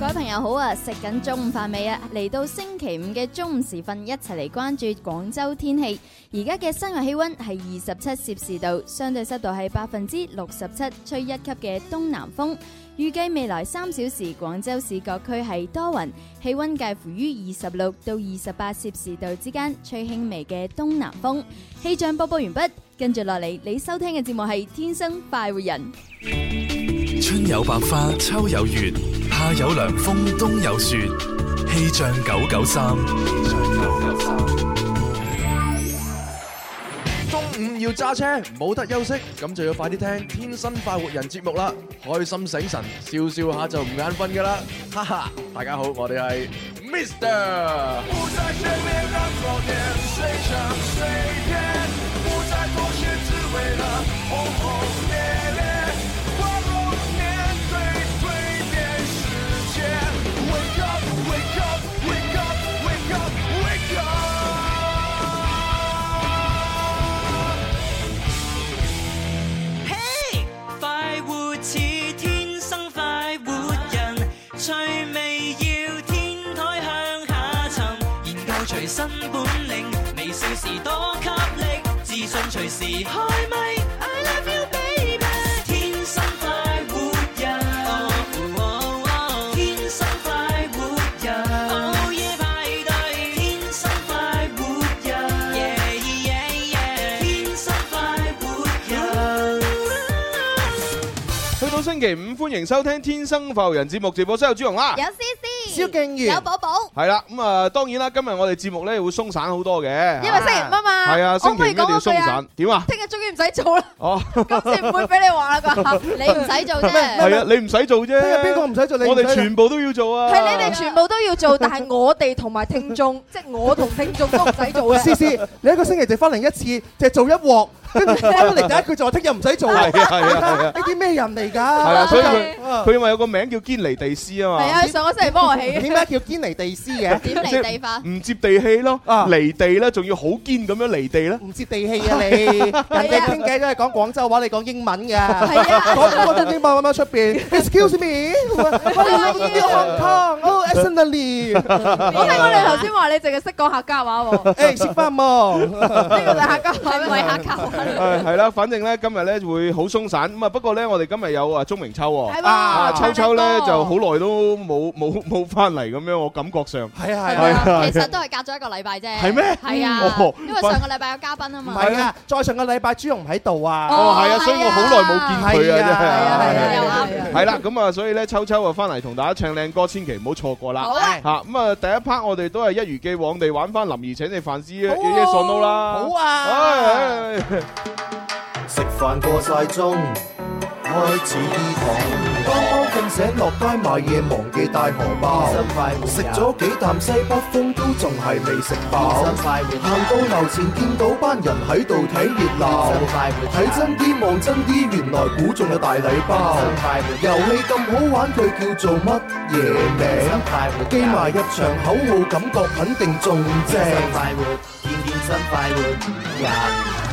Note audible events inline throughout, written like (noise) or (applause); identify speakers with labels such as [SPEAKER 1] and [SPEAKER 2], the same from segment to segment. [SPEAKER 1] 各位朋友好啊！食緊中午飯未啊？嚟到星期五嘅中午時分，一齊嚟關注廣州天氣。而家嘅室外氣溫係二十七攝氏度，相對濕度係百分之六十七，吹一級嘅東南風。預計未來三小時，廣州市各區係多雲，氣溫介乎於二十六到二十八攝氏度之間，吹輕微嘅東南風。氣象播報完畢，跟住落嚟，你收聽嘅節目係《天生快活人》。
[SPEAKER 2] 春有百花，秋有月，夏有涼風，冬有雪。氣象九九三，
[SPEAKER 3] 中午要揸車，冇得休息，咁就要快啲聽《天生快活人》節目啦！開心醒神，笑笑下就唔眼瞓噶啦，哈哈！大家好，我哋係 Mr。
[SPEAKER 4] 嘿，快活似天生快活人，趣味要天台向下沉，研究隨身本領，微笑時多給力，自信隨時開咪。I love you baby，天生快活人，哦哦天生快活人，午夜派對，天生快活人，yeah yeah yeah，天生快活人。
[SPEAKER 3] 去到星期五，歡迎收聽《天生快活人》節目直播室有朱容啦。
[SPEAKER 1] 有詩詩，
[SPEAKER 5] 蕭啊敬元
[SPEAKER 1] 有寶寶，
[SPEAKER 5] (laughs)
[SPEAKER 3] 係啦，咁啊，當然啦，今日我哋節目咧會鬆散好多嘅，
[SPEAKER 5] 因為星期五啊嘛，
[SPEAKER 3] 係啊，
[SPEAKER 5] 可
[SPEAKER 3] 星
[SPEAKER 5] 唔
[SPEAKER 3] 期五
[SPEAKER 5] 可
[SPEAKER 3] 一
[SPEAKER 5] 以
[SPEAKER 3] 定要
[SPEAKER 5] 講嗰句
[SPEAKER 3] 鬆
[SPEAKER 5] 啊？
[SPEAKER 3] 散，點啊？
[SPEAKER 5] 聽日終於唔使做啦，
[SPEAKER 3] 哦，
[SPEAKER 5] (laughs) 今次唔會俾你話啦
[SPEAKER 1] (laughs)
[SPEAKER 5] 啩？
[SPEAKER 1] 你唔使
[SPEAKER 5] (laughs)
[SPEAKER 1] 做啫。
[SPEAKER 3] 係啊，你唔使做啫，
[SPEAKER 6] 聽日邊個唔使做？你
[SPEAKER 3] 我哋
[SPEAKER 6] 唔使做
[SPEAKER 3] 全部都要做啊。
[SPEAKER 5] 係你哋全部都要做，但係我哋同埋聽眾，即係我同聽眾都唔使
[SPEAKER 6] (laughs)
[SPEAKER 5] 做
[SPEAKER 6] 思
[SPEAKER 5] 嘅。
[SPEAKER 6] 思，你一個星期就翻嚟一次，就係做一鑊，跟 (laughs) 住翻嚟第一句就話聽日唔使做啦。
[SPEAKER 3] 係啊係啊
[SPEAKER 5] (laughs)
[SPEAKER 3] 係啊
[SPEAKER 6] 呢啲咩人嚟㗎？ (laughs)
[SPEAKER 3] 係啊，所以佢
[SPEAKER 6] 啊
[SPEAKER 3] 佢因為有個名叫堅尼地斯啊
[SPEAKER 5] 係
[SPEAKER 3] 嘛，
[SPEAKER 5] 啊，上個星期幫我起。
[SPEAKER 6] 點解叫堅尼地斯 (laughs) 嘅？
[SPEAKER 1] 點嚟地法？
[SPEAKER 3] 唔接地氣咯，
[SPEAKER 6] 啊
[SPEAKER 3] 離地咧仲要好堅咁樣離地 (laughs) 咧。
[SPEAKER 6] 唔接地氣啊 (laughs) 你！人哋傾偈都係講廣州話，你講英文㗎。
[SPEAKER 5] 係啊
[SPEAKER 6] 講講中英文咁樣出 (laughs) 邊。Excuse me，我要 Hong Kong，哦 e x c e l l e n (laughs) t
[SPEAKER 5] 點解我哋頭先話你淨係識講客家話喎？
[SPEAKER 6] 誒，食飯冇？
[SPEAKER 5] 呢個就係客家話
[SPEAKER 1] 係咪下
[SPEAKER 5] 咩？
[SPEAKER 1] 球？
[SPEAKER 3] 誒係啦，反正咧今日咧會好鬆散咁啊。不過咧，我哋今日有啊鐘明秋喎，
[SPEAKER 5] 係
[SPEAKER 3] 啊
[SPEAKER 5] 喎，
[SPEAKER 3] 秋秋咧
[SPEAKER 5] 唱歌
[SPEAKER 3] 就好耐都冇冇冇翻嚟咁樣，我感覺上
[SPEAKER 6] 係啊係啊。
[SPEAKER 3] 係
[SPEAKER 1] 其實都係隔咗一個禮拜啫。
[SPEAKER 3] 係咩
[SPEAKER 1] 係
[SPEAKER 3] 哦
[SPEAKER 1] 啊，因為上個禮拜有嘉賓啊
[SPEAKER 6] 唔
[SPEAKER 1] 嘛。
[SPEAKER 6] 係啊，再上個禮拜朱紅喺度啊。
[SPEAKER 3] 哦係
[SPEAKER 1] 係
[SPEAKER 3] 啊，
[SPEAKER 1] 啊
[SPEAKER 3] 所以我好耐冇見佢啊，真
[SPEAKER 6] 係啊係啊
[SPEAKER 3] 係
[SPEAKER 6] 係啊。
[SPEAKER 1] 又啱。
[SPEAKER 3] 係啦，咁啊，所以咧秋秋啊翻嚟同大家唱靚歌，千祈唔好錯過啦。
[SPEAKER 1] 好啊，
[SPEAKER 3] 嚇咁啊，第一 part 我哋都係一如既往地玩翻林兒請你飯師
[SPEAKER 6] 好啊
[SPEAKER 3] Yes or No 啦。
[SPEAKER 6] 好啊。
[SPEAKER 3] 唉。
[SPEAKER 7] 食飯過晒鐘，開始醫堂。當貓瞓醒落街買嘢，忘記帶荷
[SPEAKER 6] 哦
[SPEAKER 7] 包。食咗幾啖西北風，都仲係未食飽。
[SPEAKER 6] 哦
[SPEAKER 7] 行到樓前見到班人喺度睇熱鬧，睇真啲望真啲，原來估中有大禮包。遊戲咁好玩，佢叫做乜嘢名？記埋入場口號，感覺肯定仲正。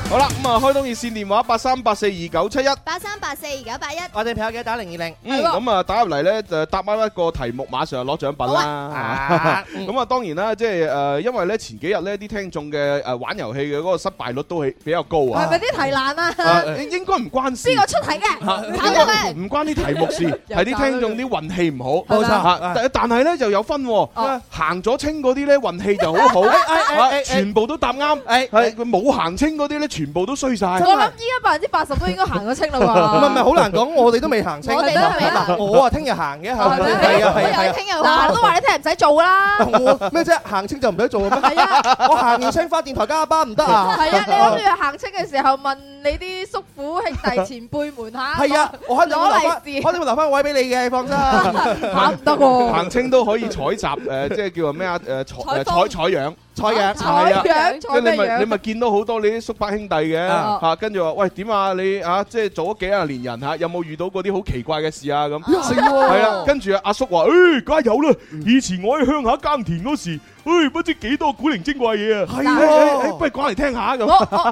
[SPEAKER 3] 好啦，咁啊，開通熱線電話八三八四二九七一，
[SPEAKER 1] 八三八四二九八一，
[SPEAKER 6] 我哋朋友記得打零二零。
[SPEAKER 3] 嗯，咁啊打入嚟咧就答啱一個題目，馬上就攞獎品啦
[SPEAKER 6] 啊。
[SPEAKER 3] (laughs) 咁啊，當然啦，即係誒，因為咧前幾日咧啲聽眾嘅誒玩遊戲嘅嗰個失敗率都係比較高啊
[SPEAKER 5] 係。咪啲題難啊？
[SPEAKER 3] 啊應該唔關事
[SPEAKER 5] 邊。個出題嘅？
[SPEAKER 1] 炒咗咩？
[SPEAKER 3] 唔關啲題目
[SPEAKER 6] (laughs)
[SPEAKER 3] 事，
[SPEAKER 5] 又
[SPEAKER 3] 係啲
[SPEAKER 5] 搞
[SPEAKER 3] 聽
[SPEAKER 5] 到
[SPEAKER 3] 眾啲運氣唔好。
[SPEAKER 6] 冇錯
[SPEAKER 3] 嚇
[SPEAKER 6] 啊
[SPEAKER 3] 但但係咧就有分喎
[SPEAKER 5] 哦，
[SPEAKER 3] 行咗清嗰啲咧運氣就好好，嚇
[SPEAKER 6] (laughs) 哎
[SPEAKER 3] 全部都答啱。
[SPEAKER 6] 哎
[SPEAKER 3] 係佢冇行清嗰啲咧，全部都衰
[SPEAKER 6] (laughs)
[SPEAKER 3] 晒。
[SPEAKER 5] 我諗依家百分之八十都應該行咗清啦
[SPEAKER 6] 唔係唔係
[SPEAKER 5] 啩。
[SPEAKER 6] 好難講，我哋都未行清。
[SPEAKER 1] 我哋都未行
[SPEAKER 6] 我啊聽日行嘅，係咪
[SPEAKER 5] 係
[SPEAKER 6] 係啊
[SPEAKER 1] 我
[SPEAKER 6] 係啊係啊
[SPEAKER 1] 又。聽又
[SPEAKER 5] 嗱，我
[SPEAKER 1] 話
[SPEAKER 5] 都話你聽日唔使做啦。
[SPEAKER 6] 我咩啫？行清就唔使做嘅咩？
[SPEAKER 5] 係啊，
[SPEAKER 6] (laughs) 我行完清翻電台加班唔得啊！
[SPEAKER 5] 係啊，你諗住行清嘅時候問你啲叔父兄弟前輩們嚇，
[SPEAKER 6] 係啊，我肯定會留翻，
[SPEAKER 5] 攞利是
[SPEAKER 6] 我肯定會留翻個位俾你嘅，你放心。
[SPEAKER 5] 啊嚇唔得喎，
[SPEAKER 3] 彭青都可以採集誒，即係叫做咩啊？誒採誒
[SPEAKER 5] 採風
[SPEAKER 3] 採採樣，
[SPEAKER 6] 採
[SPEAKER 3] 係啊
[SPEAKER 6] 樣
[SPEAKER 5] 採樣採
[SPEAKER 3] 跟住
[SPEAKER 5] 咩
[SPEAKER 3] 你咪你
[SPEAKER 5] 樣？
[SPEAKER 3] 咪見到好多你啲叔伯兄弟嘅
[SPEAKER 5] 啊
[SPEAKER 3] 嚇，跟住話喂點啊你啊即係做咗幾廿年人嚇，有冇遇到嗰啲好奇怪嘅事啊咁？係啊，跟住阿叔話：，誒，梗係有啦！以前我喺鄉下耕田嗰時，誒，不知幾多古靈精怪嘢啊！
[SPEAKER 6] 係
[SPEAKER 3] 誒
[SPEAKER 6] 喎
[SPEAKER 3] 誒誒不如講嚟聽下
[SPEAKER 5] 我
[SPEAKER 3] 咁。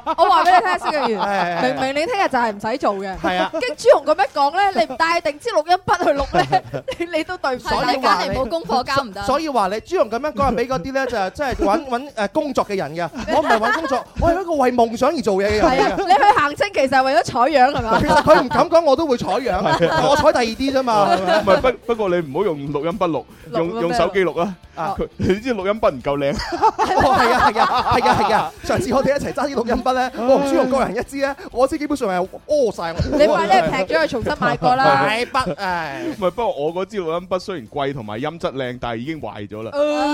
[SPEAKER 5] 我我話俾你聽，蕭敬
[SPEAKER 6] 係係
[SPEAKER 5] 元，
[SPEAKER 6] 係
[SPEAKER 5] 明明你聽日就係唔使做嘅。
[SPEAKER 6] 係啊，
[SPEAKER 5] 經朱紅咁樣講咧，你唔帶定支錄音筆去錄
[SPEAKER 6] (laughs)
[SPEAKER 5] 咧，你你都對唔住。
[SPEAKER 6] 所以
[SPEAKER 1] 係
[SPEAKER 6] 話
[SPEAKER 1] 大家嚟冇功課交唔得。
[SPEAKER 6] 所以話你朱紅咁樣講係俾嗰啲咧就係真係揾揾誒工作嘅人 (laughs) 嘅，我唔係揾工作，我係一個為夢想而做嘢嘅人
[SPEAKER 5] 係啊
[SPEAKER 6] 嚟，嘅。
[SPEAKER 5] 你去行清其實係為咗採樣係
[SPEAKER 6] (laughs)
[SPEAKER 5] 嘛
[SPEAKER 6] 其？實佢唔敢講，我都會採樣，我採第二啲啫嘛。啊係啊咪
[SPEAKER 3] 唔係不不過你唔好用錄音筆錄，
[SPEAKER 5] 錄
[SPEAKER 3] 用
[SPEAKER 5] 咩
[SPEAKER 3] 用手機錄啊！
[SPEAKER 6] 啊
[SPEAKER 3] 佢 (laughs) 你知錄音筆唔夠靚，
[SPEAKER 6] 哦，係啊，係啊，係啊，係啊！上次我哋一齊揸啲錄音筆咧，我同朱紅個人一支咧，我支基本上係屙晒我。
[SPEAKER 5] 你快啲劈咗佢，重新買過啦。
[SPEAKER 6] (laughs) 買筆誒，
[SPEAKER 3] 唔係不過我嗰支錄音筆雖然貴同埋音質靚，但係已經壞咗啦。
[SPEAKER 5] 嗯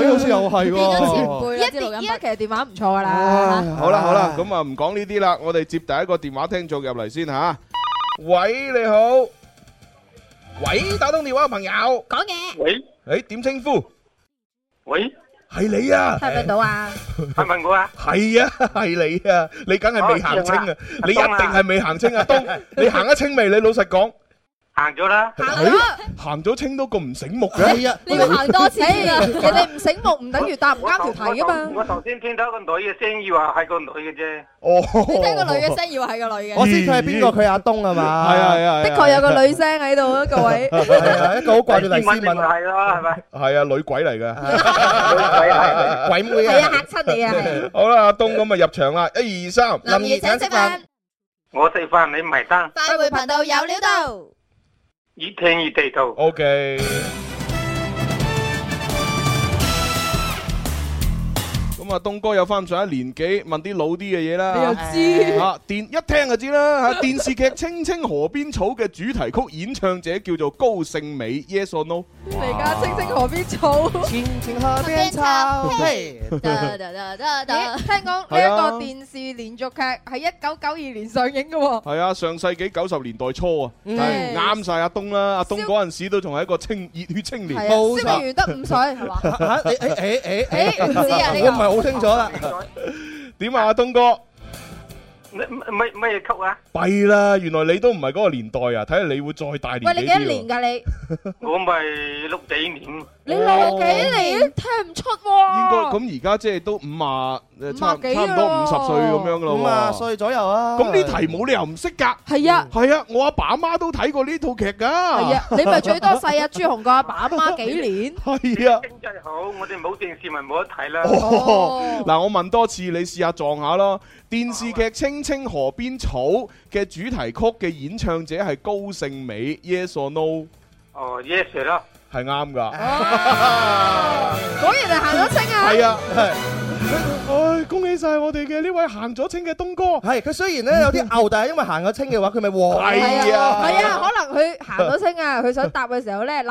[SPEAKER 6] 佢哎好似又係
[SPEAKER 1] 變咗前
[SPEAKER 6] 喎。
[SPEAKER 1] 輩啦，
[SPEAKER 5] 一
[SPEAKER 1] 啲錄音
[SPEAKER 5] 年
[SPEAKER 1] 筆
[SPEAKER 5] 依家其實電話唔錯噶啦。
[SPEAKER 3] 好啦好啦，咁啊唔講呢啲啦，我哋接第一個電話聽眾入嚟先吓。喂，你好，喂，打通電話嘅朋友，
[SPEAKER 1] 講嘢，
[SPEAKER 8] 喂
[SPEAKER 3] 誒點稱呼？
[SPEAKER 8] 喂，
[SPEAKER 3] 係你啊，
[SPEAKER 5] 聽唔聽到啊？
[SPEAKER 8] 係問我
[SPEAKER 7] à,
[SPEAKER 8] 啊？
[SPEAKER 3] 係啊，係你啊，你梗係未行清啊，你一定係未行清啊，東，你行得清未？你老實講，
[SPEAKER 8] 行咗啦，
[SPEAKER 3] 咦行咗清都咁唔醒目嘅，
[SPEAKER 6] 係啊，
[SPEAKER 1] 你要行多次先 (laughs)
[SPEAKER 5] 誒，
[SPEAKER 1] 得
[SPEAKER 5] 人哋唔醒目唔等於答唔啱條題噶
[SPEAKER 8] 我頭
[SPEAKER 5] 嘛。
[SPEAKER 8] 我頭先聽到個女嘅聲，以為係個女嘅啫。
[SPEAKER 3] 哦，
[SPEAKER 1] 你聽個女嘅聲，以為係個女
[SPEAKER 6] 我
[SPEAKER 1] 嘅。
[SPEAKER 6] 知佢係邊個，佢係阿東係
[SPEAKER 3] 係
[SPEAKER 6] 嘛？
[SPEAKER 3] 啊係啊，
[SPEAKER 5] 的確有個女聲喺度啊， (laughs) 各位。
[SPEAKER 6] 係啊，一個好掛住黎 (laughs)
[SPEAKER 8] 英文
[SPEAKER 6] 思
[SPEAKER 8] 咪
[SPEAKER 6] 敏啊，
[SPEAKER 8] 係咯，係咪？
[SPEAKER 3] 係啊女鬼嚟嘅。
[SPEAKER 8] 女仔係
[SPEAKER 6] 鬼妹
[SPEAKER 5] 係
[SPEAKER 6] 啊！
[SPEAKER 5] 啊，嚇親你啊， (laughs) 係。
[SPEAKER 3] (laughs) 好啦，阿東咁啊入場啦，一二三，
[SPEAKER 1] 林怡請食飯，
[SPEAKER 8] 我食飯你埋單，
[SPEAKER 1] 快活頻道有料到。
[SPEAKER 8] 越聽越地道。
[SPEAKER 3] OK。咁啊，東哥有翻上一年紀，問啲老啲嘅嘢
[SPEAKER 5] 你又
[SPEAKER 3] 啦。
[SPEAKER 5] 知？
[SPEAKER 3] 啊，電一聽就知啦嚇！電視劇《青青河邊草》嘅主題曲演唱者叫做高勝美，Yes or No？
[SPEAKER 5] 嚟家青青河邊
[SPEAKER 1] (laughs)
[SPEAKER 5] 草。
[SPEAKER 6] 前情河邊草，嘿，
[SPEAKER 1] 得得得得
[SPEAKER 5] 咦
[SPEAKER 1] 得，
[SPEAKER 5] 聽講呢
[SPEAKER 3] 係
[SPEAKER 5] 一
[SPEAKER 3] 啊
[SPEAKER 5] 個電視連續劇係一九九二年上映嘅喎。
[SPEAKER 3] 係啊，上世紀九十年代初啊，
[SPEAKER 6] 嗯
[SPEAKER 3] 係啱晒阿東啦。阿東嗰陣時都仲係一個青熱血青
[SPEAKER 5] 嗯係
[SPEAKER 3] 年。
[SPEAKER 5] 啊，
[SPEAKER 6] 冇錯
[SPEAKER 5] 蕭敬元得五歲係 (laughs) 嘛？
[SPEAKER 6] 嚇你誒誒誒
[SPEAKER 1] 誒唔知啊呢個
[SPEAKER 6] 我唔係好清楚啦。
[SPEAKER 3] 點啊，阿東哥？
[SPEAKER 8] 咩咩咩曲啊？
[SPEAKER 3] 弊啦，原來你都唔係嗰個年代啊！睇嚟你會再大年紀啲喎。
[SPEAKER 5] 喂，你幾多年㗎你？
[SPEAKER 8] 我咪六幾年，
[SPEAKER 5] 你六幾年聽唔出喎？
[SPEAKER 3] 應該咁而家即係都五啊，誒差
[SPEAKER 5] 哦五啊幾
[SPEAKER 3] 差唔多五十歲咁樣
[SPEAKER 6] 五
[SPEAKER 3] 咯
[SPEAKER 6] 啊
[SPEAKER 3] 喎。
[SPEAKER 6] 歲左右啊。
[SPEAKER 3] 咁呢題冇理由唔識㗎。
[SPEAKER 5] 係啊。
[SPEAKER 3] 係啊，我阿爸阿媽都睇過呢套劇㗎。
[SPEAKER 5] 係
[SPEAKER 3] 係，
[SPEAKER 5] 啊，你咪最多細啊朱紅個阿爸阿媽幾年？
[SPEAKER 6] à?
[SPEAKER 3] 係啊。
[SPEAKER 8] 經濟好，我哋冇電視咪冇得睇啦。
[SPEAKER 3] 哦嗱，我問多次，你試下撞下咯。電視劇《青青河邊草》嘅主題曲嘅演唱者係高勝美，Yes or No？
[SPEAKER 8] 哦，yes sir 啦，
[SPEAKER 3] 係啱㗎。
[SPEAKER 5] 啊果然係行咗清啊！
[SPEAKER 3] 係啊，係。唉，恭喜晒我哋嘅呢位行咗清嘅東哥。
[SPEAKER 6] 係佢雖然咧有啲牛，但係因為行咗清嘅話，佢咪黃。
[SPEAKER 3] 係啊
[SPEAKER 5] 係啊，可能佢行咗清啊，佢想答嘅時候
[SPEAKER 3] (laughs)
[SPEAKER 5] 咧，嗱，誒誒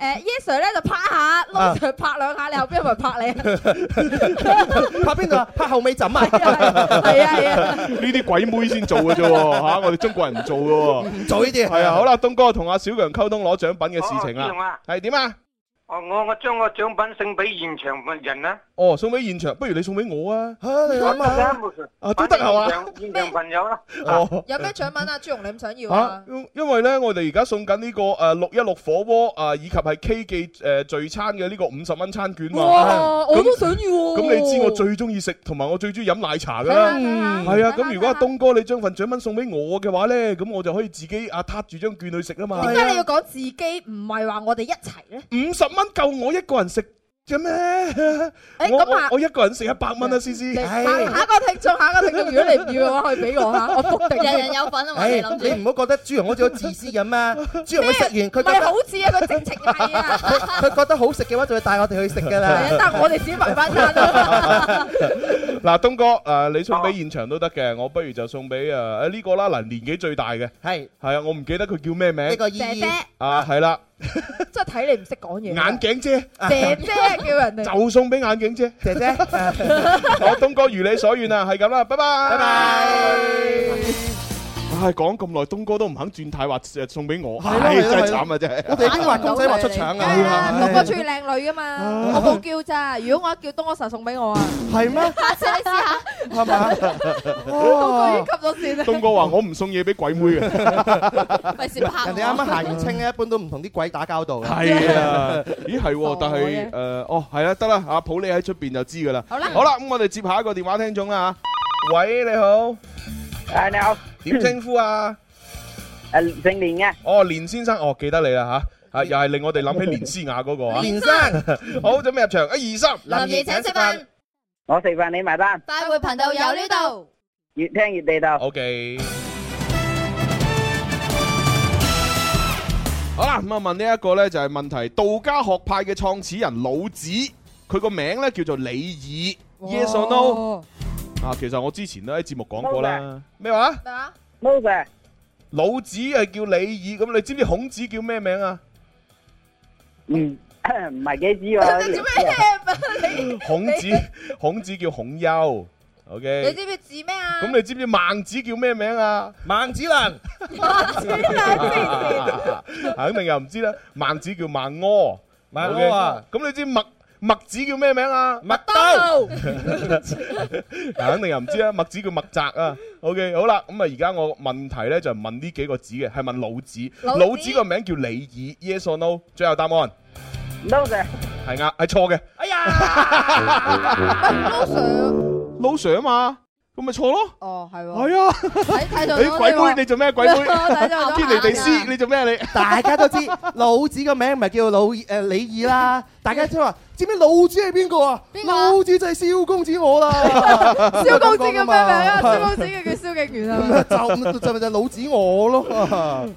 [SPEAKER 5] ，Yes sir 咧就拍下，
[SPEAKER 6] 啊
[SPEAKER 5] No sir 拍兩下，你後邊咪拍你
[SPEAKER 3] (laughs)
[SPEAKER 5] 啊？
[SPEAKER 6] (laughs) 拍邊度啊？拍後尾枕啊？
[SPEAKER 5] 係啊係啊。
[SPEAKER 3] 呢啲鬼妹先做嘅啫喎，嚇我哋中國人唔做嘅喎。
[SPEAKER 5] (laughs)
[SPEAKER 6] 唔做呢啲嘢。
[SPEAKER 3] 係啊，好啦，東哥同阿小強溝通攞獎品嘅事情
[SPEAKER 8] 哦朱紅
[SPEAKER 3] 啦，
[SPEAKER 8] 啊
[SPEAKER 3] 係點啊？
[SPEAKER 8] 哦，我我將個獎品送俾現場嘅人啦。
[SPEAKER 3] 哦，送俾現場，不如你送俾我啊？
[SPEAKER 6] 啊，你諗下啦，
[SPEAKER 3] 啊，都得係嘛？
[SPEAKER 8] 嘛？現場朋友啦，
[SPEAKER 3] 哦，
[SPEAKER 5] 有咩獎品啊？朱紅，你唔想要
[SPEAKER 3] 嚇
[SPEAKER 5] (laughs) 啊？，
[SPEAKER 3] 因因為咧，我哋而家送緊呢個誒六一六火鍋啊，以及係 K 記誒聚餐嘅呢個五十蚊餐券嘛。
[SPEAKER 5] 哇！我都想要喎。
[SPEAKER 3] 咁你知我最中意食，同埋我最中意飲奶茶㗎
[SPEAKER 5] 睇下
[SPEAKER 3] 啦。
[SPEAKER 5] 睇下
[SPEAKER 3] 係啊，
[SPEAKER 5] 睇下
[SPEAKER 3] 咁如果阿
[SPEAKER 5] 睇下
[SPEAKER 3] 東哥你將份獎品送俾我嘅話咧，咁我就可以自己啊撻住張券去食啊嘛。
[SPEAKER 5] 點解你要講自己唔係話我哋一齊咧？
[SPEAKER 3] 五十蚊夠我一個人食啫咩？
[SPEAKER 5] 誒
[SPEAKER 3] 我
[SPEAKER 5] 咁
[SPEAKER 3] 我
[SPEAKER 5] 啊
[SPEAKER 3] 我一個人食一百蚊啊，思思。
[SPEAKER 5] 你下
[SPEAKER 3] 唉
[SPEAKER 5] 下一個聽眾，下一個聽眾，如果你唔要嘅話，可以俾我嚇，我 book 定
[SPEAKER 1] 人
[SPEAKER 5] 佢。
[SPEAKER 1] 人有份啊嘛，你
[SPEAKER 6] 唉
[SPEAKER 1] 諗，
[SPEAKER 6] 你
[SPEAKER 1] 住。
[SPEAKER 6] 唔好覺得朱紅好似好自私咁啊！朱紅佢食完
[SPEAKER 5] 唔
[SPEAKER 6] 佢覺
[SPEAKER 5] 係好
[SPEAKER 6] 得
[SPEAKER 5] 似啊，個直情係啊，係啊，
[SPEAKER 6] 佢覺得好食嘅話，就會帶我哋去食㗎啦。
[SPEAKER 5] 但係我哋自己埋翻單 (laughs) 啦。
[SPEAKER 3] 嗱，東哥，誒，你送俾現場都得嘅，我不如就送俾誒誒呢個啦，嗱，年紀最大嘅，
[SPEAKER 6] 係
[SPEAKER 3] 係啊，我唔記得佢叫咩
[SPEAKER 6] 呢
[SPEAKER 3] 名
[SPEAKER 6] 個意義。
[SPEAKER 3] 啊，係啦，
[SPEAKER 5] 真係睇你唔識講嘢。
[SPEAKER 3] 眼鏡姐，
[SPEAKER 5] 姐姐叫
[SPEAKER 3] (laughs)
[SPEAKER 5] 人哋
[SPEAKER 3] 就送俾眼鏡
[SPEAKER 6] (laughs)
[SPEAKER 3] 姐，姐姐。我東哥如你所願啊，係咁啦，拜拜，拜拜。唉，講咁耐，東哥都唔肯轉態話誒送俾我，
[SPEAKER 6] 係咯
[SPEAKER 3] 唉
[SPEAKER 6] 係
[SPEAKER 3] 真
[SPEAKER 6] 咯
[SPEAKER 3] 係
[SPEAKER 6] 係咯
[SPEAKER 3] 慘啊！真係。
[SPEAKER 6] 我哋已經話公仔話出場啊，
[SPEAKER 5] 係啊，東哥中意靚女噶嘛，我冇叫咋。如果我一叫東哥實送俾我啊，
[SPEAKER 6] 係咩？
[SPEAKER 5] 下次你試下。
[SPEAKER 6] (laughs) 係嘛？
[SPEAKER 5] 東哥已經吸咗線啦。
[SPEAKER 3] 東哥話：我唔送嘢俾鬼妹
[SPEAKER 6] (laughs)
[SPEAKER 3] 嘅。
[SPEAKER 5] 費事拍
[SPEAKER 6] 人哋啱啱行完清咧，一般都唔同啲鬼打交 (laughs) 道。
[SPEAKER 3] 係啊，咦係喎，但係誒，哦係啦，得啦，阿普你喺出邊就知噶啦。
[SPEAKER 5] 好啦
[SPEAKER 3] 好啦，咁我哋接下一個電話聽眾啦啊嚇。喂，你好，
[SPEAKER 9] 誒你好，
[SPEAKER 3] 點稱呼啊？
[SPEAKER 9] 誒姓連嘅，
[SPEAKER 3] 哦，連先生，哦記得你啦嚇， (laughs) 啊又係令我哋諗起 (laughs) 連詩雅嗰個啊。
[SPEAKER 9] 連
[SPEAKER 6] 生，
[SPEAKER 3] 好準備入場，一二三，
[SPEAKER 1] 林怡請食飯，
[SPEAKER 9] 我食飯你埋單，
[SPEAKER 1] 快活頻道有呢度。
[SPEAKER 9] 越聽越地道。
[SPEAKER 3] O K。好啦，咁啊問呢一個呢，就係問題，道家學派嘅創始人老子，佢個名呢叫做李耳，Yes or no？啊，其實我之前都喺節目講過啦。咩話？
[SPEAKER 9] 冇嘅，
[SPEAKER 3] 老子係叫李耳，咁你知唔知孔子叫咩名啊？
[SPEAKER 9] 嗯，唔係幾知
[SPEAKER 5] (laughs)
[SPEAKER 9] 喎。
[SPEAKER 5] 你做咩你
[SPEAKER 3] 孔 (laughs) 子，孔子叫孔丘。O
[SPEAKER 5] 你
[SPEAKER 3] K。
[SPEAKER 5] 知唔知字咩啊？
[SPEAKER 3] 咁你知唔知孟子叫咩名 (laughs) 啊？孟子能。肯定又唔知啦。孟子叫孟柯，
[SPEAKER 10] 孟柯啊
[SPEAKER 3] OK，咁你知墨墨子叫咩名啊？麥
[SPEAKER 5] 兜。
[SPEAKER 3] (laughs) 肯定又唔知啦。墨子叫墨澤啊。OK，好啦，咁啊，而家我問題咧就係問呢幾個字嘅，係問老子。
[SPEAKER 9] 老子
[SPEAKER 3] 老子個名叫李耳。Yes or no？最後答案係
[SPEAKER 9] no 嘅，
[SPEAKER 3] 啱，係錯嘅。
[SPEAKER 5] 哎呀，喂，
[SPEAKER 3] 老 Sir 啊嘛，咁咪錯咯。
[SPEAKER 5] 哦，係喎，
[SPEAKER 3] 係啊，
[SPEAKER 5] 睇睇到
[SPEAKER 3] 你
[SPEAKER 5] 咗
[SPEAKER 3] 鬼
[SPEAKER 5] 你話啊
[SPEAKER 3] 妹，你做咩啊鬼
[SPEAKER 5] (laughs)
[SPEAKER 3] 妹？
[SPEAKER 5] 睇到咗
[SPEAKER 3] 天尼地斯，你做咩啊你？
[SPEAKER 6] (laughs) 大家都知老子個名唔係叫老誒李耳啦，大家都話知唔知老子係邊個啊？老子就係蕭公子 (laughs) 我啦。
[SPEAKER 5] (laughs) 蕭公子叫咩名啊？
[SPEAKER 6] 咁樣
[SPEAKER 5] (laughs) 蕭
[SPEAKER 6] 講㗎
[SPEAKER 5] 公
[SPEAKER 6] 嘛
[SPEAKER 5] 子叫叫蕭敬元啊。
[SPEAKER 6] 咁就就就老子我咯。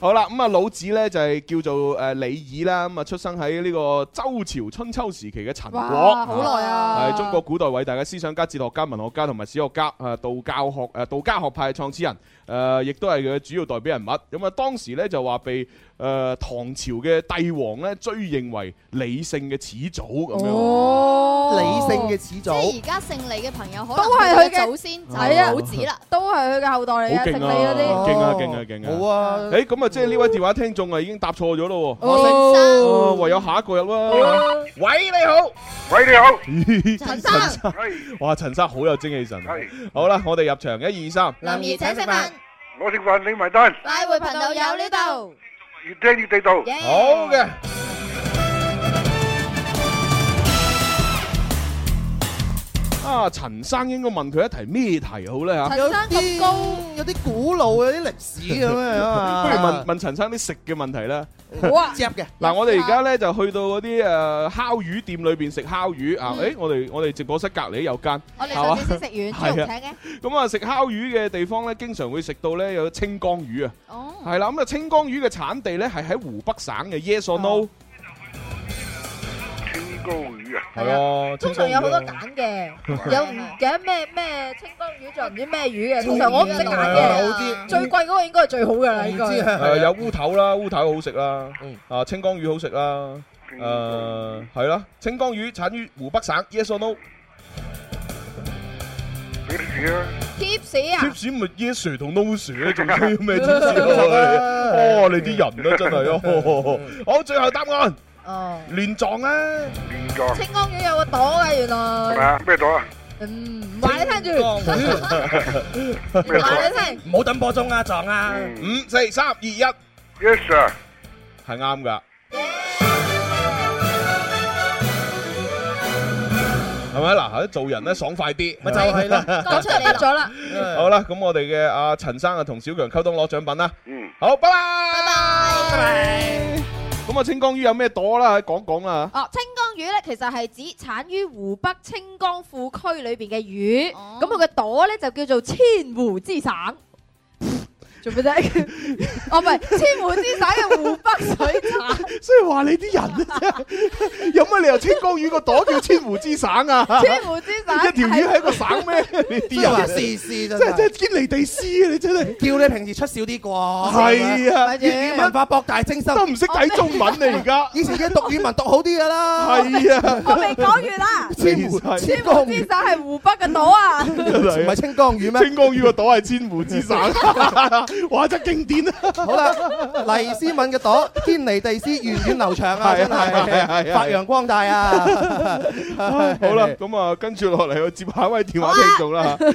[SPEAKER 3] 好啦，咁啊老子咧就係叫做誒李耳啦，咁啊出生喺呢個周朝春秋時期嘅陳國，
[SPEAKER 5] 哇好耐啊
[SPEAKER 3] 係中國古代偉大嘅思想家、哲學家、文學家同埋史學家，誒道教學誒道家學派嘅創始人，誒亦都係佢嘅主要代表人物。咁啊當時咧就話被誒唐朝嘅帝王咧追認為理性嘅始祖咁樣。
[SPEAKER 6] 哦理性嘅始
[SPEAKER 1] 即係而家姓李嘅朋友，可能
[SPEAKER 5] 都係佢
[SPEAKER 1] 佢
[SPEAKER 5] 嘅
[SPEAKER 1] 嘅祖先就
[SPEAKER 3] 係啊
[SPEAKER 1] 係老子啦。
[SPEAKER 5] 都係佢嘅後代嚟嘅，
[SPEAKER 3] 好
[SPEAKER 5] 食
[SPEAKER 3] 勁
[SPEAKER 5] 你
[SPEAKER 3] 啊！
[SPEAKER 5] 嗰啲。
[SPEAKER 3] 勁啊！勁啊！勁啊！好
[SPEAKER 6] 啊！
[SPEAKER 3] 誒咁啊，即係呢位電話聽眾啊，已經答錯咗咯喎。
[SPEAKER 5] 我姓
[SPEAKER 6] 生
[SPEAKER 3] 哦唯有下一個入啦。喂，你好。
[SPEAKER 8] 喂，你好。
[SPEAKER 3] 陳生，哇，陳生好有精氣神啊。好啦，我哋入場，一二三。
[SPEAKER 1] 林怡請食飯，
[SPEAKER 8] 我食飯你埋單，
[SPEAKER 1] 快活頻道有呢度。
[SPEAKER 8] 越聽越地道。
[SPEAKER 3] 好嘅。啊，陳生應該問佢一題咩題好咧嚇？
[SPEAKER 6] 有啲高，有啲古老，有啲歷史咁樣啊。
[SPEAKER 3] (laughs) 不如問問陳生啲食嘅問題啦。
[SPEAKER 6] 好啊，夾嘅。
[SPEAKER 3] 嗱，我哋而家咧就去到嗰啲誒烤魚店裏邊食烤魚啊！
[SPEAKER 5] 嗯
[SPEAKER 3] 誒，我哋我哋直播室隔離有間，
[SPEAKER 1] 我哋
[SPEAKER 3] 係嘛
[SPEAKER 1] 上次先食完，朱紅
[SPEAKER 3] 係啊
[SPEAKER 1] 請嘅。
[SPEAKER 3] 咁啊，食烤魚嘅地方咧，經常會食到咧有清江魚啊。
[SPEAKER 1] 哦，
[SPEAKER 3] 係啦，咁啊，清江魚嘅產地咧係喺湖北省嘅。Yes or
[SPEAKER 5] 哦
[SPEAKER 3] no？
[SPEAKER 8] 清江魚啊，
[SPEAKER 3] 係啊，清
[SPEAKER 5] 通
[SPEAKER 3] 江
[SPEAKER 5] 常有好多
[SPEAKER 3] 魚啊。
[SPEAKER 5] 揀嘅，有唔嘅咩咩清江魚，仲有唔知咩魚嘅。通常我唔識揀
[SPEAKER 3] 好
[SPEAKER 5] 嘅，最貴嗰個應該係最好嘅啦，應該。
[SPEAKER 3] 誒有烏頭啦，烏頭好食啦，
[SPEAKER 5] 嗯
[SPEAKER 3] 啊清江魚好食啦，誒呃係啦，清江魚產於湖北省，yes or no？Tips
[SPEAKER 8] 俾啲魚啊。
[SPEAKER 5] Tips 啊，
[SPEAKER 3] 咪 yes sir 同 no sir 啊仲需要咩 tips (laughs) 啊？哦，你啲人啊真係 (laughs) 哦，好最後答案
[SPEAKER 5] 哦，
[SPEAKER 3] 亂撞啊！亂撞
[SPEAKER 5] 清江魚有個朵嘅原
[SPEAKER 7] Dạ.
[SPEAKER 5] 來。
[SPEAKER 3] 啊？咩咗啊？
[SPEAKER 5] 嗯，唔話你聽住，唔話你聽。
[SPEAKER 3] 唔好等波鐘啊，撞啊！五、四、三、二、一，Yes sir，係啱噶。係咪嗱？做人咧爽快啲，咪
[SPEAKER 6] 就係啦
[SPEAKER 5] 講出嚟咗啦。
[SPEAKER 3] 好啦，咁我哋嘅阿陳生啊，同小強溝通攞獎品啦。嗯，好，拜拜，拜拜。咁啊，清江魚有咩朵啦？講講啊啦。
[SPEAKER 5] 哦，清江魚咧，其實係指產於湖北清江庫區裏邊嘅魚，咁佢嘅朵咧就叫做千湖之省。 (laughs) 做咩啫？ (laughs) 哦，唔係千湖之省嘅湖北水 (laughs) 茶，
[SPEAKER 3] 所以話你啲人啊， (laughs) 有乜理由清江魚個朵叫千湖之省啊？
[SPEAKER 5] 千湖之省
[SPEAKER 3] 一條魚係一個省咩？你啲人啊
[SPEAKER 6] 真係試試真
[SPEAKER 3] 真係
[SPEAKER 6] 係
[SPEAKER 3] 真係堅離地師啊！你真係
[SPEAKER 6] 叫你平時出少啲啩，
[SPEAKER 3] 係啊
[SPEAKER 6] 粵語文化博大精
[SPEAKER 5] 哦
[SPEAKER 6] 深，
[SPEAKER 3] 都唔識睇中文啊而家
[SPEAKER 6] 以前嘅讀語文讀好啲㗎
[SPEAKER 5] 哦
[SPEAKER 6] 啦，
[SPEAKER 3] 係啊
[SPEAKER 5] 我未講完 (laughs) 啦。
[SPEAKER 6] 千湖
[SPEAKER 5] 千湖之省係湖北嘅島啊！
[SPEAKER 3] 唔係
[SPEAKER 6] 清江
[SPEAKER 3] 咩？
[SPEAKER 6] 魚
[SPEAKER 3] 清江魚個朵係千湖之
[SPEAKER 5] (laughs)
[SPEAKER 3] 省，哇！真係經典啊！
[SPEAKER 6] 好啦，黎思敏嘅朵堅尼地斯源遠流長啊，
[SPEAKER 3] 係啊
[SPEAKER 6] 真
[SPEAKER 3] 係啊係
[SPEAKER 6] 係
[SPEAKER 3] 啊
[SPEAKER 6] 發揚光大啊！
[SPEAKER 3] 唉好啦，咁啊，跟住落嚟我接下一位電話聽眾
[SPEAKER 5] 啊
[SPEAKER 3] 啦。喂，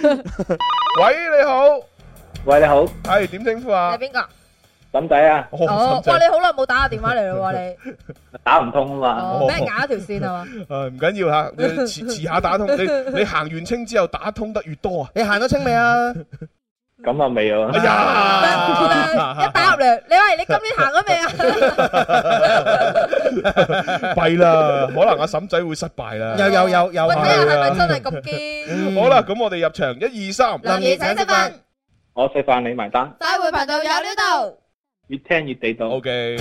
[SPEAKER 3] 你好，
[SPEAKER 9] 喂，你好，
[SPEAKER 3] 係點稱呼啊
[SPEAKER 5] 係？邊個？
[SPEAKER 9] 沈仔啊，
[SPEAKER 5] 哦，哇！你好耐冇打我電話嚟啦喎，你
[SPEAKER 9] 打唔通啊嘛，
[SPEAKER 5] 哦俾人咬一條線 (laughs) 啊嘛？
[SPEAKER 3] 誒呃唔緊要嚇，你遲遲下打通，你你行完清之後打通得越多啊！
[SPEAKER 6] 你行咗清未啊？
[SPEAKER 9] 咁啊未啊，
[SPEAKER 3] 哎 (laughs) 呀，
[SPEAKER 5] 一打入嚟，你喂，你今年行咗 (laughs)
[SPEAKER 3] 弊
[SPEAKER 5] 未啊？
[SPEAKER 3] 啦，可能阿嬸仔會失敗啦。
[SPEAKER 6] (laughs) 有有有有
[SPEAKER 5] 喂，睇下係咪
[SPEAKER 3] 係啊
[SPEAKER 5] 真係咁堅？
[SPEAKER 6] 嗯
[SPEAKER 3] 好啦，咁我哋入場，一二三，
[SPEAKER 5] 林怡請食飯，
[SPEAKER 9] 我食飯你埋單，
[SPEAKER 5] 快活頻道有呢度。
[SPEAKER 9] 越聽越地道。O
[SPEAKER 3] K，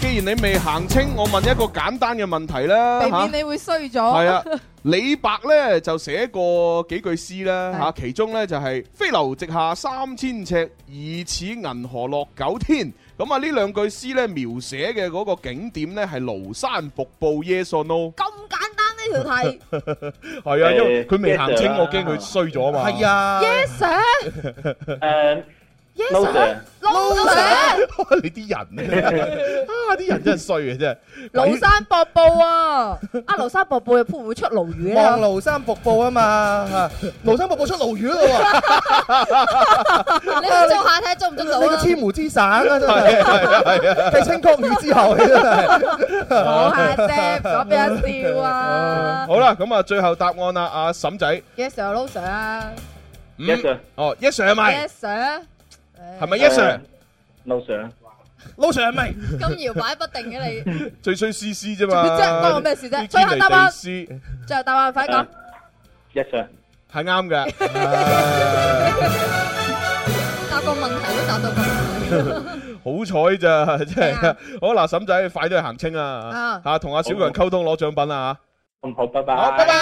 [SPEAKER 3] 既然你未行清，我問一個簡單嘅問題啦
[SPEAKER 5] 避
[SPEAKER 3] 嚇
[SPEAKER 5] 免你會衰咗。
[SPEAKER 3] 係啊，李白咧就寫過幾句詩啦嚇，其中咧就係飛流直下三千尺，疑似銀河落九天。咁啊，呢兩句詩咧描寫嘅嗰個景點咧係廬山瀑布，yes or no？
[SPEAKER 5] 咁簡單呢條題
[SPEAKER 3] 係啊，因為佢未行清，
[SPEAKER 9] 誒
[SPEAKER 3] 我驚佢衰咗啊嘛。
[SPEAKER 6] 係啊
[SPEAKER 5] ，yes sir，yes
[SPEAKER 9] 誒 No sir
[SPEAKER 5] sir，no sir，
[SPEAKER 3] (laughs) 你啲人啊，啲人真係衰嘅真係。
[SPEAKER 5] 廬山瀑布啊，啊廬山瀑布又會唔會出鱸魚
[SPEAKER 6] 望
[SPEAKER 5] 咧？
[SPEAKER 6] 廬山瀑布啊 (laughs) 嘛，廬山瀑布出啊鱸魚咯喎。
[SPEAKER 5] 你做下睇下捉唔捉到
[SPEAKER 6] 你個
[SPEAKER 5] 啊？
[SPEAKER 6] 千湖之省啊，真
[SPEAKER 3] 係啊係啊
[SPEAKER 6] 係繼清江魚之後，真係
[SPEAKER 5] 講下啫，唔講俾人笑啊
[SPEAKER 3] 好啦，咁啊，最後答案啦，阿嬸仔
[SPEAKER 5] ！yes sir，no sir 啊
[SPEAKER 3] ，yes sir，哦，yes sir 係咪
[SPEAKER 5] ，yes？sir，
[SPEAKER 3] 係咪 yes
[SPEAKER 9] sir？no sir，
[SPEAKER 6] 老 Sir 係咪？
[SPEAKER 5] 咁搖擺不定嘅你，
[SPEAKER 3] 最衰 C C 啫
[SPEAKER 5] 做
[SPEAKER 3] 嘛，
[SPEAKER 5] 咩啫關我咩事啫
[SPEAKER 3] 堅
[SPEAKER 5] 最後答
[SPEAKER 3] 尼地
[SPEAKER 5] 案
[SPEAKER 3] 斯
[SPEAKER 5] 最後答案快講，
[SPEAKER 9] ，yes sir，
[SPEAKER 3] 係啱嘅。
[SPEAKER 5] (laughs) 答個問題都答到咁。
[SPEAKER 3] 好彩咋，真係好嗱，嬸仔快啲去行清啊
[SPEAKER 5] 啊！
[SPEAKER 3] 嚇，同阿小強溝通攞獎品啦
[SPEAKER 9] 嚇。咁好，拜拜。
[SPEAKER 3] 好，拜拜。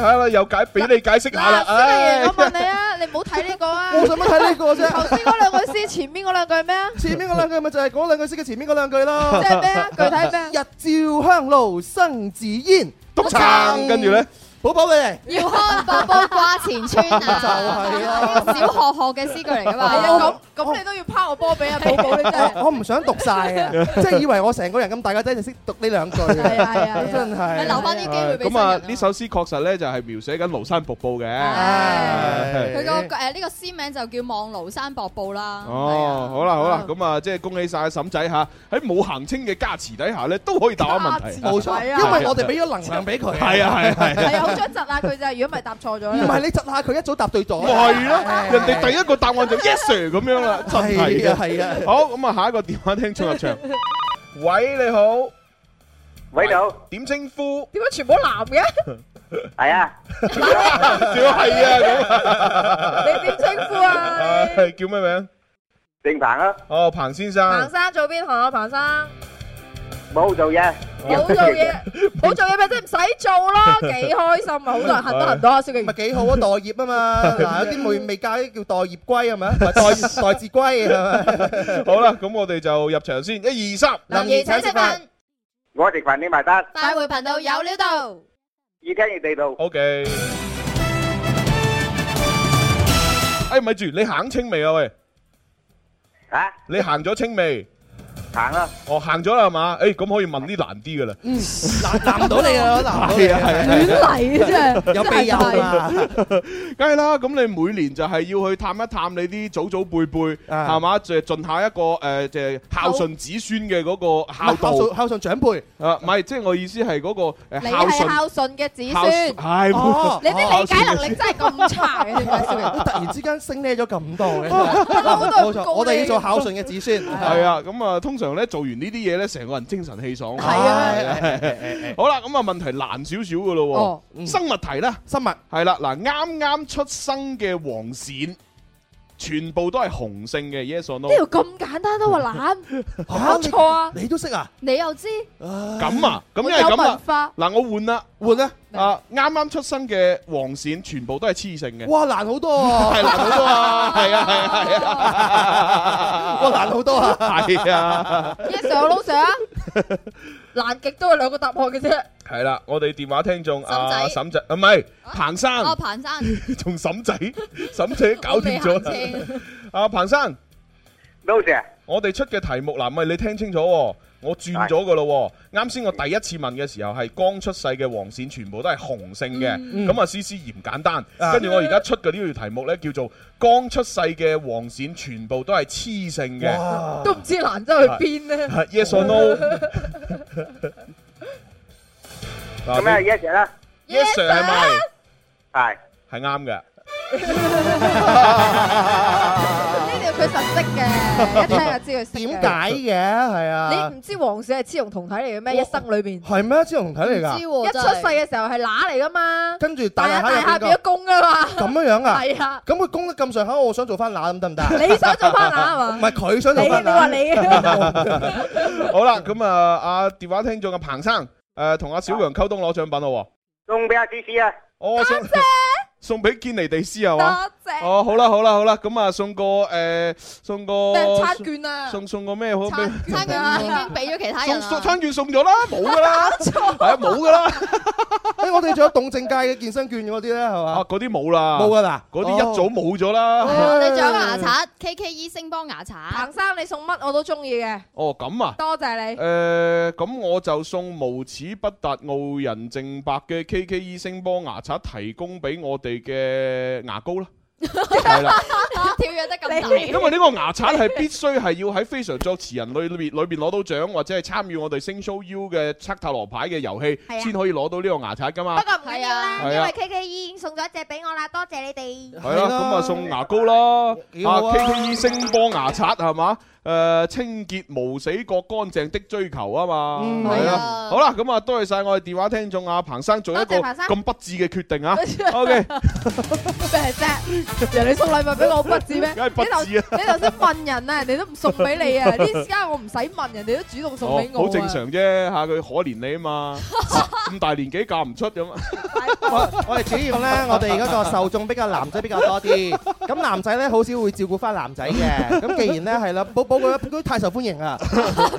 [SPEAKER 3] 係啦，又解俾你解釋下啦。
[SPEAKER 5] 嗱，小明
[SPEAKER 3] 唉
[SPEAKER 5] 我問你啊，你唔好睇呢個啊！
[SPEAKER 6] 我做乜睇呢個啫
[SPEAKER 5] 頭先嗰兩句詩，前面嗰兩句係咩 (laughs) 啊？
[SPEAKER 6] 前面嗰兩句咪就係嗰兩句詩嘅前面嗰兩句咯。
[SPEAKER 5] 即係咩啊 (laughs) 具
[SPEAKER 6] 體咩？日照香爐生紫煙，
[SPEAKER 3] 篤撐跟住咧，
[SPEAKER 6] 寶寶你嚟。
[SPEAKER 1] 要看瀑布掛前村啊！就係啦，小學學嘅詩句嚟噶嘛。
[SPEAKER 5] 係啊，咁咁你都要拋個波俾阿寶寶，你真係。
[SPEAKER 6] 我我唔想讀晒 (laughs) 啊！即係以為我成個人咁大家仔就識讀呢兩句，係
[SPEAKER 5] 啊 (laughs) 係啊
[SPEAKER 6] 真係
[SPEAKER 5] 留翻啲機會俾
[SPEAKER 3] 咁啊，呢首詩確實咧就係描寫緊廬山瀑布嘅。
[SPEAKER 5] 啊
[SPEAKER 1] 佢個誒呢個詩名就叫望廬山瀑布啦。
[SPEAKER 3] 哦，好啦好啦，咁啊，即係恭喜晒阿嬸仔嚇，喺冇行清嘅加持底下咧，都可以答啱問
[SPEAKER 5] 啊
[SPEAKER 3] 題。
[SPEAKER 6] 冇錯，因為我哋俾咗能量俾佢。
[SPEAKER 3] 係啊係啊
[SPEAKER 5] (laughs)
[SPEAKER 3] 係啊
[SPEAKER 5] 係啊，好想窒下佢咋，如果唔係答錯咗
[SPEAKER 6] 唔係
[SPEAKER 5] 啦。
[SPEAKER 6] 你窒下佢一早答對咗。
[SPEAKER 3] 咪係咯，人哋第一個答案就 yes sir 咁樣啦，真係
[SPEAKER 6] 係
[SPEAKER 3] 嘅
[SPEAKER 6] 啊係啊
[SPEAKER 3] 好，咁啊，下一個電話聽眾入場。 (laughs) 喂，你好。
[SPEAKER 9] 喂，你好。
[SPEAKER 3] 點稱呼？
[SPEAKER 5] 點解全部都男嘅？
[SPEAKER 9] 係
[SPEAKER 8] à?
[SPEAKER 9] 啊，
[SPEAKER 3] 仲有係啊咁。
[SPEAKER 5] 你點稱呼啊？
[SPEAKER 3] (laughs) 係叫咩名？
[SPEAKER 9] 姓彭啊。
[SPEAKER 3] 哦，彭先生。
[SPEAKER 5] 彭生做邊行啊？彭 (laughs) 生
[SPEAKER 9] 冇做嘢，
[SPEAKER 5] 冇做 (laughs) 嘢，冇做嘢咪即係唔使做咯，幾開心啊！好多人恨都恨唔到啊，蕭敬。
[SPEAKER 6] 咪幾好啊，待業啊嘛，嗱有啲未未嫁啲叫待業龜係咪？代代字龜係
[SPEAKER 3] 好啦，咁我哋就入場先，一二三。
[SPEAKER 6] 林怡請食飯
[SPEAKER 9] 我食飯你埋單，
[SPEAKER 1] 快活頻道有料到，
[SPEAKER 9] 越聽越地道。
[SPEAKER 3] O K。哎，咪住，你行清未啊？喂，
[SPEAKER 9] 啊？
[SPEAKER 3] 你行咗清未？
[SPEAKER 9] 行啦。
[SPEAKER 3] 哦，行咗啦係嘛？誒，咁可以問啲難啲嘅啦。
[SPEAKER 6] 嗯，難難唔到你啊，難唔到你
[SPEAKER 3] 係啊係啊係啊
[SPEAKER 5] 亂嚟啊真係有備有啊
[SPEAKER 3] 梗係啦，咁你每年就係要去探一探你啲祖祖輩輩，
[SPEAKER 6] 啊
[SPEAKER 3] 係嘛？就盡下一個誒，就係孝順子孫嘅嗰個孝
[SPEAKER 6] 孝
[SPEAKER 3] 道
[SPEAKER 6] 順。孝順長輩。
[SPEAKER 3] 啊，唔係，即係我意思係嗰個
[SPEAKER 5] 你
[SPEAKER 3] 誒孝
[SPEAKER 5] 係
[SPEAKER 3] 順。
[SPEAKER 5] 孝順嘅子
[SPEAKER 3] 孝
[SPEAKER 5] 孫
[SPEAKER 3] 順，係
[SPEAKER 6] 哦
[SPEAKER 5] 你啲理解能力真係咁差嘅，點解蕭敬？
[SPEAKER 6] 突然之間升呢咗咁多嘅，
[SPEAKER 5] 我都係
[SPEAKER 6] 冇
[SPEAKER 5] 咁
[SPEAKER 6] 錯，
[SPEAKER 5] 高
[SPEAKER 6] 我哋要做
[SPEAKER 5] 呢
[SPEAKER 6] 孝順嘅子孫。
[SPEAKER 3] à. 係啊，咁啊，通常常咧做完呢啲嘢咧，成個人精神氣爽。
[SPEAKER 6] 係啊
[SPEAKER 3] 係
[SPEAKER 6] 係係係
[SPEAKER 3] 好啦，咁啊問題難少少噶咯
[SPEAKER 6] 哦
[SPEAKER 3] 喎，生物題啦，
[SPEAKER 6] 生物
[SPEAKER 3] 係啦，嗱啱啱出生嘅黃鳝，全部都係雄性嘅，yes or no？
[SPEAKER 5] 呢度咁簡單都話懶，搞錯啊！
[SPEAKER 6] 你都識啊？
[SPEAKER 5] 你又知？
[SPEAKER 6] Ờ.
[SPEAKER 3] 咁啊，咁因為
[SPEAKER 5] 我有
[SPEAKER 3] 咁
[SPEAKER 5] 文
[SPEAKER 3] 啦
[SPEAKER 5] 化，
[SPEAKER 3] 嗱我換啦，
[SPEAKER 6] 換啦，
[SPEAKER 3] 啊啱啱出生嘅黃鳝全部都係雌性嘅。
[SPEAKER 6] 哇，難好多啊！
[SPEAKER 3] (laughs) 係難好多啊！
[SPEAKER 6] (laughs)
[SPEAKER 3] 係啊係啊！
[SPEAKER 6] 哇，難好多啊！
[SPEAKER 3] 係啊，
[SPEAKER 5] Yes sir，老 sir 啊，難極都係兩個答案嘅啫。
[SPEAKER 3] 係啦，我哋電話聽眾啊，沈仔啊，唔係彭
[SPEAKER 1] 哦，
[SPEAKER 3] (laughs) 生，
[SPEAKER 1] 彭生，
[SPEAKER 3] 仲沈仔，沈仔搞掂咗
[SPEAKER 1] 我未行
[SPEAKER 3] 啦。啊，彭生，
[SPEAKER 8] 老 Sir，
[SPEAKER 3] 我哋出嘅題目嗱，唔係你聽清楚喎，我轉咗噶咯喎。啱先我第一次問嘅時候係剛出世嘅黃鳝全部都係雄性嘅，
[SPEAKER 6] 嗯
[SPEAKER 3] 咁啊思思嫌簡單。
[SPEAKER 6] 啊
[SPEAKER 3] 跟住我而家出嘅呢條題目呢，叫做剛出世嘅黃鳝全部都係雌性嘅。
[SPEAKER 5] 都唔知難得去邊
[SPEAKER 3] (laughs)
[SPEAKER 5] 咧。
[SPEAKER 3] 係 yes or no？嗱
[SPEAKER 8] 咁啊
[SPEAKER 3] 你
[SPEAKER 8] ，Yes Sir 啦，
[SPEAKER 3] Yes sir 係咪？
[SPEAKER 8] 係
[SPEAKER 3] 係啱嘅。
[SPEAKER 5] 呢條佢實識嘅，一聽就知佢識嘅。
[SPEAKER 6] 點解嘅？係啊
[SPEAKER 5] 你。唔知黃鳝係雌雄同體嚟嘅咩？一生裏邊。
[SPEAKER 6] 係咩？雌雄同體嚟㗎？
[SPEAKER 5] 一出世嘅時候係乸嚟噶嘛，
[SPEAKER 6] 跟住大
[SPEAKER 5] 但係
[SPEAKER 6] 下
[SPEAKER 5] 大
[SPEAKER 6] 又
[SPEAKER 5] 下
[SPEAKER 6] 變
[SPEAKER 5] 變咗公噶嘛。
[SPEAKER 6] 咁樣樣啊？
[SPEAKER 5] 係啊。
[SPEAKER 6] 咁佢攻得咁上下，我想做翻乸咁得唔得啊？
[SPEAKER 5] 你想做翻乸係嘛
[SPEAKER 6] 唔 (laughs) 係佢想做翻乸。
[SPEAKER 5] 你你
[SPEAKER 3] 好啦，咁啊，阿電話聽眾嘅彭生，誒同阿小楊溝通攞獎品咯
[SPEAKER 8] 送俾阿芝芝啊，
[SPEAKER 3] 喎，我送 (laughs) 送俾堅尼地斯係嘛？
[SPEAKER 5] 多謝
[SPEAKER 3] 哦，好啦，好啦，好啦，咁啊，送個誒，送個
[SPEAKER 5] 訂餐券啊
[SPEAKER 3] 送送個咩好？俾
[SPEAKER 1] 餐餐券已經俾咗其他人
[SPEAKER 3] 送
[SPEAKER 1] 啦
[SPEAKER 3] 送。餐券送咗啦，冇噶啦，
[SPEAKER 6] (laughs)
[SPEAKER 3] 係啊，冇噶啦，
[SPEAKER 6] 誒，我哋仲有動靜界嘅健身券嗰啲咧，係
[SPEAKER 3] 啊
[SPEAKER 6] 嘛？
[SPEAKER 3] 嗰啲冇啦，
[SPEAKER 6] 冇㗎啦
[SPEAKER 3] 嗰啲一早冇咗啦。
[SPEAKER 1] 我哋仲有牙刷，KKE 星邦牙刷
[SPEAKER 5] 彭。生，你送乜我都中意嘅，
[SPEAKER 3] 哦，咁啊。
[SPEAKER 5] 多謝你。
[SPEAKER 3] 誒咁我就送無恥不達傲人淨白嘅 KK 醫聲波牙刷提供俾我哋嘅牙膏啦，係啦，
[SPEAKER 1] 跳躍得
[SPEAKER 3] (laughs)
[SPEAKER 1] 咁
[SPEAKER 3] 因
[SPEAKER 1] 大。
[SPEAKER 3] 為呢個牙刷係必須係要喺非常作詞人
[SPEAKER 5] (laughs)
[SPEAKER 3] 裏裏邊攞到獎，或者係參與我哋星 show U 嘅測塔羅牌嘅遊戲，
[SPEAKER 10] 係啊
[SPEAKER 3] 先可以攞到呢個牙刷噶嘛。
[SPEAKER 10] 不過唔緊要啦，
[SPEAKER 3] 係啊
[SPEAKER 10] 因為 K K 已經送咗一隻俾我啦，多謝你哋。
[SPEAKER 3] 係啦，咁啊送牙膏啦，
[SPEAKER 6] 幾
[SPEAKER 3] 啊
[SPEAKER 6] 好啊
[SPEAKER 3] KK 醫聲波牙刷係嘛？誒清潔無死角乾淨的追求啊嘛，
[SPEAKER 6] 嗯
[SPEAKER 3] 係
[SPEAKER 6] 係
[SPEAKER 3] 啦
[SPEAKER 6] 啊。
[SPEAKER 3] 好啦，咁啊多謝晒我哋電話聽眾啊彭生做一個
[SPEAKER 5] 多謝彭生
[SPEAKER 3] 咁不智嘅決
[SPEAKER 5] (laughs)
[SPEAKER 3] 定啊。OK，
[SPEAKER 5] 咩啫？人哋送禮物俾我好不智咩？
[SPEAKER 3] 梗係不
[SPEAKER 5] 你頭
[SPEAKER 3] 智啊
[SPEAKER 5] 你頭先問人啊，人哋都唔送俾
[SPEAKER 3] (laughs)
[SPEAKER 5] 你啊！呢而家我唔使問，人哋都主動送
[SPEAKER 3] 哦
[SPEAKER 5] 俾我啊
[SPEAKER 3] 好正常啫嚇，佢可憐你啊嘛，咁大年紀嫁唔出
[SPEAKER 5] (laughs)
[SPEAKER 3] 咁啊。
[SPEAKER 6] 我我哋主要咧，我哋嗰個受眾比較男仔比較多啲。咁男仔咧好少會照顧翻男仔嘅。咁既然咧係啦，寶寶佢佢太受歡迎啊。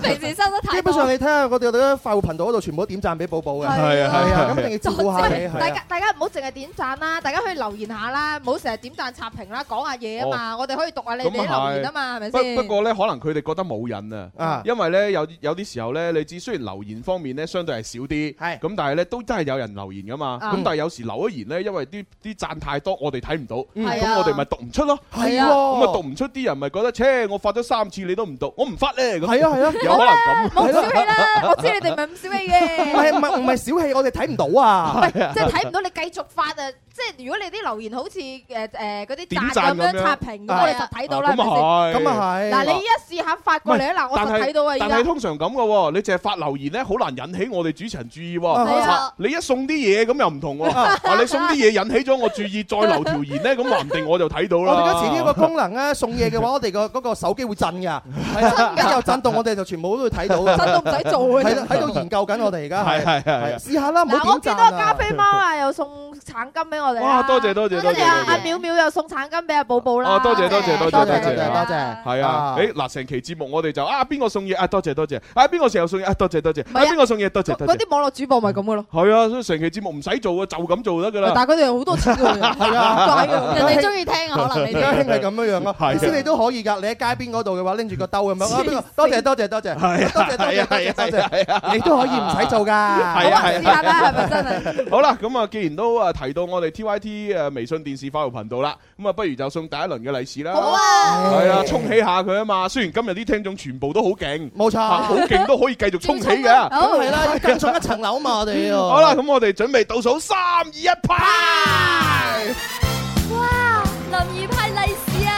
[SPEAKER 1] 平時收得太
[SPEAKER 6] 基本上你睇下我哋嘅快活頻道嗰度，全部都點讚俾寶寶嘅。
[SPEAKER 3] 係啊
[SPEAKER 6] 係啊，
[SPEAKER 3] 係啊
[SPEAKER 6] 咁一定要照顧下你。
[SPEAKER 5] 喂大家大家唔好淨係點讚啦，大家可以留言下啦，唔好成日點讚刷屏啦，講下嘢啊嘛，我哋可以讀下你哋
[SPEAKER 3] 咁
[SPEAKER 5] 啲
[SPEAKER 3] 啊
[SPEAKER 5] 留言啊嘛，係咪
[SPEAKER 3] 不
[SPEAKER 5] 先？
[SPEAKER 3] 不過咧，可能佢哋覺得冇癮啊
[SPEAKER 6] 啊，
[SPEAKER 3] 因為咧有有啲時候咧，你知雖然留言方面咧相對係少啲，
[SPEAKER 6] 係
[SPEAKER 3] 咁，但係咧都真係有人留言噶嘛。
[SPEAKER 5] 啊
[SPEAKER 3] 咁但係有時留咗言咧，因為啲啲讚太多，我哋睇唔到，
[SPEAKER 6] 嗯哦
[SPEAKER 5] 係啊
[SPEAKER 3] 咁我哋咪讀唔出咯。
[SPEAKER 6] 係
[SPEAKER 5] 啊
[SPEAKER 3] 咁啊讀
[SPEAKER 6] 喎，
[SPEAKER 3] 唔出啲人咪覺得，切我發咗三次你都唔讀，我唔發咧咁。
[SPEAKER 6] 係啊係啊
[SPEAKER 3] 有可能咁。
[SPEAKER 5] 冇小氣
[SPEAKER 3] (laughs)
[SPEAKER 5] 啦，我知你哋唔係咁小氣
[SPEAKER 6] 唔
[SPEAKER 5] 嘅。
[SPEAKER 6] 係唔係唔係小氣，我哋睇唔到啊。
[SPEAKER 5] 即係睇唔到你繼續發啊！即係如果你啲留言好似誒誒嗰啲
[SPEAKER 3] 點
[SPEAKER 5] 讚
[SPEAKER 3] 讚
[SPEAKER 5] 咁
[SPEAKER 3] 咁樣
[SPEAKER 5] 樣刷屏咁，
[SPEAKER 1] 啊
[SPEAKER 5] 我哋實睇到啦，係
[SPEAKER 3] 咁
[SPEAKER 5] 咪
[SPEAKER 3] 啊係，
[SPEAKER 6] 咁啊
[SPEAKER 5] 先？
[SPEAKER 6] 係。
[SPEAKER 5] 嗱，你依家試下發過嚟啊！嗱，我
[SPEAKER 3] 但
[SPEAKER 5] 實
[SPEAKER 3] 係
[SPEAKER 5] 睇到啊，而
[SPEAKER 3] 但係
[SPEAKER 5] 家
[SPEAKER 3] 通常咁嘅喎，你淨係發留言咧，好難引起我哋主持人注意喎。
[SPEAKER 1] 係啊
[SPEAKER 3] 你一送啲嘢咁又唔同喎，啊你送啲嘢引起咗我注意，再留條言咧，咁話唔定我就睇到
[SPEAKER 6] 我
[SPEAKER 3] 啦。
[SPEAKER 6] 哋而家遲啲有個功能咧，送嘢嘅話，我哋個嗰個手機會震㗎，係啊，一有震動，我哋就全部都會睇到㗎。
[SPEAKER 5] 真都唔使做
[SPEAKER 6] 喺
[SPEAKER 5] 嘅
[SPEAKER 6] 度。喺度研究緊，我哋而家
[SPEAKER 3] 係係係係
[SPEAKER 6] 試下啦，唔好
[SPEAKER 5] 嗱，我見
[SPEAKER 6] 點
[SPEAKER 5] 到
[SPEAKER 6] 贊
[SPEAKER 5] 加
[SPEAKER 6] 啊！
[SPEAKER 5] 菲貓啊，又送橙金俾我哋啦
[SPEAKER 3] 哇！多謝多謝多
[SPEAKER 5] 跟
[SPEAKER 3] 謝
[SPEAKER 5] 住啊，阿
[SPEAKER 3] 多謝。
[SPEAKER 5] 淼淼又送橙金俾阿寶寶啦。啊
[SPEAKER 3] 哦多謝多謝多謝多謝
[SPEAKER 6] 多謝
[SPEAKER 3] 係啊，
[SPEAKER 6] 啊
[SPEAKER 3] 誒嗱，成期節目我哋就啊邊個送嘢啊，多謝多謝，啊邊個時候送嘢啊，多謝多謝，
[SPEAKER 5] 係
[SPEAKER 3] 啊
[SPEAKER 5] 啊
[SPEAKER 3] 邊個送嘢多謝多
[SPEAKER 5] 嗰
[SPEAKER 3] 謝，
[SPEAKER 5] 啲網絡主播咪咁嘅咯，
[SPEAKER 3] 係啊，所以成期節目唔使做啊，就咁做得噶啦。
[SPEAKER 5] 但係佢哋好多錢㗎，
[SPEAKER 3] (laughs)
[SPEAKER 5] 係啊，怪㗎。
[SPEAKER 1] 人哋中意聽啊，可能
[SPEAKER 6] 而
[SPEAKER 1] 你
[SPEAKER 6] 家
[SPEAKER 1] 哋
[SPEAKER 6] 興係咁樣樣咯，
[SPEAKER 3] 係啊
[SPEAKER 6] 頭先你都可以㗎。你喺街邊嗰度嘅話，拎住個兜咁樣，啊邊個多謝多謝多謝，多謝多謝多謝多謝，你都可以唔使做
[SPEAKER 3] 係
[SPEAKER 6] 㗎。
[SPEAKER 3] 啊
[SPEAKER 5] 好人知啦，係咪真係？
[SPEAKER 3] 好啦，咁啊，既然都啊提到我哋 T Y T 誒微信電視快活頻道啦，咁啊，不如就送第一輪嘅利是啦。
[SPEAKER 1] 好啊，
[SPEAKER 3] 係啊，沖起下佢啊嘛！雖然今日啲聽眾全部都好勁，
[SPEAKER 6] 冇錯
[SPEAKER 3] 啊好勁都可以繼續沖起
[SPEAKER 1] 照
[SPEAKER 3] 嘅。
[SPEAKER 1] 沖啊
[SPEAKER 6] 咁係啦，要更上一層樓嘛，我哋要。
[SPEAKER 3] 好啦，，咁我哋準備倒數三二一派。
[SPEAKER 1] 哇！林怡派利是啊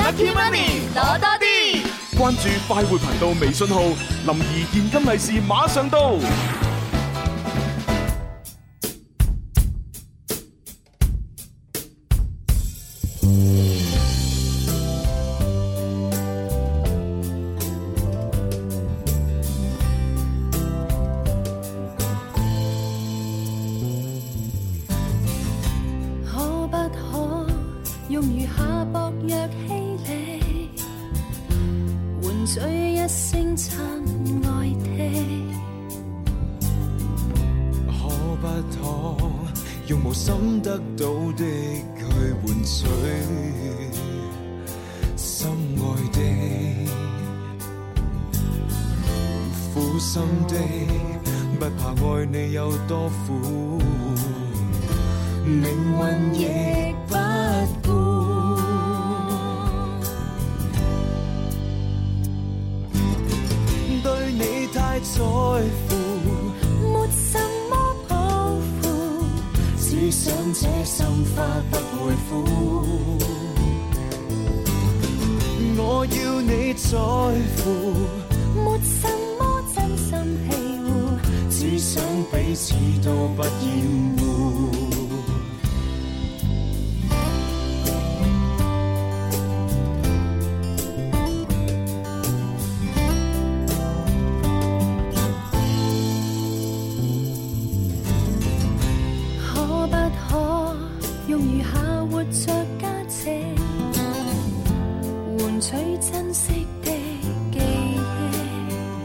[SPEAKER 1] ，Lucky Money 攞多啲。
[SPEAKER 3] Wow, 好嘢！
[SPEAKER 11] 關注快活頻道微信號，林兒現金利是馬上到。
[SPEAKER 4] 可不可用餘下薄弱氣力，換取一聲親愛的？
[SPEAKER 2] 可不可用無心得到的去換取心愛的？苦心的，不怕愛你有多苦，命運亦不顧。對你太在乎。
[SPEAKER 4] 沒什麼抱負，
[SPEAKER 2] 只想這心花不會枯。我要你在乎，
[SPEAKER 4] 沒什麼真心喜惡，
[SPEAKER 2] 只想彼此都不厭惡。
[SPEAKER 4] 可不可用餘下活着價值，換取珍惜的記憶？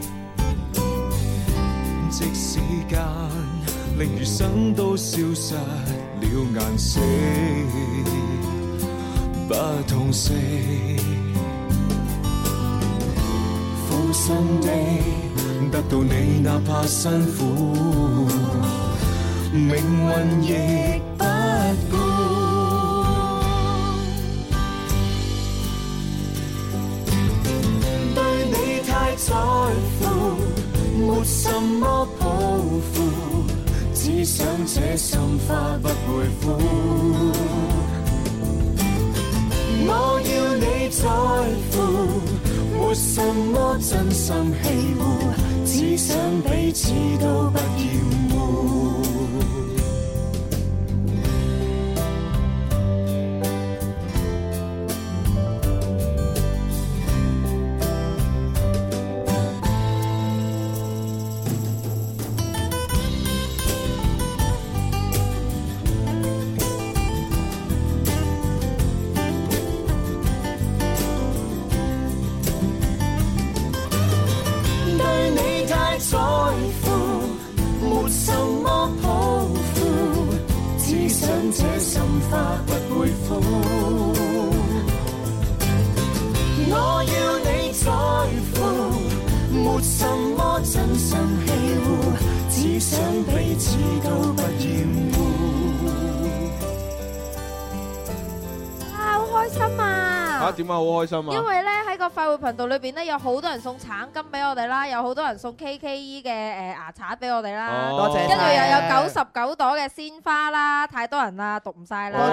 [SPEAKER 2] 即使間令餘生都消失了顏色，不痛惜。苦心的得到你，哪怕辛苦，命運亦不顧。
[SPEAKER 4] 對你太在乎，沒什麼抱負，
[SPEAKER 2] 只想這心花不會枯。
[SPEAKER 4] 我要你在乎，沒什麼真心喜惡，只想彼此都不厭惡。對你太在乎，沒什麼抱負，只想這心花不會枯。我要你在乎，沒什麼真心喜惡，只想彼此都不厭惡。
[SPEAKER 5] 啊，好開心啊！
[SPEAKER 3] 啊，點啊，好開心啊！
[SPEAKER 5] 因為咧喺個快活頻道裏邊咧，有好多人送橙金俾我哋啦，有好多人送 KKE 嘅誒牙刷俾我哋啦，
[SPEAKER 6] 多謝
[SPEAKER 5] 跟住又
[SPEAKER 6] 晒
[SPEAKER 5] 有九十九朵嘅鮮花啦，太多人啦，讀唔晒啦。
[SPEAKER 3] 哦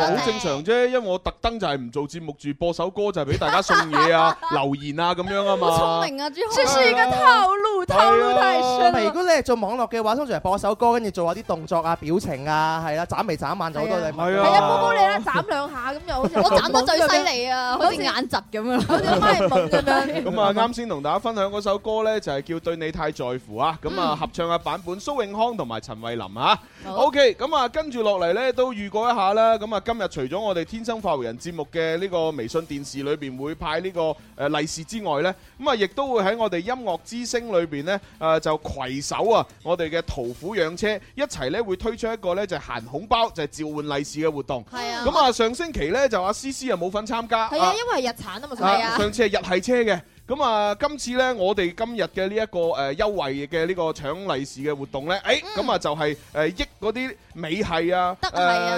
[SPEAKER 3] 好正常啫，因為我特登就係唔做節目住，播首歌就係俾大家送
[SPEAKER 1] (laughs)
[SPEAKER 3] 嘢啊、留言啊咁樣啊嘛。
[SPEAKER 1] 好聰明啊，朱紅，
[SPEAKER 5] 這是一個套路，套路太深
[SPEAKER 6] 如
[SPEAKER 5] 了。
[SPEAKER 6] 果你係做網絡嘅話，通常係播首歌，跟住做下啲動作啊、表情啊，係啦，眨眉眨眼就好多禮物。
[SPEAKER 3] 係
[SPEAKER 5] 係啊，波波你咧斬兩下咁又好似
[SPEAKER 1] 我斬得最犀利啊，好似眼疾咁啊，好似
[SPEAKER 5] 咪蒙咁樣。
[SPEAKER 3] 咁啊，啱先同大家分享嗰首歌呢，就係叫《對你太在乎》啊。咁啊，合唱嘅版本蘇永康同埋陳慧琳啊。
[SPEAKER 12] 好
[SPEAKER 3] OK，咁啊，跟住落嚟呢，都預告一下啦。咁啊，今日除咗我哋《天生快活人》節目嘅呢個微信電視裏邊會派呢個誒利是之外呢，咁啊，亦都會喺我哋音樂之聲裏邊呢，誒就攜手啊，我哋嘅途虎養車一齊呢會推出一個呢，就係限孔包，就係召喚利是嘅活動。
[SPEAKER 5] 係啊
[SPEAKER 3] 咁啊，上星期呢，就阿思思啊冇份參加。
[SPEAKER 5] 係啊，因為係日產啊嘛，上次
[SPEAKER 3] 啊上次係日係車嘅。咁啊，今次呢，我哋今日嘅呢一個誒優惠嘅呢個搶利是嘅活動呢，誒咁啊就係誒益嗰啲美系啊、誒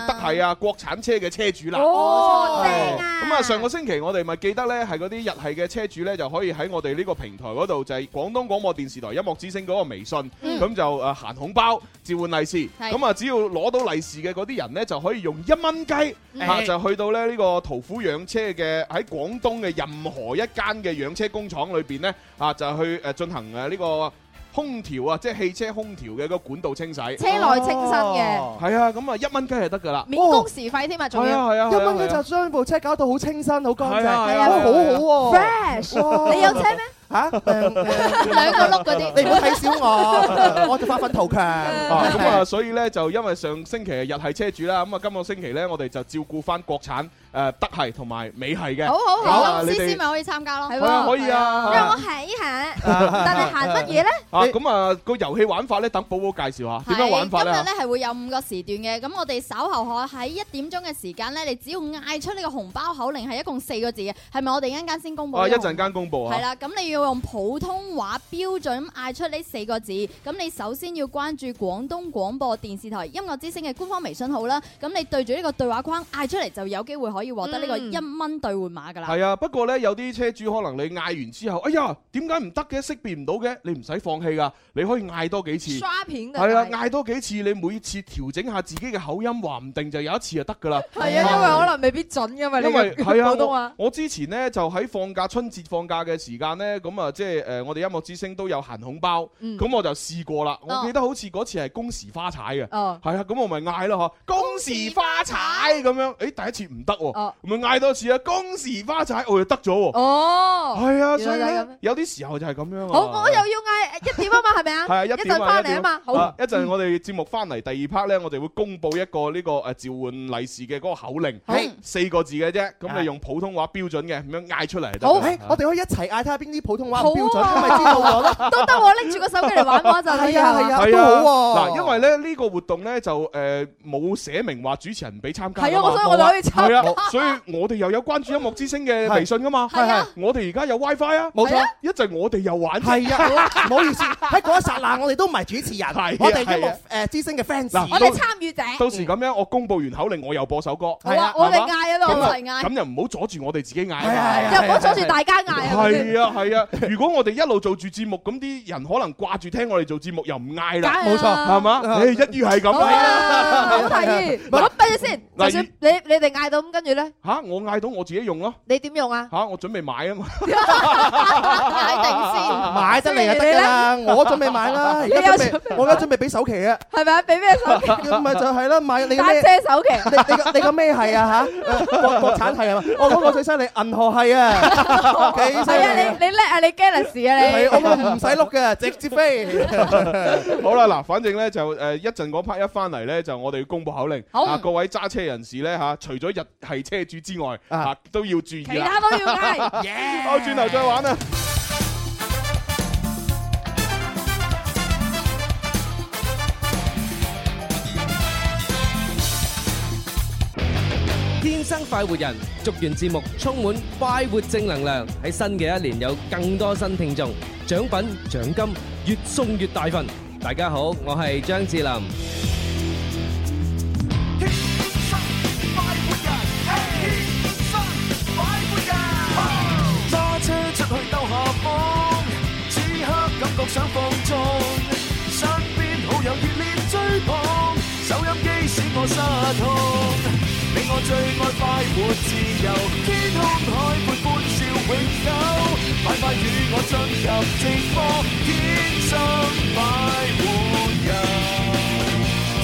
[SPEAKER 3] 德系啊、國產車嘅車主啦。
[SPEAKER 5] 哦
[SPEAKER 3] 正啊！咁啊，上個星期我哋咪記得呢，係嗰啲日系嘅車主呢，就可以喺我哋呢個平台嗰度，就係廣東廣播電視台音樂之聲嗰個微信，
[SPEAKER 12] 嗯
[SPEAKER 3] 咁就誒行紅包召喚利是。
[SPEAKER 12] 係
[SPEAKER 3] 咁啊，只要攞到利是嘅嗰啲人呢，就可以用一蚊雞啊
[SPEAKER 12] 嗯
[SPEAKER 3] 嚇就去到咧呢個途虎養車嘅喺廣東嘅任何一間嘅養車公工廠裏邊咧啊，就去誒進行呃誒呢個空調啊，即係汽車空調嘅個管道清洗，車內
[SPEAKER 5] 內清新嘅
[SPEAKER 3] 係啊，咁啊一蚊雞就得㗎啦。
[SPEAKER 5] 免工時費添啊，仲要
[SPEAKER 3] 係啊係啊係啊
[SPEAKER 6] 一蚊雞就將部車搞到好清新、好乾淨，
[SPEAKER 3] 係啊係啊
[SPEAKER 6] 哇好好喎。
[SPEAKER 5] fresh。你有車咩？
[SPEAKER 6] 嚇，兩
[SPEAKER 5] 個碌嗰啲
[SPEAKER 6] 你唔好睇小我，我就發奮圖
[SPEAKER 1] (laughs)
[SPEAKER 6] 強。
[SPEAKER 3] 啊，咁啊，所以咧就因為上星期日係車主啦，咁啊今個星期咧我哋就照顧翻國產誒呃德系同埋美系嘅。
[SPEAKER 1] 好好
[SPEAKER 3] 啊
[SPEAKER 1] 好，
[SPEAKER 3] 你
[SPEAKER 1] 思思
[SPEAKER 3] 哋
[SPEAKER 1] 咪可以參加咯，
[SPEAKER 3] 係喎係啊可以啊
[SPEAKER 1] 讓我行一行，但係行乜嘢咧？
[SPEAKER 3] 啊，咁啊個遊戲玩法咧，等寶寶介紹下點樣玩法咧
[SPEAKER 1] 係今日。咧係會有五個時段嘅，咁我哋稍後可喺一點鐘嘅時間咧，你只要嗌出呢個紅包口令係一共四個字嘅，係咪我哋一陣間先公佈？
[SPEAKER 3] 啊，一陣。間公佈啊。
[SPEAKER 1] 係啦，咁你要用普通話標準嗌出呢四個字，咁你首先要關注廣東廣播電視台音樂之聲嘅官方微信號啦，咁你對住呢個對話框嗌出嚟就有機會可以獲得呢個
[SPEAKER 3] 嗯
[SPEAKER 1] 一蚊兑換碼㗎啦。
[SPEAKER 3] 係啊，不過呢，有啲車主可能你嗌完之後，哎呀，點解唔得嘅？識別唔到嘅，你唔使放棄噶，你可以嗌多幾次。
[SPEAKER 5] 刷片㗎
[SPEAKER 3] 係啦，
[SPEAKER 5] 但係
[SPEAKER 3] 嗌多幾次，你每次調整下自己嘅口音，話唔定就有一次就得噶啦。
[SPEAKER 5] 係啊，因為可能未必準㗎嘛，你
[SPEAKER 3] 因為
[SPEAKER 5] 個
[SPEAKER 3] 係
[SPEAKER 5] 廣東話
[SPEAKER 3] 啊，。我我之前呢，就喺放假春節放假嘅時間呢，咁啊即係誒我哋音樂之星都有閒孔包，
[SPEAKER 5] 嗯
[SPEAKER 3] 咁我就試過啦。我
[SPEAKER 5] 哦
[SPEAKER 3] 記得好似嗰次係工時花踩嘅，係
[SPEAKER 5] 哦
[SPEAKER 3] 啊，咁我咪嗌咯嗬，工時花踩咁樣，誒第一次唔得喎
[SPEAKER 5] 哦，
[SPEAKER 3] 咪嗌多次啊，工時花踩我就得咗喎。
[SPEAKER 5] 哦，
[SPEAKER 3] 係啊，
[SPEAKER 5] 原來
[SPEAKER 3] 所以
[SPEAKER 5] 就係咁
[SPEAKER 3] 呢，有啲時候就係咁樣啊。
[SPEAKER 5] 好，我又要嗌一點啊嘛，係咪啊？
[SPEAKER 3] 係啊，一
[SPEAKER 5] 一
[SPEAKER 3] 點
[SPEAKER 5] 陣翻嚟
[SPEAKER 3] 一
[SPEAKER 5] 啊
[SPEAKER 3] 點
[SPEAKER 5] 嘛，
[SPEAKER 3] 啊
[SPEAKER 5] 好。
[SPEAKER 3] 一陣我哋節目翻嚟第二 part 咧，我哋會公布一個呢個誒召喚利是嘅嗰個口令，
[SPEAKER 6] 係
[SPEAKER 3] 四個字嘅啫。咁你用普通話標準嘅咁樣嗌出嚟就得
[SPEAKER 6] 好，
[SPEAKER 3] 啦。
[SPEAKER 6] 誒
[SPEAKER 5] 哦
[SPEAKER 6] 我哋可以一齊嗌睇下邊啲普通話唔標
[SPEAKER 5] 好
[SPEAKER 6] 準，
[SPEAKER 5] 啊
[SPEAKER 6] 咁咪知道咗咯。
[SPEAKER 5] 都得我拎住個手機嚟玩嗰陣，
[SPEAKER 6] 係啊係啊，
[SPEAKER 3] 係
[SPEAKER 6] 都好
[SPEAKER 3] 嗱，
[SPEAKER 6] 喎。
[SPEAKER 3] 因為咧呢個活動咧就誒冇寫明話主持人唔俾參加㗎嘛。
[SPEAKER 5] 係啊我所以我哋可以參加
[SPEAKER 3] 係啊，所以我哋又有關注音樂之星嘅微信噶嘛。
[SPEAKER 6] 係啊，
[SPEAKER 3] 我哋而家有 WiFi 啊。
[SPEAKER 6] 冇錯係啊
[SPEAKER 3] 一陣我哋又玩。
[SPEAKER 6] 係啊，唔好意思，喺嗰一剎那我哋都唔係主持人
[SPEAKER 3] 啊，
[SPEAKER 6] 我哋音
[SPEAKER 3] 係
[SPEAKER 6] 樂
[SPEAKER 3] 啊
[SPEAKER 6] 誒之星嘅 fans，
[SPEAKER 3] 嗱我哋
[SPEAKER 5] 參與者
[SPEAKER 3] 到時咁樣，我公佈完口令，我又播首歌。
[SPEAKER 5] 好啊
[SPEAKER 3] 係
[SPEAKER 5] 我哋
[SPEAKER 3] 係嘛
[SPEAKER 5] 嗌啊嘛
[SPEAKER 3] 咁
[SPEAKER 5] 我哋嗌
[SPEAKER 3] 咁又唔好阻住我哋自己嗌啊。
[SPEAKER 5] 又唔好阻住大家嗌啊！
[SPEAKER 3] 係啊係啊，如果我哋一路做住節目，咁啲人可能掛住聽我哋做節目，又唔嗌啦，
[SPEAKER 5] 梗係啦
[SPEAKER 3] 係嘛？誒，一於係咁
[SPEAKER 5] 好啊，好提議。咁俾咗先，就算你你哋嗌到咁，跟住咧，
[SPEAKER 3] 嚇，我嗌到我自己用咯。
[SPEAKER 5] 你點用啊？
[SPEAKER 3] 嚇，我準備買啊
[SPEAKER 5] (laughs)
[SPEAKER 3] 嘛。
[SPEAKER 6] 買得嚟就得㗎啦，
[SPEAKER 5] 你呢
[SPEAKER 6] 我準備買啦，而家
[SPEAKER 5] 你有
[SPEAKER 6] 準備，我而家準備俾首期啊。
[SPEAKER 5] 係咪啊？俾咩手機？
[SPEAKER 6] 咁咪就係啦，買你個
[SPEAKER 5] 單
[SPEAKER 6] 咩？
[SPEAKER 5] 車手騎
[SPEAKER 6] 你你個你個咩係啊嚇？國國產係啊嘛，我嗰個最犀利銀河係啊，幾犀
[SPEAKER 5] 係啊，
[SPEAKER 6] 利啊！
[SPEAKER 5] 你你叻啊，你 Galaxy 啊，你
[SPEAKER 6] 係我個唔使碌嘅，直接飛。
[SPEAKER 3] 好啦，嗱，反正咧就誒一陣嗰 part 一翻嚟咧，就我哋要公佈口令。
[SPEAKER 5] 好
[SPEAKER 3] 啊，各位揸車人士咧嚇，除咗日係車主之外，啊都要注意啦。。
[SPEAKER 5] 其他都要嗌
[SPEAKER 3] 好，轉頭再玩啊！
[SPEAKER 13] 天生快活人，祝願節目充滿快活正能量，喺新嘅一年有更多新聽眾，獎品獎金越送越大份。大家好，我係張智霖。
[SPEAKER 2] 揸車出去兜下風，此刻感覺想放縱，身邊好友熱烈追捧，收音機使我失控。你我最愛快活自由，天空海闊歡笑永久，快快與我進入直播，天生快活人，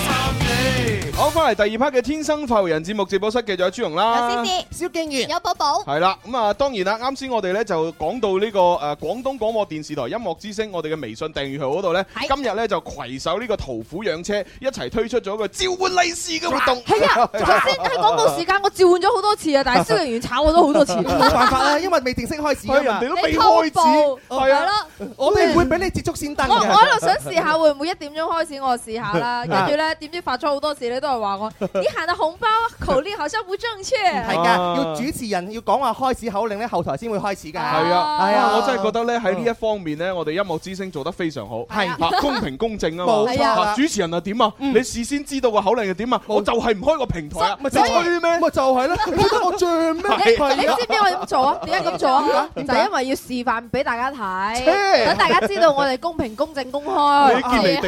[SPEAKER 2] 三你。
[SPEAKER 3] 好，翻嚟第二 part 嘅《天生快活人》節目直播室，繼續有朱容
[SPEAKER 5] 啊
[SPEAKER 3] 啦。
[SPEAKER 6] 蕭敬元
[SPEAKER 1] 有寶寶，
[SPEAKER 3] 係啦，咁啊，當然啦，啱先我哋咧就講到呢個誒廣東廣播電視台音樂之聲，我哋嘅微信訂閱號嗰度咧，今日咧就攜手呢個途虎養車一齊推出咗個召喚利是嘅活動。
[SPEAKER 5] 係啊，頭先喺廣告時間我召喚咗好多次啊，但係蕭敬元炒我都好多次。
[SPEAKER 6] (laughs) 冇辦法啦，因為未正式開始啊嘛，
[SPEAKER 5] 係人哋都未開始你偷步係啊
[SPEAKER 6] 係啊咯，我哋會俾你接觸先得嘅。
[SPEAKER 5] 我我喺度想試下會唔會一點鐘開始，我試下啦。跟住咧，點知發咗好多次，你都係話我你行到紅包口令好像不正確。
[SPEAKER 6] 係㗎，要主持人要講話開始口令咧，後台先會開始㗎。
[SPEAKER 3] 係啊，
[SPEAKER 6] 係
[SPEAKER 3] 哇
[SPEAKER 6] 啊，
[SPEAKER 3] 我真係覺得咧喺呢一方面咧，我哋音樂之聲做得非常好，
[SPEAKER 6] 係
[SPEAKER 3] 啊公平公正啊嘛。
[SPEAKER 6] 冇錯啦
[SPEAKER 3] 啊主持人啊點啊？你事先知道個口令係點啊？我就係唔開個平台啊！
[SPEAKER 6] 咪就係咩？咪就係啦，你覺得我像咩？
[SPEAKER 5] 你你
[SPEAKER 6] 係啊
[SPEAKER 5] 知唔知我點做啊？點解咁做啊？就
[SPEAKER 6] 點解
[SPEAKER 5] 係因為要示範俾大家睇，
[SPEAKER 6] 切
[SPEAKER 5] 等大家知道我哋公平、公正、公
[SPEAKER 6] 你
[SPEAKER 5] 開。
[SPEAKER 6] 見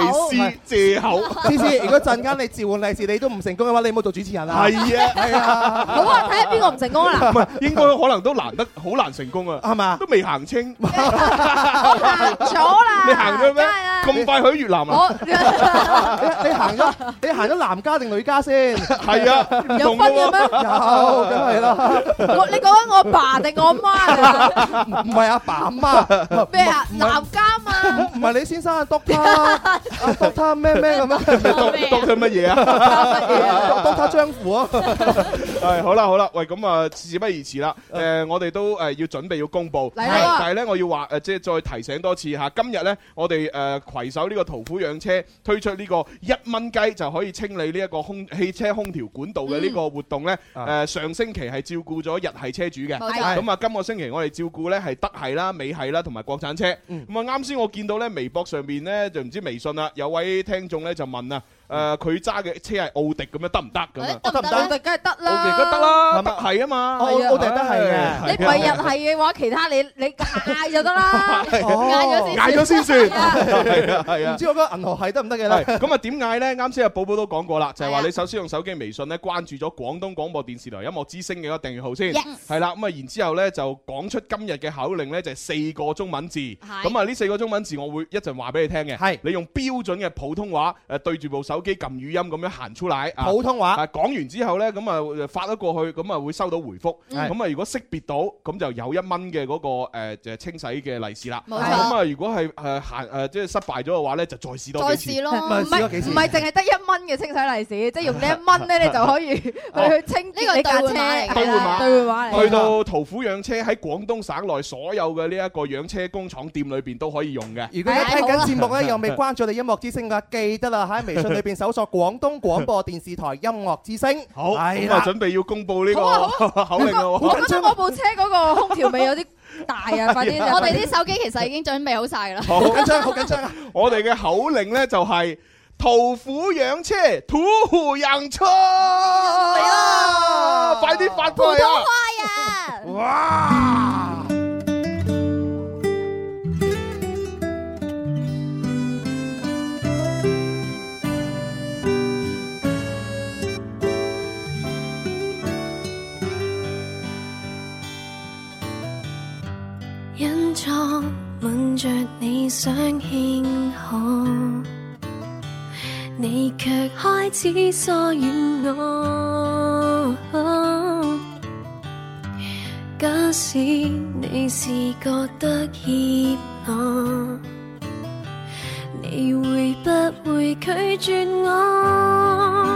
[SPEAKER 5] 借口
[SPEAKER 6] 思思，如果陣間你召喚利是，你都唔唔成功嘅話，你唔好做主持人啦。
[SPEAKER 3] 係啊
[SPEAKER 6] 係啊，
[SPEAKER 5] 好啊，睇下邊個唔成功
[SPEAKER 3] (laughs)
[SPEAKER 5] 啊嗱
[SPEAKER 3] 唔係，應該可能都難得，好難成功啊，
[SPEAKER 6] 係嘛？
[SPEAKER 3] 都未行清，你
[SPEAKER 5] 行咗啊啦，
[SPEAKER 3] 行咗咩？咁快去越南啊？
[SPEAKER 5] (laughs)
[SPEAKER 6] 你你行咗你行咗男家定女家先？
[SPEAKER 3] 係啊唔
[SPEAKER 5] 有
[SPEAKER 3] 同
[SPEAKER 5] 分
[SPEAKER 3] 㗎
[SPEAKER 5] 嘅咩？
[SPEAKER 6] 有梗係啦，
[SPEAKER 5] 我你講緊我阿爸定我阿媽啊？
[SPEAKER 6] 唔係阿爸阿媽， (laughs)
[SPEAKER 5] 咩啊？男家嘛，
[SPEAKER 6] 唔係李先生啊，doctor，doctor 咩咩咁樣
[SPEAKER 3] 當佢乜嘢啊？
[SPEAKER 6] ，doctor 張符啊，
[SPEAKER 3] (laughs) 係好啦好啦，喂咁啊，事不宜遲啦。誒，我哋都誒要準備要公佈，
[SPEAKER 5] 嚟啦
[SPEAKER 3] 但係咧我要話誒，即係再提醒多次嚇，今日咧我哋誒攜手呢個屠夫養車推出呢個一蚊雞就可以清理呢一個空汽車空調管道嘅呢個活動咧，誒上星期係照顧咗日系車主嘅，
[SPEAKER 14] 冇錯
[SPEAKER 3] 咁啊今個星期我哋照顧咧係德系啦、美系啦同埋國產車。咁啊啱先我見到咧微博上面咧就唔知微信啦，有位聽眾咧就問啊。誒佢揸嘅車係奧迪咁樣得唔得咁啊？
[SPEAKER 5] 得唔得？我哋梗係得
[SPEAKER 3] 奧迪都
[SPEAKER 5] 啦，
[SPEAKER 3] 得啦，德係啊嘛，
[SPEAKER 5] 係啊
[SPEAKER 3] 係
[SPEAKER 5] 你唔係日系嘅話，其他你你嗌就得啦，嗌
[SPEAKER 3] 嗌
[SPEAKER 5] 咗
[SPEAKER 3] 咗先
[SPEAKER 5] 先算
[SPEAKER 3] 算， (laughs) 係啊係啊
[SPEAKER 6] 唔。知我嗰個銀河系得唔得嘅
[SPEAKER 3] 係
[SPEAKER 6] 咧？
[SPEAKER 3] 咁啊，點解咧？啱先阿寶寶都講過啦，就係話啊你首先用手機微信咧關注咗廣東廣播電視台音樂之聲嘅一個訂閱號先，
[SPEAKER 4] Yes
[SPEAKER 3] 係啦。咁啊，然之後咧就講出今日嘅口令咧就係四個中文字。咁啊，呢四個中文字我會一陣話俾你聽嘅。係你用標準嘅普通話誒對住部手機撳語音咁樣行出嚟。啊
[SPEAKER 6] 普通話
[SPEAKER 3] 啊講完之後咧，咁啊發咗過去，咁啊會收到回覆。
[SPEAKER 5] 嗯
[SPEAKER 6] 係
[SPEAKER 3] 咁啊，如果識別到，咁就有一蚊嘅嗰個誒就係清洗嘅利是啦。
[SPEAKER 5] 冇錯
[SPEAKER 3] 咁啊，如果係誒行誒即係失敗咗嘅話咧，就再試多
[SPEAKER 5] 再
[SPEAKER 3] 幾次。
[SPEAKER 5] 試咯，
[SPEAKER 3] 唔
[SPEAKER 5] 唔係唔係淨係得一蚊嘅清洗利是，即係用呢一蚊咧，你就可以去去清呢
[SPEAKER 1] 呢個
[SPEAKER 5] 你架車，
[SPEAKER 1] 兌換碼嚟㗎
[SPEAKER 5] 係啦兌換碼嚟㗎。
[SPEAKER 3] 去到屠夫養車喺廣東省內所有嘅呢一個養車工廠店裏邊都可以用嘅。
[SPEAKER 6] 如果而家聽緊節
[SPEAKER 3] 啊
[SPEAKER 6] 目咧，又未關注我哋音樂之聲嘅，記得啦喺微信裏邊搜索廣東廣播電視台音樂之聲。
[SPEAKER 3] (laughs) 好，
[SPEAKER 6] 係
[SPEAKER 3] 咁
[SPEAKER 6] 啦
[SPEAKER 3] 啊，準備要公佈呢
[SPEAKER 5] 好啊
[SPEAKER 3] 個 (laughs) 口令啦喎。
[SPEAKER 5] 我覺得我部車嗰個空調味有啲大啊！快啲，
[SPEAKER 1] 我哋啲手機其實已經準備好晒啦。
[SPEAKER 3] 好緊
[SPEAKER 6] 張，好緊張啊！
[SPEAKER 3] 我哋嘅口令咧就係屠夫養車，屠夫養車。嚟啦！快啲發過嚟啊！
[SPEAKER 4] 隱藏吻着你想慶賀，你卻開始疏遠我。假使你是覺得怯懦，你會不會拒絕我？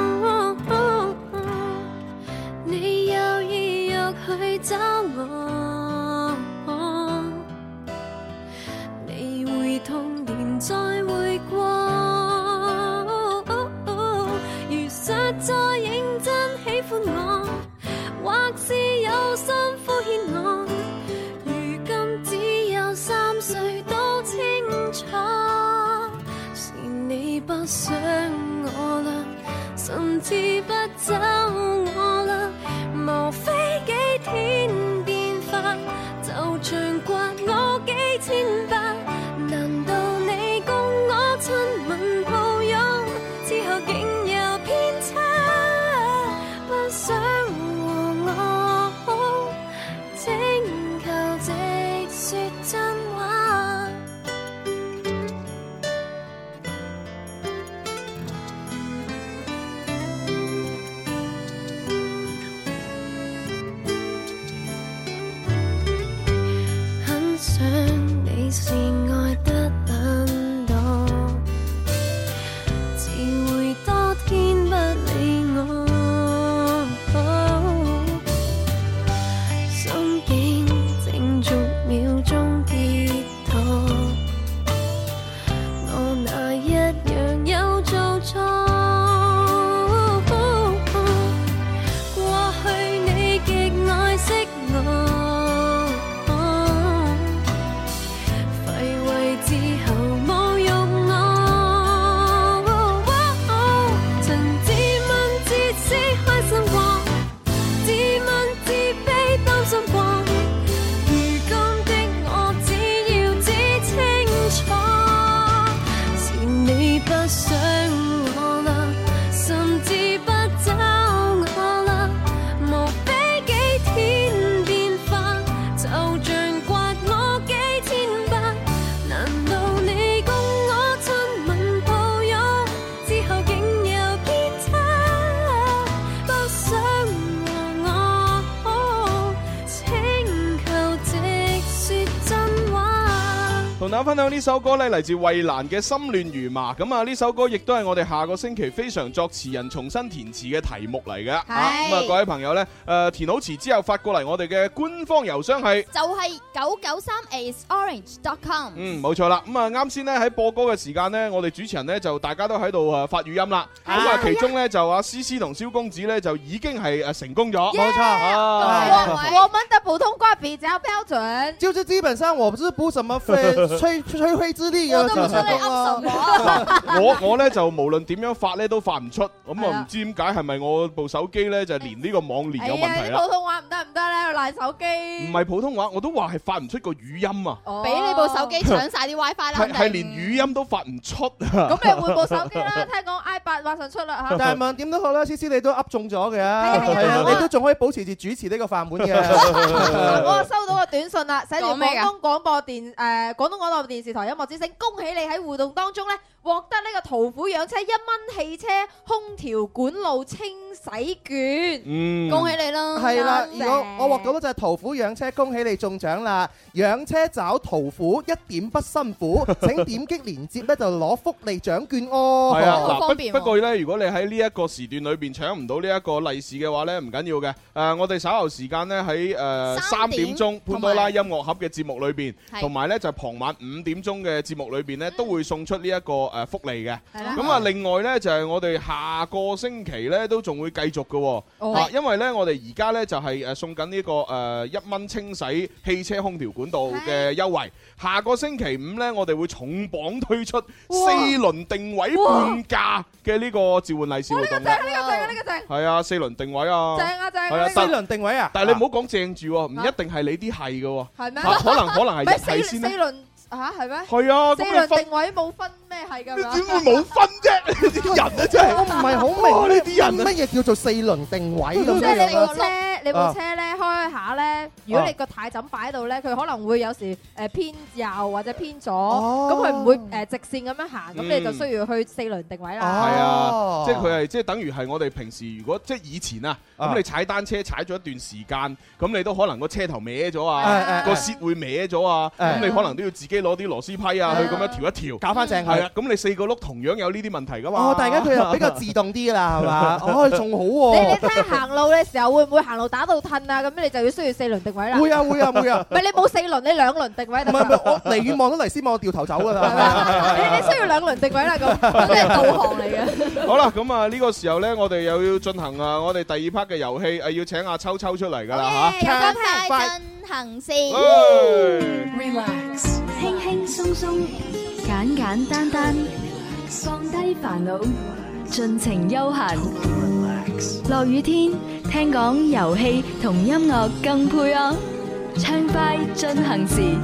[SPEAKER 4] 你有意欲去找我，你會痛，連再會過。如實再認真喜歡我，或是有心敷衍我，如今只有三歲都清楚，是你不想我啦，甚至不找我啦，無非幾天變化，就像刮我幾千巴。難道你共我親吻抱擁之後，竟有偏差？不想和我好，請求直說真話。很想你是愛得冷淡，自會多天不理我。心境正逐秒鐘跌宕，我哪一樣有做哦錯？哦過去你極愛惜我，廢
[SPEAKER 3] 同大家分享呢首歌呢，嚟自衛蘭嘅《心亂如麻》。咁啊，呢首歌亦都係我哋下個星期非常作詞人重新填詞嘅題目嚟嘅。啊咁啊，各位朋友呢，誒填好詞之後發過嚟我哋嘅官方郵箱係。
[SPEAKER 1] 就係九九三 isorange.com。
[SPEAKER 3] 嗯，冇錯啦。咁啊，啱先咧喺播歌嘅時間咧，我哋主持人咧就大家都喺度誒發語音啦。咁啊，其中咧就阿思思同蕭公子咧就已經係誒成功 (laughs) 咗，啊冇錯
[SPEAKER 5] 我
[SPEAKER 3] 啊。
[SPEAKER 5] 我们的普通话比较标准。
[SPEAKER 6] 就是基本上我不是不怎么费
[SPEAKER 3] (laughs)
[SPEAKER 6] 吹吹灰之力啊，
[SPEAKER 5] 我都不知道你
[SPEAKER 6] 什
[SPEAKER 3] 我我咧就無論點樣發咧都發唔出，咁啊唔知點解係咪我部手機咧就啊連呢個網連有問題
[SPEAKER 5] 啲普
[SPEAKER 3] 啦？
[SPEAKER 5] 通話唔得唔得咧，要爛手
[SPEAKER 3] 唔
[SPEAKER 5] 機。
[SPEAKER 3] 係普通話，我都話係發唔出個語音啊，
[SPEAKER 1] 俾你部手機搶晒啲 WiFi 啦，
[SPEAKER 3] 係係
[SPEAKER 1] 肯定
[SPEAKER 3] 連語音都發唔出。啊
[SPEAKER 5] 咁
[SPEAKER 3] 咁
[SPEAKER 5] 你換部手機啦，聽講 i 八馬上出啦嚇。
[SPEAKER 6] 但係問點都好啦，思思你都噏中咗嘅，係啊，你都仲可以保持住主持呢個飯碗嘅。
[SPEAKER 3] (laughs)
[SPEAKER 5] 我收到個短信啦，寫住
[SPEAKER 1] 講咩
[SPEAKER 5] 廣
[SPEAKER 1] 㗎
[SPEAKER 5] 東廣播電誒廣東廣播電視台音樂之聲，恭喜你喺互動當中咧獲得呢個途虎養車一蚊汽車空調管路清洗券，
[SPEAKER 3] 嗯
[SPEAKER 5] 恭喜你啦！
[SPEAKER 6] 係啦，
[SPEAKER 5] 多謝
[SPEAKER 6] 如果我獲到就係屠虎養車，恭喜你中獎啦！養車找屠虎一點
[SPEAKER 5] (laughs)
[SPEAKER 6] 不辛苦，請點擊連接咧就攞福利獎券哦。
[SPEAKER 3] 係啊，嗱，不不過咧，如果你喺呢一個時段裏邊搶唔到呢一個利是嘅話咧，唔緊要嘅。誒、我哋稍後時間咧喺誒三點鐘潘多拉音樂盒嘅節目裏邊，
[SPEAKER 15] 係
[SPEAKER 3] 同埋咧就傍晚五點鐘嘅節目裏邊咧，都會送出呢一個誒福利嘅。
[SPEAKER 15] 係啦
[SPEAKER 3] 咁啊，另外咧就係我哋下個星期咧都仲會繼續嘅喎、
[SPEAKER 15] 哦
[SPEAKER 3] 啊因為咧我哋而家咧就係誒送緊呢、個誒一蚊清洗汽車空調管道嘅優惠。下個星期五咧，我哋會重磅推出四輪定位半價嘅呢個召喚利是活動
[SPEAKER 5] 正呢個正呢個正。
[SPEAKER 3] 係啊，四輪定位啊，
[SPEAKER 5] 正啊正啊
[SPEAKER 3] 係啊，
[SPEAKER 5] 呢個
[SPEAKER 3] 但
[SPEAKER 5] 四輪
[SPEAKER 6] 定位啊，
[SPEAKER 3] 但係你唔好講正住喎，唔一定係你啲係嘅喎，
[SPEAKER 5] 係 (laughs) 咩？
[SPEAKER 3] 啊可能可能係
[SPEAKER 5] 唔係
[SPEAKER 3] 日
[SPEAKER 5] 四
[SPEAKER 3] 係先
[SPEAKER 5] 四
[SPEAKER 3] 啦
[SPEAKER 5] 輪嚇係咩？
[SPEAKER 3] 係啊咁
[SPEAKER 5] 四
[SPEAKER 3] 你
[SPEAKER 5] 輪
[SPEAKER 3] 分
[SPEAKER 5] 定位冇分咩係啊㗎嘛？
[SPEAKER 3] 點會冇分啫？呢啲人啊真係，
[SPEAKER 6] 我唔係好
[SPEAKER 3] 哇
[SPEAKER 6] 明
[SPEAKER 3] 呢啲人啊
[SPEAKER 6] 乜嘢叫做四輪定位
[SPEAKER 5] 即
[SPEAKER 6] 咁樣
[SPEAKER 5] 係你
[SPEAKER 6] 樣
[SPEAKER 5] 部車，你部車咧開下咧，如果你個軚枕擺喺度咧，佢可能會有時誒偏右或者偏左，
[SPEAKER 3] 哦
[SPEAKER 5] 咁佢唔會誒直線咁樣行，咁
[SPEAKER 3] 嗯
[SPEAKER 5] 你就需要去四輪定位
[SPEAKER 3] 係
[SPEAKER 5] 啦。
[SPEAKER 6] 哦
[SPEAKER 3] 啊，即係佢係即係等於係我哋平時如果即係以前啊，咁你踩單車踩咗一段時間，咁你都可能個車頭歪咗啊，個 seat 會歪咗啊，咁你可能都要自己攞啲螺絲批啊去咁樣調一調，
[SPEAKER 6] 搞翻正佢
[SPEAKER 3] 係啊，咁你四個轆同樣有呢啲問題噶嘛。
[SPEAKER 6] 哦，大家
[SPEAKER 15] (laughs)
[SPEAKER 6] 佢又比較自動啲啦，係嘛？哦，仲好
[SPEAKER 5] 你你
[SPEAKER 6] 喎。
[SPEAKER 5] 睇下行路嘅時候會唔會行路打到褪啊？咁你就要需要四輪定位啦。
[SPEAKER 6] 會啊會啊會啊
[SPEAKER 5] 唔係你冇四輪，你兩輪定位得
[SPEAKER 6] 唔
[SPEAKER 5] 㗎。
[SPEAKER 6] 係唔係，我離遠望到黎思望，我掉頭走
[SPEAKER 15] (laughs)
[SPEAKER 6] 㗎啦。
[SPEAKER 5] 你你需要兩輪定位啦，
[SPEAKER 3] (laughs)
[SPEAKER 5] 咁真係導航嚟嘅。
[SPEAKER 3] 好啦，咁啊呢個時候呢，我哋又要進行啊我哋第二 part 嘅遊戲，啊要請阿秋秋出嚟噶啦
[SPEAKER 1] 係
[SPEAKER 3] 吓。
[SPEAKER 1] 有歌快進行先。
[SPEAKER 3] 唉
[SPEAKER 16] Relax，輕輕鬆鬆，簡簡單單，放低煩惱，盡情休閒。落雨天，聽講遊戲同音樂更配哦，暢快進行時。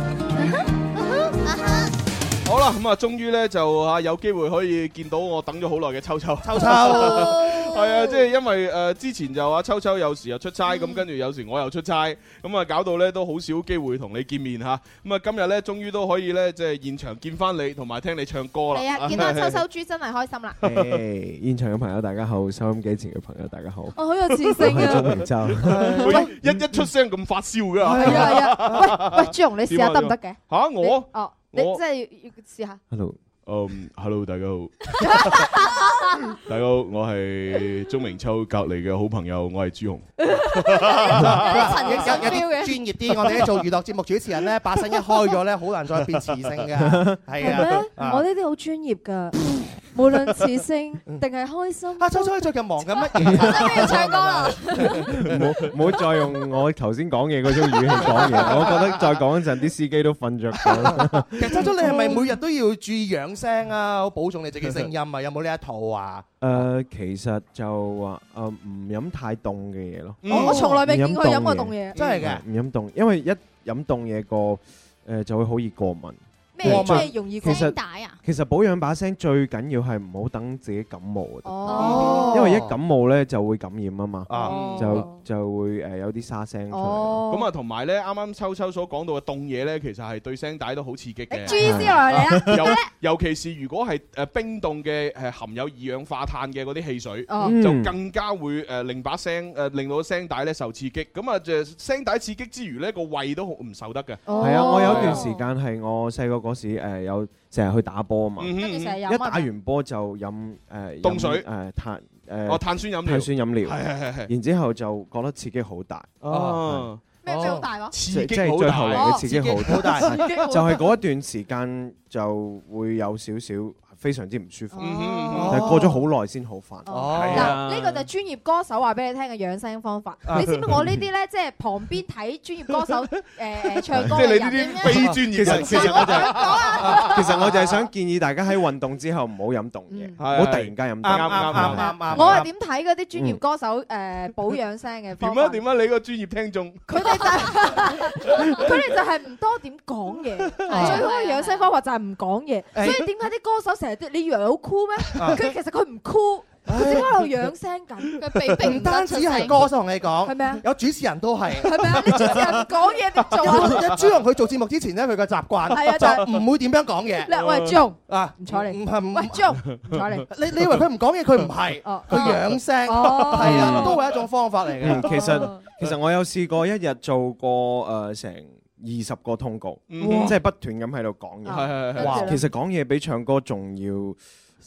[SPEAKER 3] 好啦，咁啊，終於咧就啊有機會可以見到我等咗好耐嘅秋秋。 (laughs) 秋
[SPEAKER 6] 秋
[SPEAKER 3] 係啊，即係因為誒、呃之前就啊秋秋有時又出差，咁、跟住有時我又出差，咁啊搞到咧都好少機會同你見面嚇。咁啊今日咧終於都可以咧即係現場見翻你，同埋聽你唱歌啦。
[SPEAKER 5] 係啊，見到秋秋豬真係開心啦。
[SPEAKER 15] 誒，現場嘅朋友大家好，收音機前嘅朋友大家
[SPEAKER 6] (laughs)
[SPEAKER 15] 好，
[SPEAKER 5] 我好有磁
[SPEAKER 15] 我 (laughs)
[SPEAKER 5] 性
[SPEAKER 15] 係 (laughs)
[SPEAKER 5] 啊
[SPEAKER 15] 鍾！明洲。
[SPEAKER 3] 喂，一一出聲咁發燒㗎。
[SPEAKER 5] 係啊
[SPEAKER 15] (laughs)
[SPEAKER 5] 係啊，喂喂，朱紅你試下得唔得
[SPEAKER 15] 啊
[SPEAKER 5] 嘅？
[SPEAKER 3] 嚇
[SPEAKER 5] 你
[SPEAKER 3] 我
[SPEAKER 5] 哦，你
[SPEAKER 3] 我
[SPEAKER 5] 真係要要試下。 (laughs)
[SPEAKER 3] hello，嗯，hello 大家好。 (laughs) 大家好，我係鍾明秋隔離嘅好朋友，我係朱紅。
[SPEAKER 6] 有有有啲專業啲，我哋咧做娛樂節目主持人咧，把聲一開咗咧，好難再變磁性㗎。係啊，啊
[SPEAKER 5] 我呢啲好專業㗎，無論磁性
[SPEAKER 15] 嗯
[SPEAKER 5] 定係開心。
[SPEAKER 6] 啊，秋秋你最近忙緊乜嘢？
[SPEAKER 5] 要 (laughs) 唱歌啊啦！
[SPEAKER 15] 唔好唔好再用我頭先講
[SPEAKER 17] (laughs)
[SPEAKER 15] 嘢嗰種語氣講嘢，我覺得再講一陣啲司機都瞓着咗。
[SPEAKER 6] 其實秋秋你係咪每日都要注意養聲啊，好保重你自己聲音啊？有冇呢一套啊？
[SPEAKER 15] 誒、其實就話誒唔飲太凍嘅嘢咯。
[SPEAKER 3] 哦
[SPEAKER 6] 我我從來未
[SPEAKER 15] 唔飲
[SPEAKER 6] 見佢飲過
[SPEAKER 15] 凍
[SPEAKER 6] 凍嘢真係㗎
[SPEAKER 15] 唔飲凍，因為一飲凍嘢個誒、就會好易過敏。
[SPEAKER 5] 咩
[SPEAKER 15] 過敏
[SPEAKER 5] 咩容易
[SPEAKER 15] 其實
[SPEAKER 5] 聲帶啊
[SPEAKER 15] 其實保養把聲最緊要係唔好等自己感冒啊。
[SPEAKER 5] 哦
[SPEAKER 15] 因為一感冒咧就會感染啊嘛，
[SPEAKER 3] 啊
[SPEAKER 15] 就就會誒有啲沙聲出嚟。
[SPEAKER 5] 哦
[SPEAKER 3] 咁啊，同埋咧，啱啱秋秋所講到嘅凍嘢咧，其實係對聲帶都好刺激嘅。
[SPEAKER 5] 注意啲落
[SPEAKER 15] (laughs)
[SPEAKER 5] 嚟啊
[SPEAKER 3] 尤尤其是如果係誒冰凍嘅誒含有二氧化碳嘅嗰啲汽水
[SPEAKER 5] 哦，
[SPEAKER 3] 就更加會誒令把聲誒令到聲帶咧受刺激。咁啊，就聲帶刺激之餘咧，個胃都好唔受得嘅。
[SPEAKER 5] 哦
[SPEAKER 3] 哦
[SPEAKER 15] 係啊，我有段時間係我細個嗰嗰時誒有成日去打波啊嘛，
[SPEAKER 3] 嗯哼跟住成日飲啊
[SPEAKER 15] 一打完哦波就呃飲誒
[SPEAKER 3] 凍水
[SPEAKER 15] 誒碳誒
[SPEAKER 3] 哦碳酸飲料
[SPEAKER 15] 碳酸飲料，
[SPEAKER 3] 係係係係
[SPEAKER 15] 然之後就覺得刺激好大
[SPEAKER 3] 哦
[SPEAKER 15] 係
[SPEAKER 3] 咩咩好大話
[SPEAKER 15] 哦
[SPEAKER 3] 刺
[SPEAKER 15] 即
[SPEAKER 3] 激
[SPEAKER 15] 係
[SPEAKER 3] 好
[SPEAKER 15] 最
[SPEAKER 3] 大
[SPEAKER 15] 後嚟嘅
[SPEAKER 3] 哦
[SPEAKER 15] 刺激好
[SPEAKER 3] 刺激好
[SPEAKER 15] 大，
[SPEAKER 3] 大
[SPEAKER 15] (laughs) 就
[SPEAKER 3] 刺激好大
[SPEAKER 15] 係嗰一段時間就會有少少啊非常之唔舒服，
[SPEAKER 3] 哦
[SPEAKER 15] 但係嗯過咗好耐先好翻。係
[SPEAKER 5] 哦嗱，呢個就係專業歌手話俾你聽嘅養生方法。
[SPEAKER 15] 啊
[SPEAKER 5] 你知唔知我呢啲咧，即係旁邊睇專業歌
[SPEAKER 15] (laughs)
[SPEAKER 5] 手誒唱歌
[SPEAKER 15] 即係
[SPEAKER 5] 嘅
[SPEAKER 15] 你呢
[SPEAKER 5] 人
[SPEAKER 15] 啲非專業人士其實其實我就係
[SPEAKER 5] 想講啊
[SPEAKER 15] (laughs) 其實我就係想建議大家喺運動之後唔好飲凍嘢，唔好突然間飲凍嘢。
[SPEAKER 3] 嗯啱啱
[SPEAKER 6] Ờ,
[SPEAKER 3] 啱啱啱
[SPEAKER 5] 我係點睇嗰啲專業歌手誒保養聲嘅
[SPEAKER 3] 點
[SPEAKER 5] 方法
[SPEAKER 3] 啊？點啊？你個專業聽眾，
[SPEAKER 5] (laughs) 佢哋就係唔多點講嘢，最好嘅養生方法就係唔講嘢。所以點解啲歌手成日都你以為好酷咩？
[SPEAKER 6] 啊
[SPEAKER 5] 佢其實佢唔酷，佢只不過喺度養聲緊，佢被
[SPEAKER 6] 唔單止係歌手同你講，係
[SPEAKER 5] 咩啊？
[SPEAKER 6] 有主持人都係，
[SPEAKER 5] 係咪啊？你主持人講嘢點 (laughs) 做啊？
[SPEAKER 6] 朱紅佢做節目之前咧，佢嘅習
[SPEAKER 5] 係啊
[SPEAKER 6] 慣
[SPEAKER 5] 就係
[SPEAKER 6] 就唔會點樣講嘢。
[SPEAKER 5] 嗱喂朱紅
[SPEAKER 6] 啊，唔
[SPEAKER 5] 睬你，
[SPEAKER 6] 唔係唔
[SPEAKER 5] 喂朱紅唔睬你
[SPEAKER 6] 你你以為佢唔講嘢，佢唔係，
[SPEAKER 5] 哦
[SPEAKER 6] 佢養
[SPEAKER 5] ờ.
[SPEAKER 6] 聲，
[SPEAKER 5] 哦
[SPEAKER 6] 係啊，都係一種方法嚟
[SPEAKER 15] 嗯，
[SPEAKER 6] 嘅。
[SPEAKER 15] 其實
[SPEAKER 5] Ờ,
[SPEAKER 15] 其實我有試過一日做過呃誒成二十個通告，即
[SPEAKER 6] 嗯
[SPEAKER 15] 係不斷咁喺度講
[SPEAKER 6] 係
[SPEAKER 3] 啊
[SPEAKER 6] 係
[SPEAKER 15] 嘢。
[SPEAKER 6] 係
[SPEAKER 15] 哇！
[SPEAKER 6] 跟住
[SPEAKER 15] 其實
[SPEAKER 6] 呢
[SPEAKER 15] 講嘢比唱歌仲要，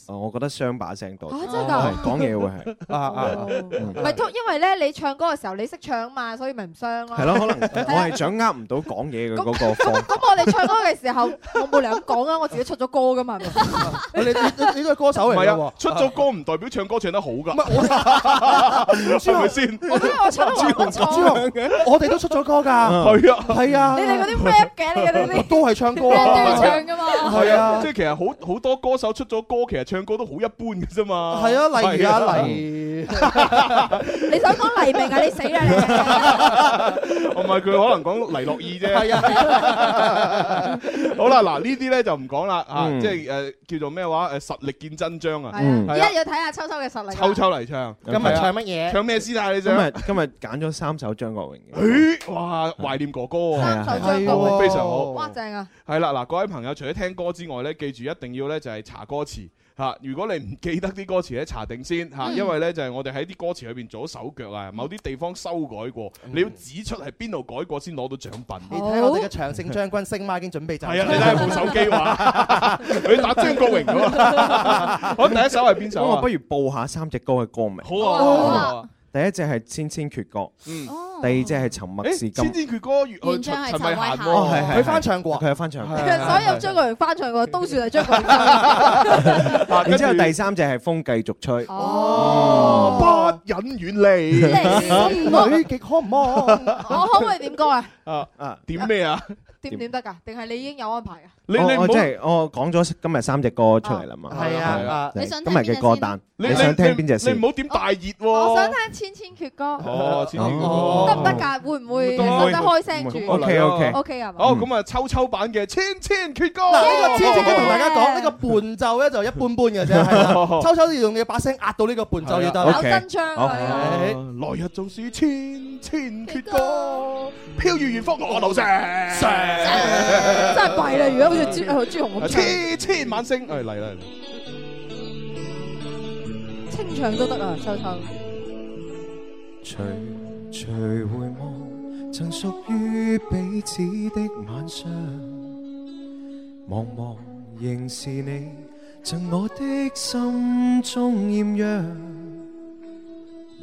[SPEAKER 15] 呃我覺得雙把聲多。
[SPEAKER 5] 啊真係㗎
[SPEAKER 15] 係講嘢會係
[SPEAKER 5] 哦
[SPEAKER 15] 啊
[SPEAKER 6] ờ,
[SPEAKER 15] 啊啊！嗯
[SPEAKER 5] 唔係通，因為咧你唱歌嘅時候你識唱嘛，所以咪唔傷咯。
[SPEAKER 15] 係咯，可能我係掌握唔到講嘢嘅嗰個方法。
[SPEAKER 5] 咁我哋唱歌嘅時候，我冇理由咁講啊，我自己出咗歌噶嘛。係咪
[SPEAKER 6] 你你你你都係歌手
[SPEAKER 3] 唔
[SPEAKER 6] 嚟
[SPEAKER 3] 係
[SPEAKER 6] 嘅
[SPEAKER 3] 啊
[SPEAKER 6] 喎，，
[SPEAKER 3] 出咗歌唔代表唱歌唱得好㗎， (laughs) 係咪先？
[SPEAKER 6] 嗯
[SPEAKER 5] 我覺得 (laughs) 我唱得還不
[SPEAKER 6] 朱紅
[SPEAKER 5] 錯。，
[SPEAKER 6] 我哋都出咗歌㗎，
[SPEAKER 3] 係啊
[SPEAKER 6] 係啊，
[SPEAKER 5] 你哋嗰啲 rap 嘅，你哋 (laughs) 嗰啲
[SPEAKER 6] 都係唱歌啊，
[SPEAKER 5] 都要唱㗎嘛
[SPEAKER 6] 係啊
[SPEAKER 3] 即。係其實好好多歌手出咗歌，其實唱歌都好一般嘅啫嘛。
[SPEAKER 6] 係啊，例如啊，
[SPEAKER 3] 係
[SPEAKER 6] 黎，
[SPEAKER 5] 你想講黎明啊？你死啦你！
[SPEAKER 3] 唔係佢可能講黎諾懿啫。係
[SPEAKER 6] 啊，
[SPEAKER 3] 好啦，嗱呢啲咧就唔講啦啊，
[SPEAKER 15] 嗯
[SPEAKER 3] 即係誒叫做咩話誒呃實力見真章啊。
[SPEAKER 15] 嗯
[SPEAKER 5] 而家要睇下秋秋嘅實力。啊
[SPEAKER 3] 秋秋嚟唱，
[SPEAKER 15] 今日唱
[SPEAKER 6] 乜嘢
[SPEAKER 3] 啊唱咩先啊？你
[SPEAKER 15] 今
[SPEAKER 3] 想？
[SPEAKER 15] 日今日揀咗三首張國榮嘅。
[SPEAKER 3] 誒，哇！懷念哥哥喎，
[SPEAKER 15] 三首張
[SPEAKER 5] 國榮
[SPEAKER 3] 非常好。
[SPEAKER 5] 哇正啊！
[SPEAKER 3] 係啦，嗱，各位朋友，除咗聽歌之外咧，記住一定要咧就係查歌詞嚇。如果你唔記得啲歌詞咧，查定先嚇，
[SPEAKER 15] 嗯
[SPEAKER 3] 因為咧就係我哋喺啲歌詞裏邊做咗手腳
[SPEAKER 5] 嗯
[SPEAKER 3] 啊，某啲地方修改過，你要指出係邊度改過先攞到獎品。
[SPEAKER 5] 哦
[SPEAKER 6] 你睇我哋嘅長勝將軍星媽已經準備就
[SPEAKER 3] 係啊，你睇下部手機話， (laughs) 佢打張國榮㗎
[SPEAKER 5] (laughs)
[SPEAKER 3] 嘛。好，第一首係邊首
[SPEAKER 15] 咁我
[SPEAKER 5] 哦
[SPEAKER 3] 啊
[SPEAKER 15] 不？如報下三隻歌嘅歌名。
[SPEAKER 3] 好啊好啊好啊
[SPEAKER 15] 第一隻係《千千闕歌》，
[SPEAKER 3] 嗯
[SPEAKER 15] 第二隻係《沉默是金》。
[SPEAKER 3] 千千闕歌呃原
[SPEAKER 5] 原唱係陳慧嫻
[SPEAKER 15] 哦，係係
[SPEAKER 6] 佢翻唱過
[SPEAKER 15] 佢有翻唱過。
[SPEAKER 5] 其實 (laughs) 所有張國榮翻唱過都算係張國榮翻唱。
[SPEAKER 15] 啊然之後第三隻係風繼續吹。
[SPEAKER 5] (laughs)
[SPEAKER 3] 哦，不忍遠離。
[SPEAKER 6] 女極可望，
[SPEAKER 5] 我可唔可以點歌啊？
[SPEAKER 3] 啊啊，點咩啊？
[SPEAKER 5] 點點得㗎？定係你已經有安排㗎？
[SPEAKER 3] 你
[SPEAKER 15] 我
[SPEAKER 3] 你唔好
[SPEAKER 15] 哦我即係我講咗今日三隻歌出嚟啦嘛。
[SPEAKER 6] 係啊啊
[SPEAKER 15] 就係
[SPEAKER 5] 哦你想
[SPEAKER 15] 今
[SPEAKER 5] 聽
[SPEAKER 15] 日
[SPEAKER 5] 邊隻
[SPEAKER 15] 嘅歌單，
[SPEAKER 3] 你
[SPEAKER 15] 你想聽邊隻先？
[SPEAKER 3] 你唔好點大熱喎。
[SPEAKER 5] 我想聽《千千闕歌》。
[SPEAKER 3] 哦，千千闕歌
[SPEAKER 5] 得唔得㗎？會唔會
[SPEAKER 3] 得
[SPEAKER 5] 使唔使開聲住
[SPEAKER 3] 唔會 OK，OK
[SPEAKER 5] OK 啊嘛。
[SPEAKER 3] 好，咁啊，秋秋版嘅《千千闕歌》。
[SPEAKER 6] 嗱，呢個千千都同大家講，呢個伴奏咧就一般般
[SPEAKER 3] (laughs)
[SPEAKER 6] 嘅啫，係啦秋秋要用你把聲壓到呢個伴奏要得啦。
[SPEAKER 3] 來日縱使千千闕歌，飄於遠方我流石。真
[SPEAKER 5] 真係弊啦！如果好似朱朱
[SPEAKER 3] Ờ,
[SPEAKER 5] 紅咁唱，
[SPEAKER 3] 千千晚星，誒嚟啦嚟啦！
[SPEAKER 5] 清唱都得啊，秋秋。
[SPEAKER 2] 徐徐回望，曾屬於彼此的晚上，茫茫仍是你，贈我的心中豔陽，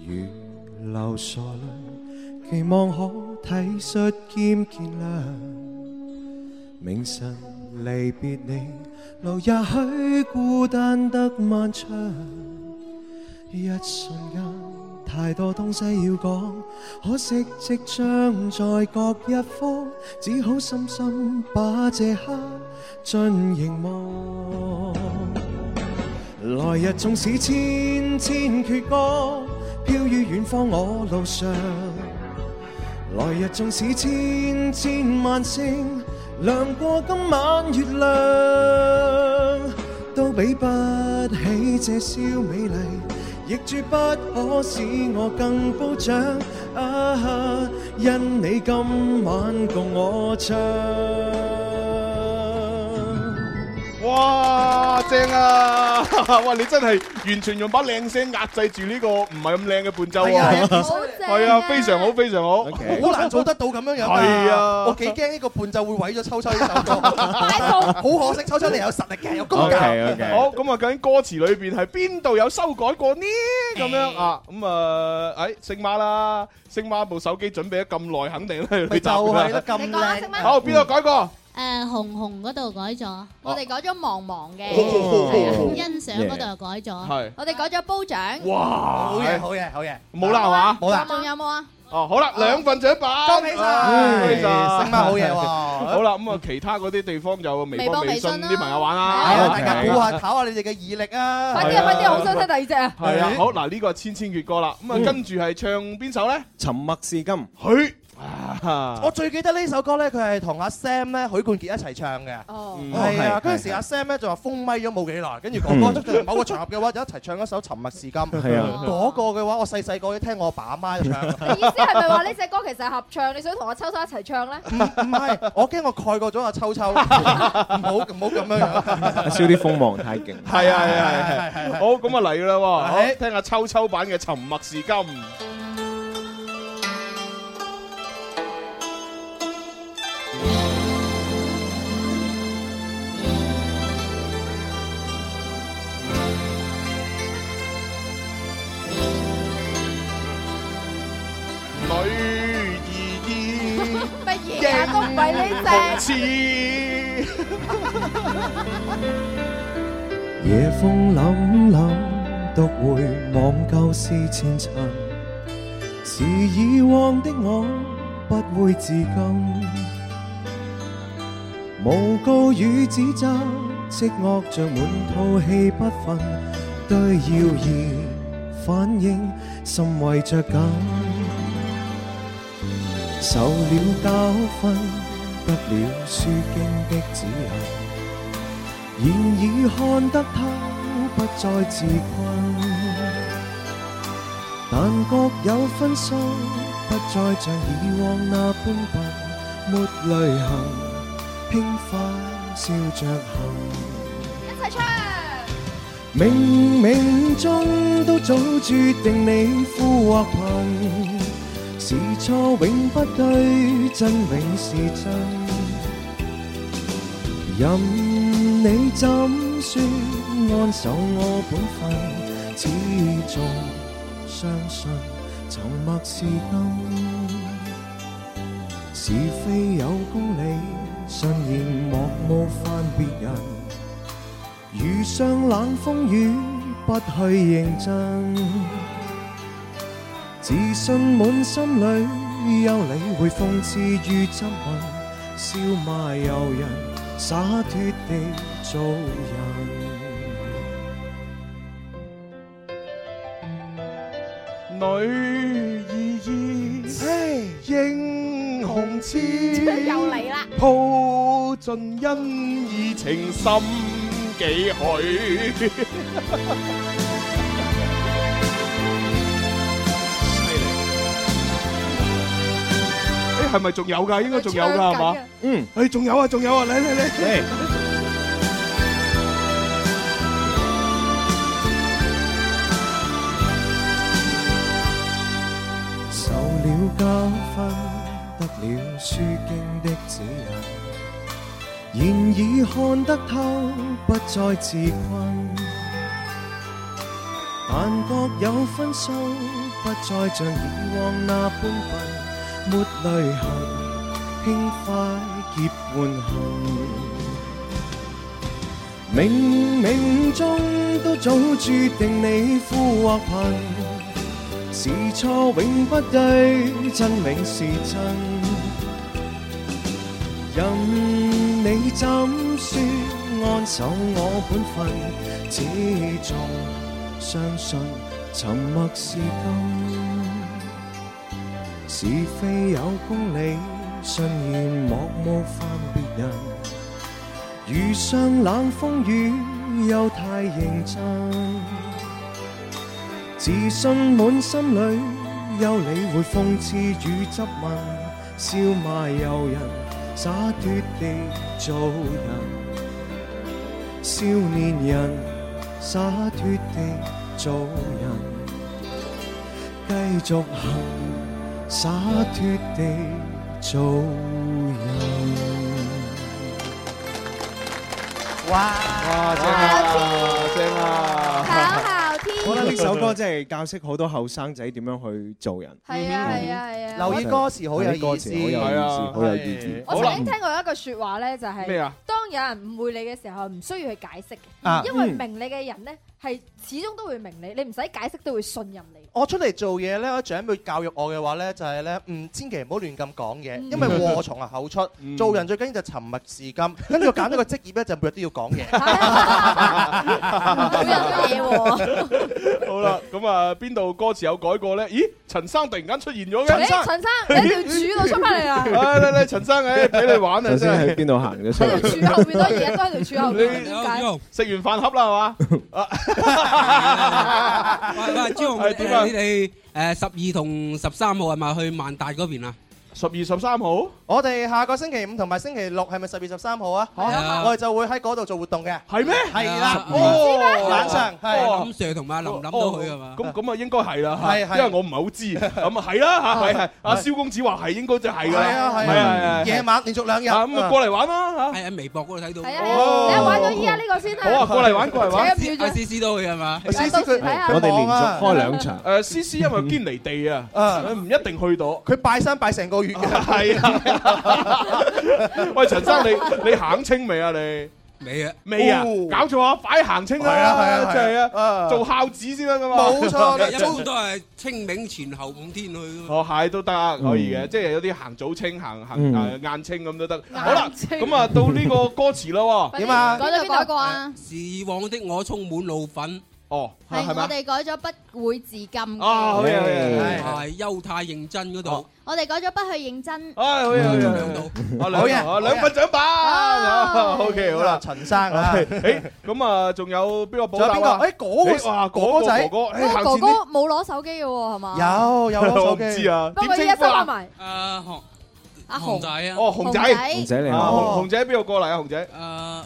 [SPEAKER 2] 如流傻淚，期望可體恤兼見諒。明晨離別你，路也許孤單得漫長，一瞬間。太多東西要講，可惜即將在各一方，只好深深把這刻盡凝望。來日縱使千千闕歌，飄於遠方我路上。來日縱使千千萬星，亮過今晚月亮，都比不起這宵美麗。亦絕不可使我更褒獎。啊，因你今晚共我唱。
[SPEAKER 3] (laughs) 哇，正啊！哇！你真係完全用把靚聲壓制住呢個唔係咁靚嘅伴奏
[SPEAKER 6] 係啊係啊
[SPEAKER 3] 喎，
[SPEAKER 6] 好正啊
[SPEAKER 3] 係啊，非常好，非常好，
[SPEAKER 6] 好難做得到咁樣樣㗎
[SPEAKER 3] 係啊
[SPEAKER 6] 我幾驚呢個伴奏會毀咗秋秋呢首歌。好可惜，秋秋你有實力嘅，有功
[SPEAKER 3] OK，OK
[SPEAKER 6] 架。
[SPEAKER 3] 好，咁啊，究竟歌詞裏邊係邊度有修改過呢？咁樣啊，咁啊，誒，星媽啦，星媽部手機準備咗咁耐，肯定咧你答㗎
[SPEAKER 6] 就係啦咁你講啊靚星媽
[SPEAKER 3] 好，邊度改過？
[SPEAKER 18] 誒紅紅嗰度改咗，我哋改咗茫茫嘅，
[SPEAKER 3] 哦
[SPEAKER 18] 係啊欣賞嗰度又改
[SPEAKER 3] 係
[SPEAKER 18] 咗，我哋改咗褒獎。
[SPEAKER 3] 哇！
[SPEAKER 6] 好嘢，好嘢，好嘢。
[SPEAKER 3] 冇啦係嘛？
[SPEAKER 6] 冇啦
[SPEAKER 18] 仲有冇啊？
[SPEAKER 3] 哦，好啦，兩份獎品，恭
[SPEAKER 6] 喜晒
[SPEAKER 3] 恭喜晒，
[SPEAKER 6] 星媽好嘢喎
[SPEAKER 3] 好啦，咁啊，其他嗰啲地方就微博、
[SPEAKER 6] 微博
[SPEAKER 3] 微
[SPEAKER 6] 微
[SPEAKER 3] 信
[SPEAKER 6] 信
[SPEAKER 3] 啲朋友玩啦，
[SPEAKER 6] 係啊，大家
[SPEAKER 3] OK
[SPEAKER 6] 估下，考下你哋嘅耳力啊！
[SPEAKER 3] 快啲啊快啲啊好想
[SPEAKER 5] 聽第二隻啊！
[SPEAKER 3] 係啊，好嗱，呢個係千千闕歌啦，咁啊，跟住係唱邊首咧？
[SPEAKER 15] 沉默是金，
[SPEAKER 3] 佢
[SPEAKER 6] 我最記得呢首歌咧，佢係同阿 Sam 咧、許冠傑一齊唱嘅。
[SPEAKER 5] 哦
[SPEAKER 6] 係啊，
[SPEAKER 15] 係
[SPEAKER 6] 嗰陣時阿 Sam 咧就話封咪咗冇幾耐，跟住哥哥出某個場合嘅話就一齊唱一首《沉默是金》。
[SPEAKER 15] 係啊
[SPEAKER 6] 嗰個嘅話我細細個已經聽我爸阿媽唱。
[SPEAKER 5] (laughs) 意思係咪話呢只歌其實係合唱？你想同我秋秋一齊唱咧？
[SPEAKER 6] 唔唔係，我驚我蓋過咗阿秋秋，唔好唔好咁樣樣。
[SPEAKER 15] 燒啲鋒芒太勁。
[SPEAKER 3] 係啊係啊係啊係啊，好咁啊嚟啦喎，好聽下秋秋版嘅《沉默是金》。女兒意
[SPEAKER 5] 乜嘢啊？都唔係呢
[SPEAKER 2] (laughs)
[SPEAKER 3] 似
[SPEAKER 2] 夜風凜凜，獨回望舊事前塵，是以往的我不會自禁，無告與指責，積惡着滿肚氣不忿，對謠言反應甚為着緊，受了教訓，得了書經的指引。然已看得透，不再自困。但各有分數，不再像以往那般笨，沒淚痕，輕快笑着行。
[SPEAKER 5] 一齊唱。
[SPEAKER 2] 冥冥中都早注定你富或貧，是錯永不對，真永是真。任你怎說，安守我本分，始終相信沉默是金，是非有公理，信言莫冒犯別人。遇上冷風雨，不去認真，自信滿心裏，有理會諷刺與質問，笑罵由人，灑脱地做人。
[SPEAKER 3] 女兒意，英雄痴，
[SPEAKER 2] 又嚟啦
[SPEAKER 3] 抱盡恩義情深 (laughs) 幾許。誒係咪仲有㗎？應該仲有㗎係嘛？嗯，誒仲有啊，仲有啊，嚟嚟嚟！
[SPEAKER 2] 受了教訓，得了書經的指引，然已看得透，不再自困。但各有分數，不再像以往那般笨，沒淚痕，輕快結伴行。冥冥中都早注定你富或貧。是錯永不對，真永是真。任你怎說，安守我本分，始終相信沉默是金。是非有公理，信言莫冒犯別人。遇上冷風雨，又太認真。自信滿心裏，有理會諷刺與質問，笑罵由人，灑脱地做人。少年人灑脱地做人，繼續行，灑脱地做人。
[SPEAKER 6] 哇！
[SPEAKER 3] 哇，正啊，正啊！
[SPEAKER 15] 我覺得呢首歌真係教識好多後生仔點樣去做人。
[SPEAKER 5] 係啊係啊係啊！
[SPEAKER 6] 留意歌詞好有
[SPEAKER 15] 留意歌
[SPEAKER 6] 意思
[SPEAKER 15] 詞好有意思，好有意思。
[SPEAKER 5] 我曾經聽過一句説話咧，就係
[SPEAKER 15] 咩啊
[SPEAKER 5] 當有人誤會你嘅時候，唔需要去解釋
[SPEAKER 6] 啊
[SPEAKER 5] 嘅，因為
[SPEAKER 6] 嗯
[SPEAKER 5] 明你嘅人咧係始終都會明你，你唔使解釋都會信任你。
[SPEAKER 6] 我出嚟做嘢咧，我長輩教育我嘅話咧，就係咧，嗯，千祈唔好亂咁講嘢，
[SPEAKER 5] 嗯
[SPEAKER 6] 因為禍從口出。做人最緊要就沉默是金。跟住我揀咗個職業咧，就每日都要講嘢。
[SPEAKER 3] 好啦，咁啊，邊度歌詞有改過咧？咦，陳生突然間出現咗嘅，
[SPEAKER 5] 陳生，陳生，你條柱度出翻嚟啊！
[SPEAKER 3] 嚟嚟嚟，陳生， (laughs) 誒，俾你玩啊，
[SPEAKER 15] 首
[SPEAKER 3] 真
[SPEAKER 15] 先
[SPEAKER 3] 係
[SPEAKER 15] 喺。邊度行咗出
[SPEAKER 5] (laughs)
[SPEAKER 15] 嚟？
[SPEAKER 5] 柱後面都日日都喺條柱後面，點解？
[SPEAKER 3] 食完飯盒啦，係嘛？
[SPEAKER 17] 喂，喂，朱紅，誒，你哋，誒，12同13號係咪去萬達嗰邊啊？
[SPEAKER 6] 我哋下個星期五同埋星期六係咪十二十三號啊？
[SPEAKER 17] 啊
[SPEAKER 6] 我哋就會喺嗰度做活動嘅。
[SPEAKER 3] 係咩？
[SPEAKER 6] 係啦，
[SPEAKER 3] 哦
[SPEAKER 6] 晚上係。
[SPEAKER 17] 林Sir同埋阿林林都去係嘛？
[SPEAKER 3] 咁咁啊，應該係啦，
[SPEAKER 6] 係
[SPEAKER 3] 嚇
[SPEAKER 6] 係
[SPEAKER 3] 因為我唔係好知，咁啊係啦嚇，係係，阿蕭公子話係應該就係㗎啦，
[SPEAKER 6] 係啊係啊夜晚連續兩日
[SPEAKER 3] 啊咁啊過嚟玩啦嚇，
[SPEAKER 17] 係啊，微博嗰度睇到。
[SPEAKER 5] 係啊係啊，你玩咗依家呢個先啦。
[SPEAKER 3] 好啊，過嚟玩過嚟
[SPEAKER 15] (laughs)
[SPEAKER 3] 玩，
[SPEAKER 17] ICC都去係嘛？
[SPEAKER 3] 我哋連續
[SPEAKER 6] 開
[SPEAKER 15] 兩場。
[SPEAKER 3] 誒思思因為堅離地啊，佢唔一定去到。
[SPEAKER 6] (laughs) 佢拜山拜成個月嘅。
[SPEAKER 3] 係啊！喂，陳生，你你行清未啊？你
[SPEAKER 17] 未啊？
[SPEAKER 3] 未啊
[SPEAKER 17] 哦？
[SPEAKER 3] 搞錯啊！快行清啦！
[SPEAKER 17] 係啊係啊係啊
[SPEAKER 3] 真係
[SPEAKER 17] 啊
[SPEAKER 3] 啊！做孝子先得噶嘛！
[SPEAKER 17] 一般都係清明前後五天去。
[SPEAKER 3] 哦，係都得，可以嘅，
[SPEAKER 17] 嗯
[SPEAKER 3] 即係有啲行早清、行行
[SPEAKER 17] 嗯
[SPEAKER 3] 誒晏清咁都得。好啦，咁啊到呢個歌詞 (laughs) 啦喎，
[SPEAKER 18] 點啊改咗邊度改過啊？
[SPEAKER 17] 是以往的我充滿怒憤。
[SPEAKER 3] 哦，
[SPEAKER 18] 係我哋改咗不會自禁嘅。
[SPEAKER 3] 啊好嘢好嘢係
[SPEAKER 17] 係優太認真嗰度。
[SPEAKER 18] 我哋改咗不去認真。
[SPEAKER 3] 唉，好嘢好嘢，好嘢，好
[SPEAKER 17] 嘢
[SPEAKER 3] 嘢，兩份獎品。啊 OK，好啦，
[SPEAKER 6] 陳生啊
[SPEAKER 3] 誒咁啊，仲有邊個保
[SPEAKER 6] 仲有邊
[SPEAKER 3] 答啊？
[SPEAKER 6] 個？誒嗰
[SPEAKER 3] 誒
[SPEAKER 6] 個
[SPEAKER 3] 哇
[SPEAKER 6] 哥哥
[SPEAKER 3] 哥哥
[SPEAKER 6] 仔，
[SPEAKER 18] 不
[SPEAKER 3] 誒
[SPEAKER 18] 過
[SPEAKER 3] 行
[SPEAKER 18] 哥
[SPEAKER 3] 前
[SPEAKER 18] 哥
[SPEAKER 3] 啲。
[SPEAKER 18] 冇攞手機嘅喎，係嘛？
[SPEAKER 6] 有有攞手機
[SPEAKER 3] (laughs) 我唔知啊
[SPEAKER 18] 不過
[SPEAKER 3] 點
[SPEAKER 18] 依家
[SPEAKER 3] 稱呼啊
[SPEAKER 18] 收埋
[SPEAKER 17] 啊，熊
[SPEAKER 18] 阿
[SPEAKER 17] 熊
[SPEAKER 18] 熊
[SPEAKER 17] 仔啊，
[SPEAKER 3] 哦，熊仔，
[SPEAKER 18] 熊
[SPEAKER 3] 仔
[SPEAKER 15] 嚟
[SPEAKER 3] 啊！
[SPEAKER 15] 喎
[SPEAKER 3] 熊熊仔邊度過嚟啊？熊仔，
[SPEAKER 17] 誒，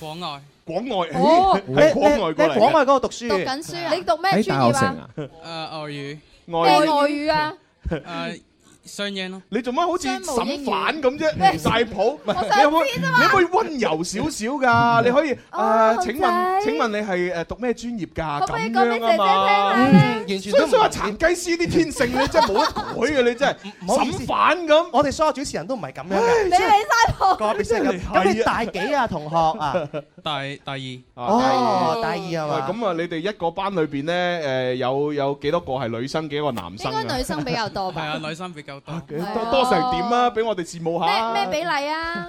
[SPEAKER 17] 廣外。
[SPEAKER 3] 廣外，
[SPEAKER 17] 哦
[SPEAKER 3] 咦係廣外過嚟嘅，
[SPEAKER 17] 你你廣外嗰
[SPEAKER 6] 度讀書
[SPEAKER 17] 讀緊書啊
[SPEAKER 5] 你讀咩
[SPEAKER 3] 喺
[SPEAKER 5] 專
[SPEAKER 3] 大學
[SPEAKER 5] 業
[SPEAKER 3] 城
[SPEAKER 5] 啊
[SPEAKER 3] 啊？
[SPEAKER 17] 誒，外語。
[SPEAKER 3] 外
[SPEAKER 5] 咩外語啊？
[SPEAKER 17] 誒，雙英咯。
[SPEAKER 3] 你做乜好似審犯咁啫？
[SPEAKER 17] 咩
[SPEAKER 3] 唔晒譜，唔
[SPEAKER 17] 我
[SPEAKER 3] 係
[SPEAKER 17] 想
[SPEAKER 3] 你可唔可以
[SPEAKER 17] 知
[SPEAKER 3] 你
[SPEAKER 17] 啫嘛
[SPEAKER 3] 可唔可以温柔少少㗎？你可以啊？
[SPEAKER 17] 熊
[SPEAKER 3] 請
[SPEAKER 17] 仔
[SPEAKER 3] 問請問你係誒讀咩專業㗎？
[SPEAKER 17] 可唔可以
[SPEAKER 3] 咁
[SPEAKER 17] 講俾姐姐
[SPEAKER 3] 樣啊嘛，
[SPEAKER 17] 聽下咧嗯完全
[SPEAKER 3] 所
[SPEAKER 17] 都
[SPEAKER 3] 以
[SPEAKER 17] 唔
[SPEAKER 3] 所以話殘雞師啲天性你真係冇得改嘅，你真係審犯咁。
[SPEAKER 6] 我哋所有主持人都唔係咁樣
[SPEAKER 3] (laughs)
[SPEAKER 6] 嘅，
[SPEAKER 5] 你嚟晒我
[SPEAKER 6] 個別性咁。咁你大幾啊，同學
[SPEAKER 3] (laughs)
[SPEAKER 6] 啊？
[SPEAKER 17] 第第
[SPEAKER 3] 二
[SPEAKER 6] 哦第二第二啊嘛
[SPEAKER 3] 喂咁啊，你哋一個班裏邊咧，誒有有幾多個係女生，幾多個男生啊？
[SPEAKER 5] 應該女生比較
[SPEAKER 4] (laughs)
[SPEAKER 5] 多吧
[SPEAKER 17] 係啊，女生比較多。
[SPEAKER 3] 多多成點啊？俾我哋羨慕下。
[SPEAKER 5] 咩比例啊？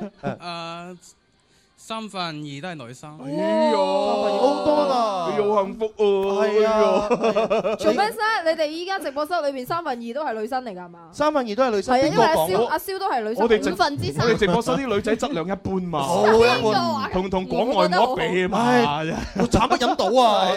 [SPEAKER 17] 誒，三分二都係女生。
[SPEAKER 3] 哎呦，
[SPEAKER 6] 好多啦，
[SPEAKER 3] 哎呦好幸福哦。
[SPEAKER 6] 係啊
[SPEAKER 3] 啊
[SPEAKER 5] 做咩啫？你哋依家直播室裏邊三分二都係女生嚟㗎係嘛？
[SPEAKER 6] 三分二都係女
[SPEAKER 5] 係
[SPEAKER 6] 生，
[SPEAKER 5] 啊，
[SPEAKER 6] 邊
[SPEAKER 5] 因
[SPEAKER 6] 個
[SPEAKER 5] 為阿
[SPEAKER 6] 講
[SPEAKER 5] 蕭
[SPEAKER 6] 啊
[SPEAKER 5] 阿？蕭都係女生，
[SPEAKER 3] 我哋直 (laughs)
[SPEAKER 5] 三
[SPEAKER 3] 我哋直播室啲女仔質量一般嘛，
[SPEAKER 6] 好一般邊個
[SPEAKER 5] 話
[SPEAKER 3] 同同廣外冇得比啊嘛，
[SPEAKER 6] 慘不忍睹啊！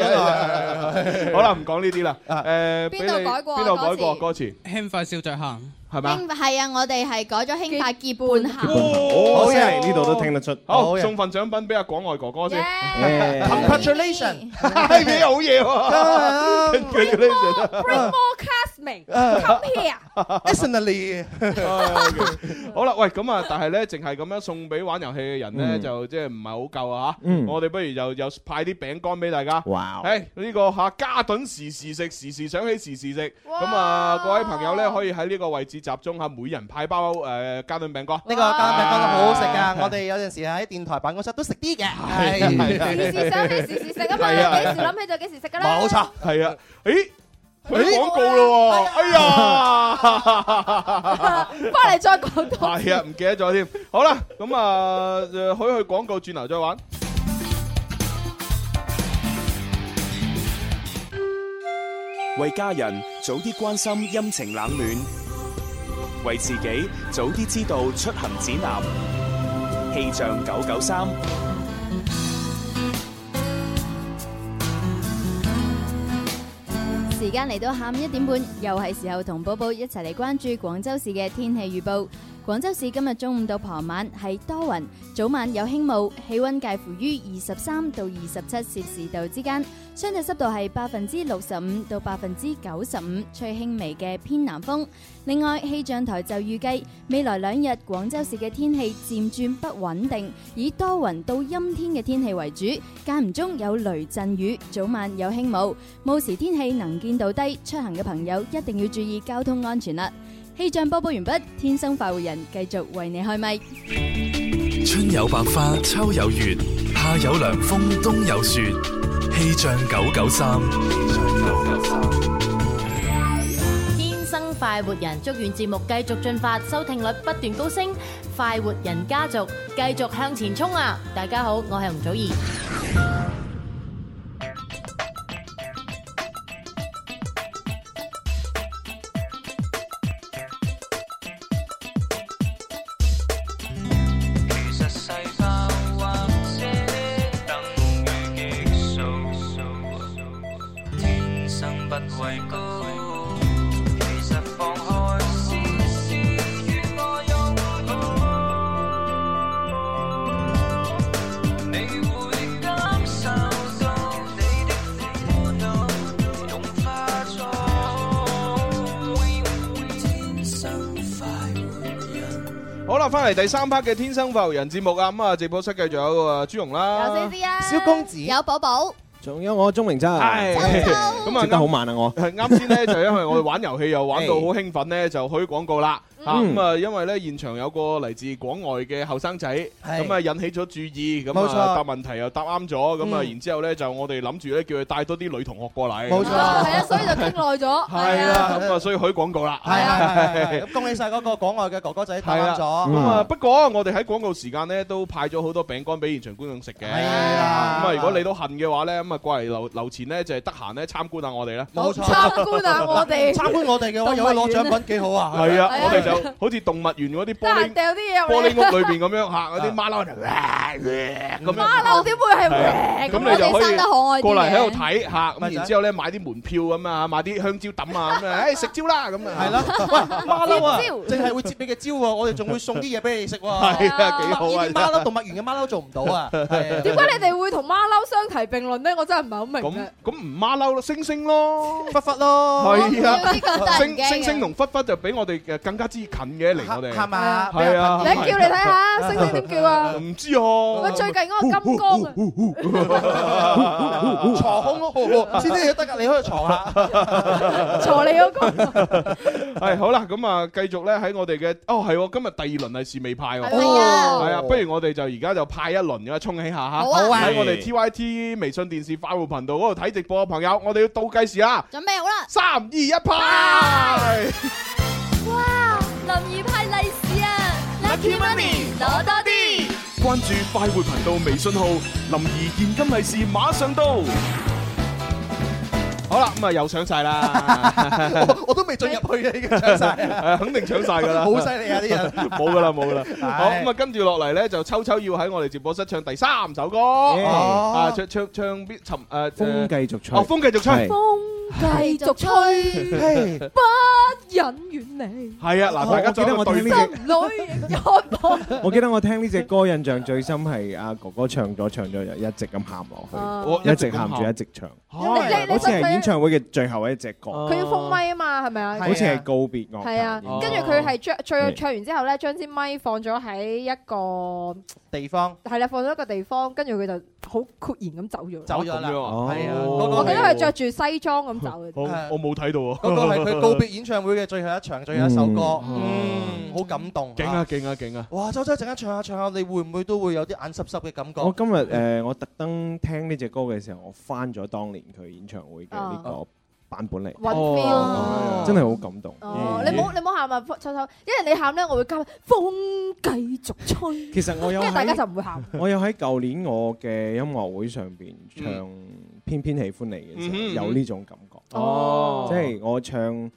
[SPEAKER 3] 好啦，唔講呢啲啦，誒俾你
[SPEAKER 18] 邊度改過啊
[SPEAKER 3] 邊度改
[SPEAKER 18] 歌
[SPEAKER 3] 過
[SPEAKER 18] 詞
[SPEAKER 3] 歌詞？
[SPEAKER 17] 輕快笑着行
[SPEAKER 3] 係嘛？
[SPEAKER 18] 興係啊，我哋係改咗興快結伴行。
[SPEAKER 3] 好
[SPEAKER 15] 好犀利，呢度都聽得出。
[SPEAKER 3] 好，送份獎品俾阿廣外哥哥先。
[SPEAKER 15] Yeah
[SPEAKER 6] Congratulation！
[SPEAKER 3] 係嘢好
[SPEAKER 15] (laughs)
[SPEAKER 3] 嘢喎，congratulations！
[SPEAKER 5] Bring more
[SPEAKER 3] (laughs)
[SPEAKER 5] classmates，come here。
[SPEAKER 6] Personally，
[SPEAKER 3] 好啦，喂，咁啊，但係咧，淨係咁樣送俾玩遊戲嘅人咧，
[SPEAKER 15] 嗯
[SPEAKER 3] 就即係唔係好夠啊吓。
[SPEAKER 15] 嗯
[SPEAKER 3] 我哋不如就又派啲餅乾俾大家。
[SPEAKER 15] 哇
[SPEAKER 3] 誒呢個嚇嘉頓時時食，時時想起時時食。咁啊，各位朋友咧，可以喺呢個位置集中下，每人派包誒嘉頓餅乾。
[SPEAKER 6] 呢個咖喱餅乾都好好食㗎，我哋有陣時喺電台辦公室都食啲嘅。
[SPEAKER 3] 係
[SPEAKER 5] 時時想起時時食啊嘛，
[SPEAKER 3] 係啊
[SPEAKER 5] 幾時諗起就幾時食㗎啦。
[SPEAKER 3] 冇錯，係啊，誒，佢廣告咯喎，哎呀，
[SPEAKER 5] (laughs) 翻嚟再講多。
[SPEAKER 3] 係啊，唔記得咗添。好啦，咁啊，誒去去廣告，轉頭再玩。
[SPEAKER 19] 为家人早啲关心阴晴冷暖，为自己早啲知道出行指南。气象九九三，
[SPEAKER 1] 時間嚟到下午一點半，又係時候同寶寶一齊嚟關注廣州市嘅天氣預報。廣州市今日中午到傍晚係多雲，早晚有輕霧，氣温介乎於二十三到二十七攝氏度之間，相對濕度係百分之六十五到百分之九十五，吹輕微嘅偏南風。另外，氣象台就預計未來兩日廣州市嘅天氣漸轉不穩定，以多雲到陰天嘅天氣為主，間唔中有雷陣雨，早晚有輕霧，霧時天氣能見度低，出行嘅朋友一定要注意交通安全啦。氣象播報完畢，天生快活人繼續為你開咪。
[SPEAKER 19] 春有百花，秋有月，夏有涼風，冬有雪。氣象九九三，
[SPEAKER 20] 天生快活人，祝願節目繼續進發，收聽率不斷高升，快活人家族繼續向前衝啊！大家好，我係吳祖兒。
[SPEAKER 4] 實世化或者等於激素，天生不畏高。其實放開試試，與我擁抱，你會感受到你的苦惱融化咗。天生快活人。
[SPEAKER 3] 好啦，翻嚟第三 part 嘅《天生快活人》節目啊，咁啊，直播室繼續有啊朱容啦，
[SPEAKER 1] 有四 C 啊，
[SPEAKER 6] 小公子，
[SPEAKER 1] 有寶寶，
[SPEAKER 2] 仲有我鍾明真，咁
[SPEAKER 3] 啊
[SPEAKER 2] 啊，食得好慢啊我。
[SPEAKER 3] 啱先咧就因為我哋玩遊戲又玩到好興奮咧，就去廣告啦。嚇
[SPEAKER 2] 嗯
[SPEAKER 3] 咁啊，因為咧現場有個嚟自廣外嘅後生仔，咁啊引起咗注意，咁
[SPEAKER 6] 冇錯
[SPEAKER 3] 啊答問題又答啱咗，咁啊
[SPEAKER 6] 嗯
[SPEAKER 3] 然之後咧就我哋諗住咧叫佢帶多啲女同學過嚟。
[SPEAKER 6] 冇錯
[SPEAKER 5] 啊係啊，所以就傾耐咗。
[SPEAKER 3] 係啦，咁啊所以許廣告啦。
[SPEAKER 6] 係啊係啊，咁恭喜晒嗰個港外嘅哥哥仔打
[SPEAKER 3] 係啦，
[SPEAKER 6] 啱咗。
[SPEAKER 3] (laughs) 咁啊，不過我哋喺廣告時間咧都派咗好多餅乾俾現場觀眾食嘅。係啦，咁啊，如果你都恨嘅話咧，咁啊過嚟留留前咧就係得閒咧參觀下我哋啦。
[SPEAKER 6] 冇錯參觀下我哋參觀我哋嘅話有得攞獎品幾好啊
[SPEAKER 3] 係啊
[SPEAKER 6] 係啊，
[SPEAKER 3] 我哋就好似動物園嗰啲
[SPEAKER 5] 得
[SPEAKER 3] 玻
[SPEAKER 5] 閒
[SPEAKER 3] 璃
[SPEAKER 5] 掉啲 (laughs) 嘢
[SPEAKER 3] 玻
[SPEAKER 5] 入
[SPEAKER 3] 璃
[SPEAKER 5] 嚟
[SPEAKER 3] 屋裏邊咁樣嚇，嗰啲馬騮就咁樣。
[SPEAKER 5] 馬騮點會係
[SPEAKER 3] 係啊咁你就可以過嚟喺度睇嚇，
[SPEAKER 6] 咪
[SPEAKER 3] 咁
[SPEAKER 6] 就係
[SPEAKER 3] 然之後咧買啲門票咁啊，買啲香蕉抌啊咁啊，誒食蕉啦咁啊。
[SPEAKER 6] 係啦，喂，馬騮啊
[SPEAKER 3] 接招，
[SPEAKER 6] 淨係會接你嘅招喎，我哋仲會送啲嘢俾你食喎。
[SPEAKER 3] 係啊幾好啊
[SPEAKER 6] 呢啲馬騮動物園嘅馬騮做唔到
[SPEAKER 3] (laughs)
[SPEAKER 6] 啊。係啊
[SPEAKER 5] 點解你哋會同馬騮相提並論咧？我真係唔係好明咧。
[SPEAKER 3] 咁唔馬騮咯，星星咯，
[SPEAKER 6] 忽忽咯
[SPEAKER 3] 係
[SPEAKER 5] 呢個突
[SPEAKER 3] 啊，
[SPEAKER 5] 然
[SPEAKER 3] 星
[SPEAKER 5] 驚嘅
[SPEAKER 3] 星星同忽忽就比我哋嘅更加之近嘅嚟我哋，
[SPEAKER 6] 係嘛
[SPEAKER 3] 係啊，
[SPEAKER 5] 你叫嚟睇下星星點叫
[SPEAKER 3] (laughs)
[SPEAKER 5] 啊
[SPEAKER 3] 唔知啊，
[SPEAKER 5] 喂，最近嗰個金剛啊，
[SPEAKER 6] 坐空咯，先至得㗎，你可以坐下。
[SPEAKER 5] 坐你嗰個
[SPEAKER 3] 係好啦，咁啊，繼續咧喺我哋嘅，哦係喎，今日第二輪係試味派喎，
[SPEAKER 4] 係咪啊
[SPEAKER 3] 係啊，不如我哋就而家就派一輪咁啊，沖起下嚇，
[SPEAKER 4] 好啊好啊
[SPEAKER 3] 喺我哋 T Y T 微信電視快活頻道嗰度睇直播嘅朋友，我哋要倒計時啊，
[SPEAKER 1] 準備好啦，
[SPEAKER 3] 三二一派！
[SPEAKER 1] 哇，林怡派利是啊，Lucky Money 攞多啲。
[SPEAKER 21] 關注快活頻道微信號，林兒現金利是馬上到。
[SPEAKER 3] 好啦，咁啊又上
[SPEAKER 21] (laughs)
[SPEAKER 3] 晒啦，
[SPEAKER 6] (laughs) 我都未進入去啊，已經搶晒。
[SPEAKER 3] 誒肯定搶晒㗎啦，
[SPEAKER 6] (laughs) 好犀利啊啲人
[SPEAKER 3] 冇㗎啦冇㗎啦，好咁啊跟住落嚟咧就秋秋要喺我哋直播室唱第三首歌，啊唱唱唱邊尋誒
[SPEAKER 2] 風繼續吹
[SPEAKER 3] 哦風繼續吹
[SPEAKER 2] 係。
[SPEAKER 5] 繼續吹，不忍遠離。
[SPEAKER 3] 係啊，嗱，大家再
[SPEAKER 2] 我記得我聽呢
[SPEAKER 3] 對
[SPEAKER 5] 心裏有我。
[SPEAKER 2] 我記得我聽呢只歌印象最深係阿哥哥唱咗唱咗一直咁喊
[SPEAKER 5] Ờ.
[SPEAKER 2] 落去，
[SPEAKER 3] 啊
[SPEAKER 2] 一直喊住一直唱，
[SPEAKER 5] 你你
[SPEAKER 2] 好似係演唱會嘅最後一隻歌，
[SPEAKER 5] 佢要封咪啊嘛，係咪啊？
[SPEAKER 2] 好似係告別樂壇哦
[SPEAKER 5] 係啊，
[SPEAKER 2] 演
[SPEAKER 5] 跟住佢係將最唱完之後咧，將支咪放咗喺一個
[SPEAKER 6] 地方
[SPEAKER 5] 係啦，放咗一個地方，跟住佢就好豁然咁走咗。
[SPEAKER 6] 走咗啦，
[SPEAKER 3] 咁樣啊
[SPEAKER 6] 係啊，
[SPEAKER 3] 哦
[SPEAKER 6] 嗰個
[SPEAKER 5] 我記得佢
[SPEAKER 6] 係
[SPEAKER 5] 着住西裝咁走
[SPEAKER 3] 我
[SPEAKER 5] 嘅。
[SPEAKER 3] 我冇睇到喎，
[SPEAKER 6] 嗰個係佢告別演唱會嘅最後一場，最後一首歌，嗯，好感動。
[SPEAKER 3] 勁啊勁啊勁啊！
[SPEAKER 6] 哇！周周陣間唱下唱下，你會唔會都會有啲眼濕濕嘅感覺？
[SPEAKER 2] 我今日誒，我特登聽呢只歌嘅時候，我翻咗當年佢演唱會
[SPEAKER 5] 啊
[SPEAKER 3] 哦
[SPEAKER 2] 嘅呢個版本嚟，
[SPEAKER 5] 揾 feel
[SPEAKER 2] 哦真係好感動。
[SPEAKER 5] 哦，
[SPEAKER 3] 嗯
[SPEAKER 5] 你唔好你唔好喊啊，秋秋，因為你喊咧，我會加風繼續吹。
[SPEAKER 2] 其實我有
[SPEAKER 5] 跟住大家
[SPEAKER 2] 喺
[SPEAKER 5] 就唔會喊。
[SPEAKER 2] 我有喺舊年我嘅音樂會上邊唱《偏偏喜歡你》嘅
[SPEAKER 3] 嗯
[SPEAKER 2] 時
[SPEAKER 3] 哼
[SPEAKER 2] 候，有呢種感覺。
[SPEAKER 3] 哦
[SPEAKER 2] 即係我唱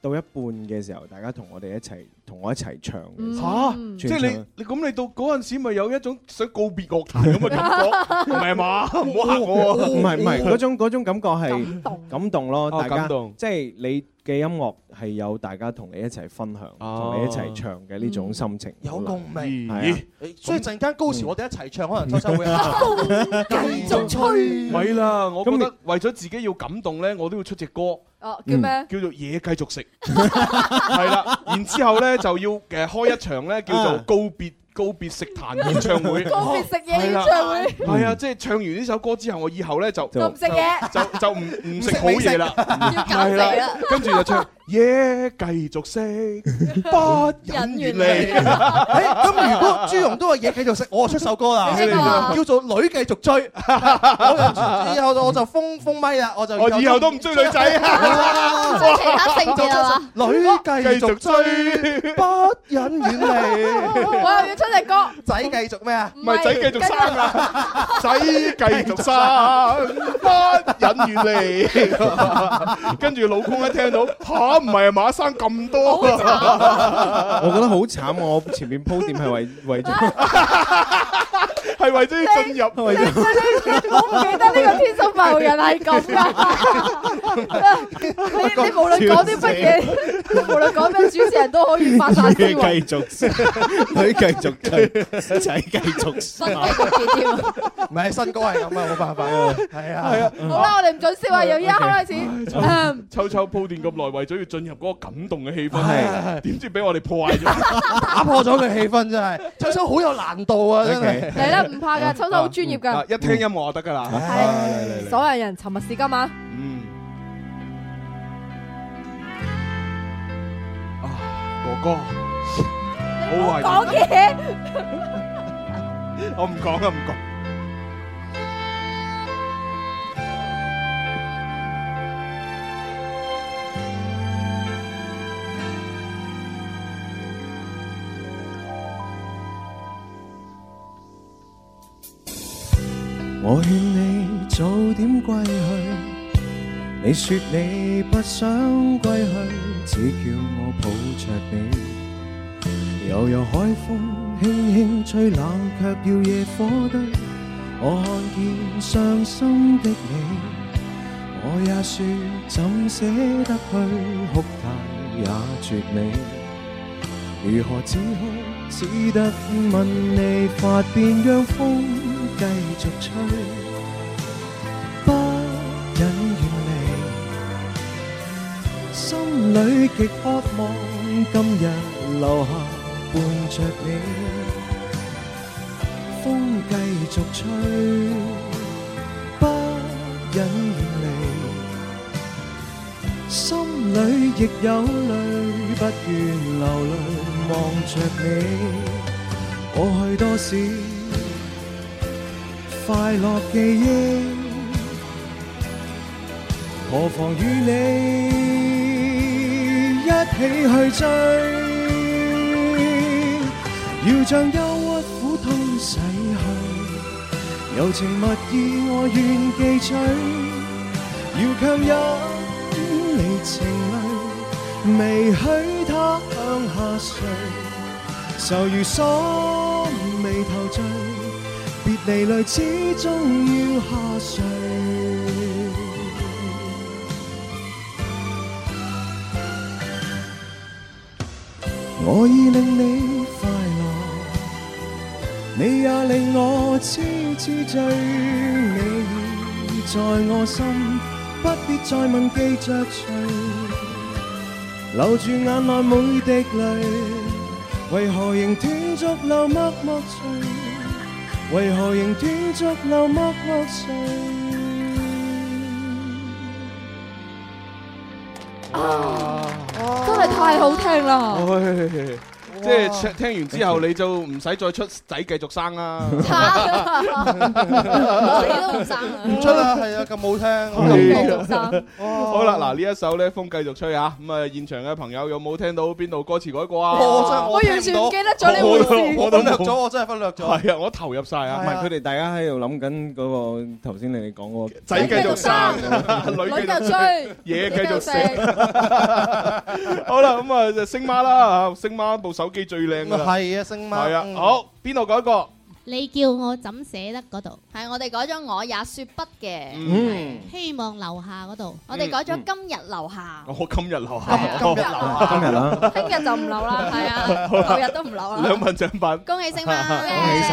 [SPEAKER 2] 到一半嘅時候，大家同我哋一齊同我一齊唱嘅時候。
[SPEAKER 3] 嚇！
[SPEAKER 5] 嗯
[SPEAKER 2] 全
[SPEAKER 3] 即係你
[SPEAKER 2] 場
[SPEAKER 3] 你咁，你到嗰陣時咪有一種想告別樂壇咁嘅感覺，唔係嘛？唔好嚇我啊！
[SPEAKER 2] 唔係唔係，嗰種嗰種感覺係感動咯，
[SPEAKER 3] 哦
[SPEAKER 2] 大家
[SPEAKER 3] 感動
[SPEAKER 2] 即係你
[SPEAKER 15] 嘅音樂係有大家同你一齊分享，
[SPEAKER 3] 哦
[SPEAKER 15] 同你一齊唱嘅呢種心情，
[SPEAKER 6] 有共鳴
[SPEAKER 15] 係啊
[SPEAKER 6] 所以陣間高潮我哋一齊唱，可能秋秋會啊，繼續吹。
[SPEAKER 3] 咪啦，我覺得為咗自己要感動咧，我都要出隻歌。
[SPEAKER 5] 哦，叫咩？
[SPEAKER 3] 叫做嘢繼續食，係啦。然之後咧就要誒開一場咧叫做告別。告別食壇演唱會，
[SPEAKER 5] (laughs) 告別食嘢
[SPEAKER 3] 哦係啦
[SPEAKER 5] 演唱會
[SPEAKER 3] 係啊！即係唱完呢首歌之後，我以後咧就
[SPEAKER 5] 就唔食嘢
[SPEAKER 3] 就就唔唔食好嘢啦，
[SPEAKER 5] 減肥啦
[SPEAKER 3] 跟住就唱嘢繼續食，不忍
[SPEAKER 5] (laughs)
[SPEAKER 3] 遠離。
[SPEAKER 6] 咁如果朱容都話嘢繼續食，我就出首歌啦
[SPEAKER 3] 你出個啊，
[SPEAKER 6] 叫做女繼續追。 (laughs) 我就以後我就封封咪啦，我就
[SPEAKER 3] 我哦以後都唔追女仔啊
[SPEAKER 5] 哦
[SPEAKER 6] 唔
[SPEAKER 3] 追其他 (laughs) 性
[SPEAKER 6] 就
[SPEAKER 3] 別啦
[SPEAKER 6] 出女繼續追，不忍遠 (laughs) 離。
[SPEAKER 5] 我又要出隻歌， (laughs)
[SPEAKER 6] 仔繼續咩啊？
[SPEAKER 3] 唔係仔繼續生 (laughs) 啊，仔繼續生，不忍 (laughs) 遠離。跟住老公一聽到吓，唔係啊，馬生咁多啊，
[SPEAKER 15] 我覺得好慘，我前面鋪墊係為為咗
[SPEAKER 3] 係為咗要進入，
[SPEAKER 15] 為咗
[SPEAKER 5] 我唔記得呢個天生快活人係咁噶。你 (laughs) 你無論講啲乜嘢，無論講咩主持人都可以
[SPEAKER 15] (laughs)
[SPEAKER 5] 發散思維。
[SPEAKER 15] 繼續食，女繼
[SPEAKER 5] (laughs)
[SPEAKER 15] 續追，仔繼續生。
[SPEAKER 6] 唔係新歌係咁啊，冇辦法啊，係啊，
[SPEAKER 3] 係啊。
[SPEAKER 5] 好啦，我哋唔準笑啊，由依家
[SPEAKER 3] (laughs)
[SPEAKER 5] 開始。嗯
[SPEAKER 3] 秋秋鋪墊咁耐，為咗要進入嗰個感動嘅氣氛，點知俾我哋破壞咗。
[SPEAKER 6] 打破咗佢氣氛真係，秋秋好有難度啊，真係。
[SPEAKER 5] 嚟啦，唔怕噶，秋秋好專業
[SPEAKER 3] 啊
[SPEAKER 5] 噶，
[SPEAKER 3] 一聽音樂就得㗎啦。
[SPEAKER 5] 所有人沉默是金啊！
[SPEAKER 3] Ừ. 哥哥，好
[SPEAKER 5] 講
[SPEAKER 3] 懷
[SPEAKER 5] 嘢，
[SPEAKER 3] 念，我唔講啊，唔講。
[SPEAKER 2] 我勸你早點歸去，你說你不想歸去，只叫我抱着你。悠悠海風輕輕吹，冷卻要夜火堆。我看見傷心的你，我也說怎捨得去，哭態也絕美。如何止哭？只得問你發邊，讓風繼續吹，不忍遠離。心裏極渴望今日留下伴着你，風繼續吹，不忍遠離。心裏亦有淚，不願流淚，望着你，過去多少快樂記憶，何妨與你一起去追，要將憂鬱苦痛洗去，柔情蜜意我願記取。要強忍你情淚，未許它向下垂，愁如鎖眉頭醉，別離淚始終要下垂。我已令你快樂。你也令我痴痴醉，你已在我心，不必再問記着誰，留住眼內每滴淚，為何仍斷續流默默醉？為何仍斷續流默默醉？
[SPEAKER 5] 真係太好聽啦！
[SPEAKER 3] 唉即係聽聽完之後，你就唔使再出仔繼續生啦。
[SPEAKER 6] 都唔生，唔出啦，係啊，咁好聽，
[SPEAKER 3] 好啦，嗱呢一首咧風繼續吹啊，咁啊現場嘅朋友有冇聽到邊度歌詞改過啊？
[SPEAKER 6] 哦我真係我聽唔到
[SPEAKER 3] 我都我
[SPEAKER 6] 我
[SPEAKER 3] 都
[SPEAKER 6] 忽略
[SPEAKER 3] 冇
[SPEAKER 6] 咗，我真係忽略咗。
[SPEAKER 3] 係啊，我投入晒啊，
[SPEAKER 15] 唔係佢哋大家喺度諗緊嗰個頭先你哋講嗰個
[SPEAKER 3] 仔繼續生， (laughs) 女繼續
[SPEAKER 5] 追
[SPEAKER 3] 嘢繼續食。好啦，咁啊就星媽啦，啊星媽部手機最靚噶啦。
[SPEAKER 6] 係啊星媽
[SPEAKER 3] 係啊，
[SPEAKER 6] 嗯
[SPEAKER 3] 好邊度改過？
[SPEAKER 18] 你叫我怎寫得嗰度？
[SPEAKER 1] 係我哋改咗我也說不嘅，
[SPEAKER 3] 嗯
[SPEAKER 18] 希望樓下嗰度。
[SPEAKER 1] 我哋改咗今日樓下，
[SPEAKER 3] 我哦今日
[SPEAKER 6] (laughs)
[SPEAKER 3] 留下，
[SPEAKER 1] 今日留
[SPEAKER 3] 下，今日啦，
[SPEAKER 1] 聽日就唔留啦，係啊，後日都唔留啦
[SPEAKER 3] 兩。份獎品。
[SPEAKER 1] 恭喜星媽，
[SPEAKER 3] 恭喜晒！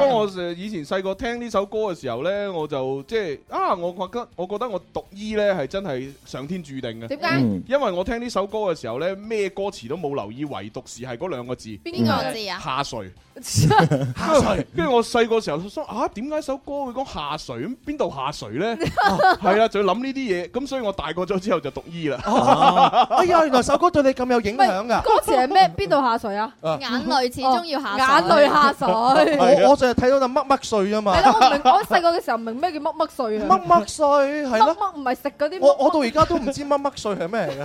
[SPEAKER 3] 不過我誒以前細個聽呢首歌嘅時候呢，我就即係啊，我覺得我覺得我讀醫呢係真係上天注定嘅。
[SPEAKER 5] 點解
[SPEAKER 2] Ừ.
[SPEAKER 3] 嗯因為我聽呢首歌嘅時候呢，咩歌詞都冇留意，唯獨是係嗰兩個字。
[SPEAKER 5] 邊個字啊
[SPEAKER 3] 下垂。下垂。跟住我細個時候心諗啊，點解首歌會講下垂？咁邊度下垂呢？啊係啊，就要諗呢啲嘢。咁所以我大個咗之後就讀醫啦。
[SPEAKER 6] 哎呀，原來首歌對你咁有
[SPEAKER 5] 嗯
[SPEAKER 6] 影響㗎。
[SPEAKER 5] 歌詞係咩？邊度下垂啊？哦
[SPEAKER 6] 啊
[SPEAKER 1] 眼淚始終要下水
[SPEAKER 5] 眼淚下水。
[SPEAKER 6] 我我就係睇到就乜乜碎啊嘛。
[SPEAKER 5] 係咯，我唔明，我細個嘅時候唔明咩叫乜乜碎啊。
[SPEAKER 6] 乜乜碎係咯
[SPEAKER 5] 乜乜唔係食嗰啲乜乜。
[SPEAKER 6] 我我到而家都唔知乜乜碎係咩嚟㗎。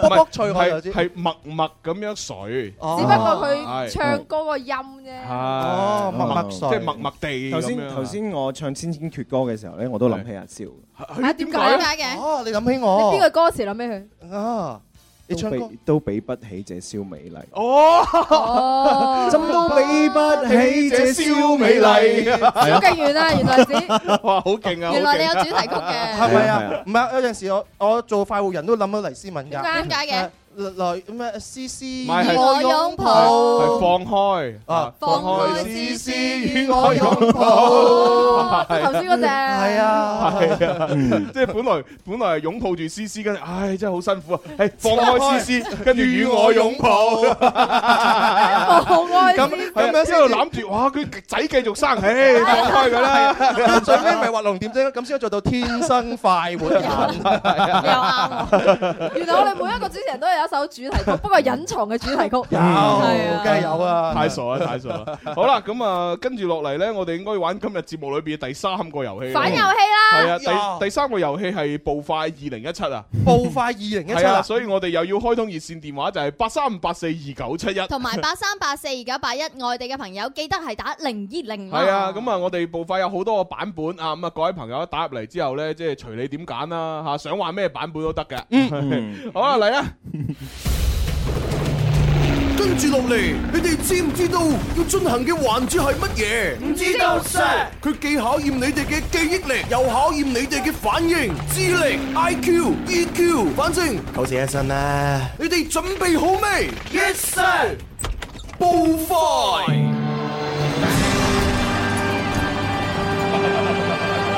[SPEAKER 6] 卜卜脆我就知。
[SPEAKER 3] 係默默咁樣垂。只不
[SPEAKER 5] 只不過佢唱歌個音啫。
[SPEAKER 3] 哦
[SPEAKER 15] 默默
[SPEAKER 3] 即係默默地
[SPEAKER 15] 頭
[SPEAKER 3] 咁
[SPEAKER 15] 先
[SPEAKER 3] 樣。
[SPEAKER 15] 頭先我唱《千千闕歌》嘅時候咧，我都諗起阿蕭。
[SPEAKER 3] 哎
[SPEAKER 5] (laughs) 啊，點解
[SPEAKER 1] 點解嘅
[SPEAKER 6] 哦，你諗起
[SPEAKER 5] 你邊
[SPEAKER 15] 我
[SPEAKER 5] 個歌詞諗 (laughs) 起
[SPEAKER 6] 佢？啊，
[SPEAKER 15] 你唱歌都比不起這蕭美麗。
[SPEAKER 5] 哦， (laughs)
[SPEAKER 6] 怎都比不
[SPEAKER 15] 起這蕭美麗
[SPEAKER 5] 蕭敬元啊，原來 (laughs) 只
[SPEAKER 3] (laughs) 哇，好勁啊！
[SPEAKER 1] 原來你有
[SPEAKER 6] 好勁
[SPEAKER 1] 主題曲嘅，
[SPEAKER 5] (laughs)
[SPEAKER 6] 係咪啊？唔係啊有陣時我 à, 我做快活人都諗到黎思敏㗎。
[SPEAKER 1] 點解嘅
[SPEAKER 6] 誒？來咩？思思與
[SPEAKER 3] 咪係
[SPEAKER 6] 我
[SPEAKER 3] 係
[SPEAKER 6] 擁抱。
[SPEAKER 3] 啊放開啊，放開絲絲與我擁
[SPEAKER 6] 抱
[SPEAKER 3] 抱。
[SPEAKER 5] 哦頭先嗰隻哦係 (laughs)
[SPEAKER 6] 啊
[SPEAKER 3] 係啊， (laughs) 即係本來本來係擁抱住絲絲，跟住唉真係好辛苦 (laughs) 啊！係放開絲絲，跟住與我擁抱，
[SPEAKER 5] 放開
[SPEAKER 3] 咁咁樣一路攬住，哇！佢仔繼續生，唉 (laughs) 放開佢啦。
[SPEAKER 6] (laughs) 最尾咪畫龍點睛，咁先可以做到天生快活人。
[SPEAKER 5] 原來我哋每一個主持人都有一首主題 (laughs) 曲，不過係隱藏嘅主題曲。
[SPEAKER 6] 有，梗係有啊！
[SPEAKER 3] 太傻啦，太傻啦！好啦，咁啊，跟住落嚟咧，我哋應該玩今日節目裏邊嘅第三個遊戲。
[SPEAKER 5] 反遊戲啦
[SPEAKER 3] 係啊，第第三個遊戲係步快二零一七啊！
[SPEAKER 6] 暴快二零一七
[SPEAKER 3] 係啊，
[SPEAKER 6] 啦，
[SPEAKER 3] 所以我哋又要開通熱線電話，就係八三五八四二九七一，
[SPEAKER 1] 同埋八三八四二九八一，外地嘅朋友記得係打零二零。
[SPEAKER 3] 係啊，咁啊，我哋步快有好多個版本啊，咁啊，各位朋友打入嚟之後咧，即係隨你點揀啦嚇，想玩咩版本都得嘅。嗯， (laughs) 好啊，嚟啦！
[SPEAKER 2] 跟住落嚟，你哋知唔知道要進行嘅環節係乜嘢？
[SPEAKER 22] 唔知道 Sir
[SPEAKER 2] 佢既考驗你哋嘅記憶力，又考驗你哋嘅反應、智力、IQ、EQ，反正
[SPEAKER 6] 九死一生啦。
[SPEAKER 2] 你哋準備好未？Yes sir。步快。
[SPEAKER 5] 嗯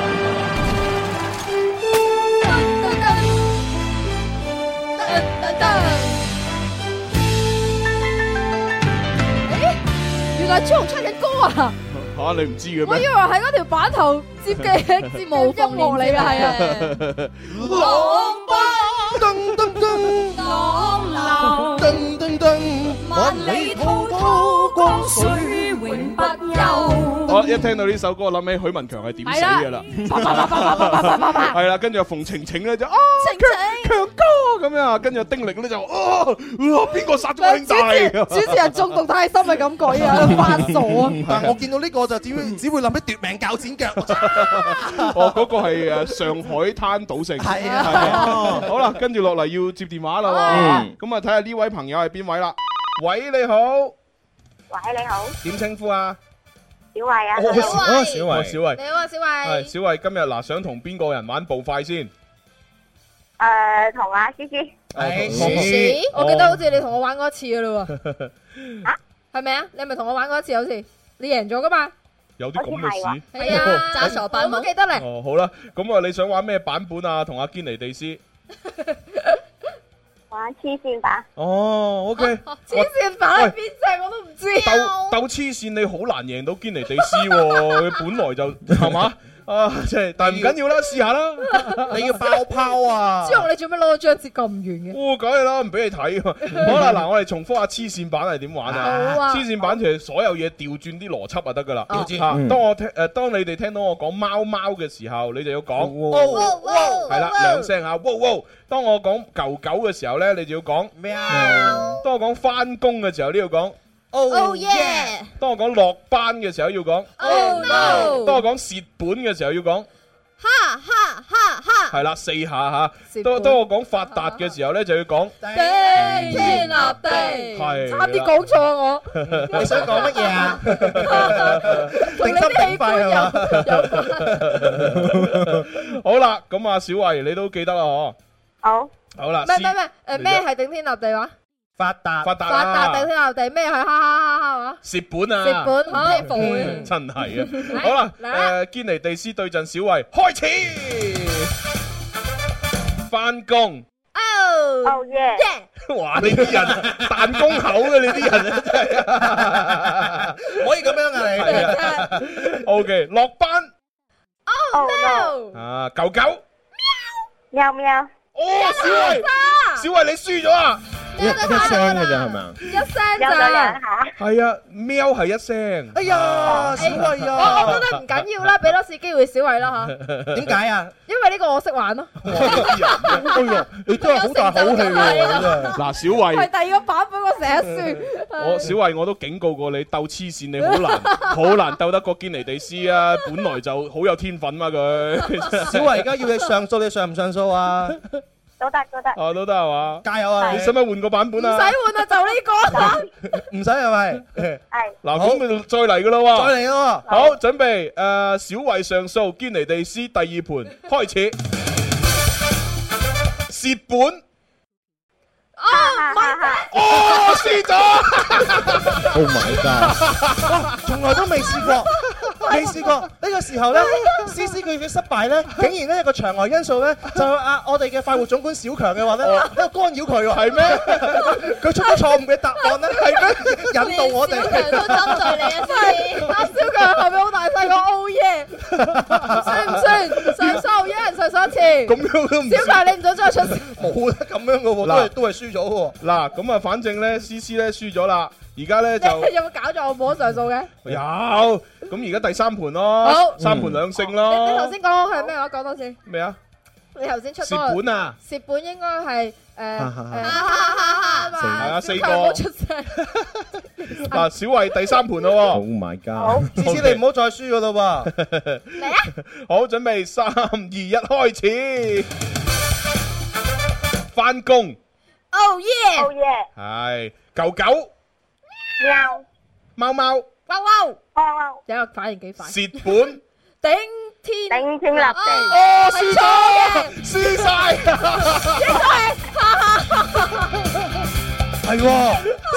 [SPEAKER 5] 咦，原來朱紅出緊歌啊！
[SPEAKER 3] 嚇你唔知嘅咩？
[SPEAKER 5] 我以為係嗰條板頭接嘅 (laughs) 節目音樂嚟㗎，係啊！ (laughs)
[SPEAKER 2] 朗
[SPEAKER 5] 波
[SPEAKER 6] 噔噔噔，
[SPEAKER 2] 朗
[SPEAKER 6] 朗噔噔噔，
[SPEAKER 2] 萬里滔滔江水永不休。
[SPEAKER 3] 我一聽到呢首歌，諗起許文強係點死嘅啦，係啦，跟住馮晴晴咧就啊，強強哥咁樣啊，跟住丁力咧就啊，哇邊個殺咗我兄弟？
[SPEAKER 5] (laughs) 主持人中毒太深嘅感覺
[SPEAKER 7] (laughs)
[SPEAKER 5] 啊，發傻啊！
[SPEAKER 6] 但我見到呢個就只會只會諗起奪命鉸剪腳。
[SPEAKER 3] 哦，嗰個係誒上海灘賭城，係
[SPEAKER 6] 啊
[SPEAKER 3] 好啦，跟住落嚟要接電話啦喎，咁啊睇下呢位朋友係邊位啦？喂，你好，
[SPEAKER 7] 喂，你好，
[SPEAKER 3] 點稱呼啊？
[SPEAKER 7] 小慧啊，
[SPEAKER 3] 哦哦小慧，小慧，
[SPEAKER 7] 你好啊，小
[SPEAKER 3] 係
[SPEAKER 7] 慧，
[SPEAKER 3] 小慧，今日嗱想同邊個人玩步快先？
[SPEAKER 7] 诶，同阿思思，
[SPEAKER 6] 嗯
[SPEAKER 3] 哦
[SPEAKER 5] 我記得好似你同我玩過一次
[SPEAKER 7] (laughs)
[SPEAKER 5] 嘅嘞喎，係咪啊？你咪同我玩過一次好似，你贏咗噶嘛？
[SPEAKER 3] 有啲咁嘅事，
[SPEAKER 5] (laughs)
[SPEAKER 7] à,
[SPEAKER 5] 係啊，
[SPEAKER 3] 哦
[SPEAKER 5] 扮我都記得咧。
[SPEAKER 3] 哦，好啦，咁啊，你想玩咩版本啊？同阿堅尼地斯。
[SPEAKER 7] 玩黐線吧，
[SPEAKER 3] 哦，OK。
[SPEAKER 5] (laughs) 黐線擺喺邊隻我都唔知。
[SPEAKER 3] 鬥鬥黐線，你好難贏到堅尼地斯喎。佢本來就係嘛啊，即係，但係唔緊要啦，試下啦。
[SPEAKER 6] 你要爆泡啊
[SPEAKER 5] 朱紅，你做咩攞咗張紙咁遠嘅？
[SPEAKER 3] 哦，梗係啦，唔俾你睇啊嘛。好啦，嗱，我哋重複下黐線版係點玩啊？
[SPEAKER 5] 好啊
[SPEAKER 3] 黐線版其實所有嘢調轉啲邏輯就得噶啦。
[SPEAKER 5] 調轉
[SPEAKER 3] 啊
[SPEAKER 5] 嗯
[SPEAKER 3] 當我聽誒，當你哋聽到我講貓貓嘅時候，你就要講
[SPEAKER 2] 哦哇
[SPEAKER 3] 係啦，兩聲嚇，哇哇！當我講狗狗嘅時候咧，你就要講喵。當我講翻工嘅時候，呢要講。
[SPEAKER 2] Oh
[SPEAKER 7] yeah！
[SPEAKER 3] 當我講落班嘅時候要講
[SPEAKER 5] 哦
[SPEAKER 7] Oh no！
[SPEAKER 3] 當我講蝕本嘅時候要講
[SPEAKER 7] 哈哈哈哈
[SPEAKER 3] 系啦，四下吓。
[SPEAKER 5] 蝕
[SPEAKER 3] 當
[SPEAKER 5] 本
[SPEAKER 3] 當我講發達嘅時候咧，就要講
[SPEAKER 5] 頂天立地，
[SPEAKER 3] 係。
[SPEAKER 5] 差啲講錯我。
[SPEAKER 7] (laughs)
[SPEAKER 6] 你想講乜嘢啊？定心定肺係
[SPEAKER 5] (laughs)
[SPEAKER 6] 嘛？
[SPEAKER 3] 好啦，咁啊，小慧你都記得啦，嗬。
[SPEAKER 7] 好。
[SPEAKER 3] 好啦。
[SPEAKER 5] 唔係唔係
[SPEAKER 3] 試
[SPEAKER 5] 唔係，誒咩係頂天立地話？
[SPEAKER 6] 發達
[SPEAKER 3] 發達
[SPEAKER 5] 發
[SPEAKER 3] 啊
[SPEAKER 5] 達頂天立地，咩係哈哈哈哈話？
[SPEAKER 3] 蝕本啊！
[SPEAKER 5] 蝕本嚇，咩
[SPEAKER 3] 嗯真
[SPEAKER 5] (laughs)
[SPEAKER 3] 係啊！好啦，誒堅尼地斯對陣小慧，開始翻工。
[SPEAKER 5] (laughs)
[SPEAKER 3] Ừ.
[SPEAKER 5] Oh
[SPEAKER 7] oh yeah！
[SPEAKER 3] 哇！你啲人彈弓口嘅，你啲人真係
[SPEAKER 6] 可以咁樣啊你
[SPEAKER 3] 係啊，OK，落班
[SPEAKER 7] Oh no！
[SPEAKER 3] 啊，狗狗。
[SPEAKER 7] 喵喵。
[SPEAKER 3] 哦，小慧，小慧你輸咗啊！
[SPEAKER 15] 一一聲嘅啫係咪啊？
[SPEAKER 5] 一聲
[SPEAKER 3] Dạ.
[SPEAKER 7] 有咗兩
[SPEAKER 5] 咋？
[SPEAKER 7] 下。
[SPEAKER 3] 係啊，喵係一聲。
[SPEAKER 5] 哎呀
[SPEAKER 6] 小慧啊
[SPEAKER 5] 我我覺得唔緊要啦，俾多次機會小慧
[SPEAKER 3] (laughs)
[SPEAKER 5] 啦嚇。
[SPEAKER 6] 點解啊？
[SPEAKER 5] 因為呢個我識玩咯，
[SPEAKER 3] 哎呀，你真係好大口氣喎！嗱，小
[SPEAKER 5] 係
[SPEAKER 3] 慧，
[SPEAKER 5] 第二個版本我成日
[SPEAKER 3] 我
[SPEAKER 5] 輸。
[SPEAKER 3] 小慧我都警告過你，鬥黐線你好
[SPEAKER 5] (laughs)
[SPEAKER 3] 難，好難鬥得過堅尼地斯啊！本來就好有天分嘛
[SPEAKER 5] (laughs)
[SPEAKER 3] 佢。
[SPEAKER 6] 小慧而家要你上訴，你上唔上訴啊？
[SPEAKER 7] 都得都得。
[SPEAKER 3] 啊都得係嘛？
[SPEAKER 6] 加油啊！
[SPEAKER 3] 你使唔使換個版本
[SPEAKER 5] 唔使
[SPEAKER 3] 啊？
[SPEAKER 5] 換啦，就呢個啦。
[SPEAKER 6] 唔使係咪？
[SPEAKER 3] 嗱，咁咪再嚟噶啦喎！
[SPEAKER 6] 再嚟咯喎
[SPEAKER 3] 好，準備誒，小慧上訴，堅尼地斯第二盤開始，蝕本。
[SPEAKER 5] 啊，唔係，
[SPEAKER 3] 哦，輸咗。
[SPEAKER 15] Oh my god！
[SPEAKER 6] 哇，從來都未試過，未試過呢個時候咧，思思佢嘅失敗咧，竟然咧有個場外因素咧，就啊我哋嘅快活總管小強嘅話咧，喺度干擾佢喎，
[SPEAKER 3] 係咩？
[SPEAKER 6] (laughs) 佢出咗錯誤嘅答案咧， (laughs) 係咩？引導我哋，
[SPEAKER 5] 阿小強後面好大聲講 Oh yeah，算唔算？上訴一人上訴一次。
[SPEAKER 6] 咁樣都
[SPEAKER 5] (laughs)
[SPEAKER 6] 唔
[SPEAKER 5] 小強你唔准再出聲。
[SPEAKER 6] 冇得咁樣嘅喎，都係都係輸咗喎。
[SPEAKER 3] 嗱，咁啊，反正咧，思思咧輸咗啦，而家
[SPEAKER 5] (laughs)
[SPEAKER 3] 咧就
[SPEAKER 5] 你有冇搞錯我冇得上訴嘅？
[SPEAKER 3] 有，咁而家第三盤咯，
[SPEAKER 5] 好
[SPEAKER 3] 三盤兩勝
[SPEAKER 5] 你你頭
[SPEAKER 3] 咯，
[SPEAKER 5] 先講係咩話？講多次。
[SPEAKER 3] 咩啊？
[SPEAKER 5] 你頭先出嗰個
[SPEAKER 3] 蝕本啊！
[SPEAKER 5] 蝕本應該係誒
[SPEAKER 3] 哈
[SPEAKER 5] 誒
[SPEAKER 3] 哈哈
[SPEAKER 5] 哈哈哈哈嘛，
[SPEAKER 3] 係啊四個
[SPEAKER 5] 小強冇出
[SPEAKER 3] (laughs)
[SPEAKER 5] 聲。
[SPEAKER 3] 嗱，小慧第三盤咯
[SPEAKER 15] ，Oh my god！
[SPEAKER 6] 好，思思你唔好再輸噶啦喎。
[SPEAKER 3] 嚟啊！好，準備三二一，開始，翻工
[SPEAKER 7] Oh
[SPEAKER 3] dạ.
[SPEAKER 7] yeah！Oh yeah！
[SPEAKER 3] 係狗狗
[SPEAKER 7] 喵。
[SPEAKER 3] 貓貓
[SPEAKER 5] 哇哇！
[SPEAKER 7] 汪汪。
[SPEAKER 5] 有個反應幾快。
[SPEAKER 3] 蝕
[SPEAKER 5] (laughs)
[SPEAKER 3] 本。
[SPEAKER 5] 頂天
[SPEAKER 7] 頂天立地
[SPEAKER 5] 哦，輸咗，
[SPEAKER 3] 輸晒，
[SPEAKER 5] 應該係哈哈哈哈。
[SPEAKER 6] 係喎，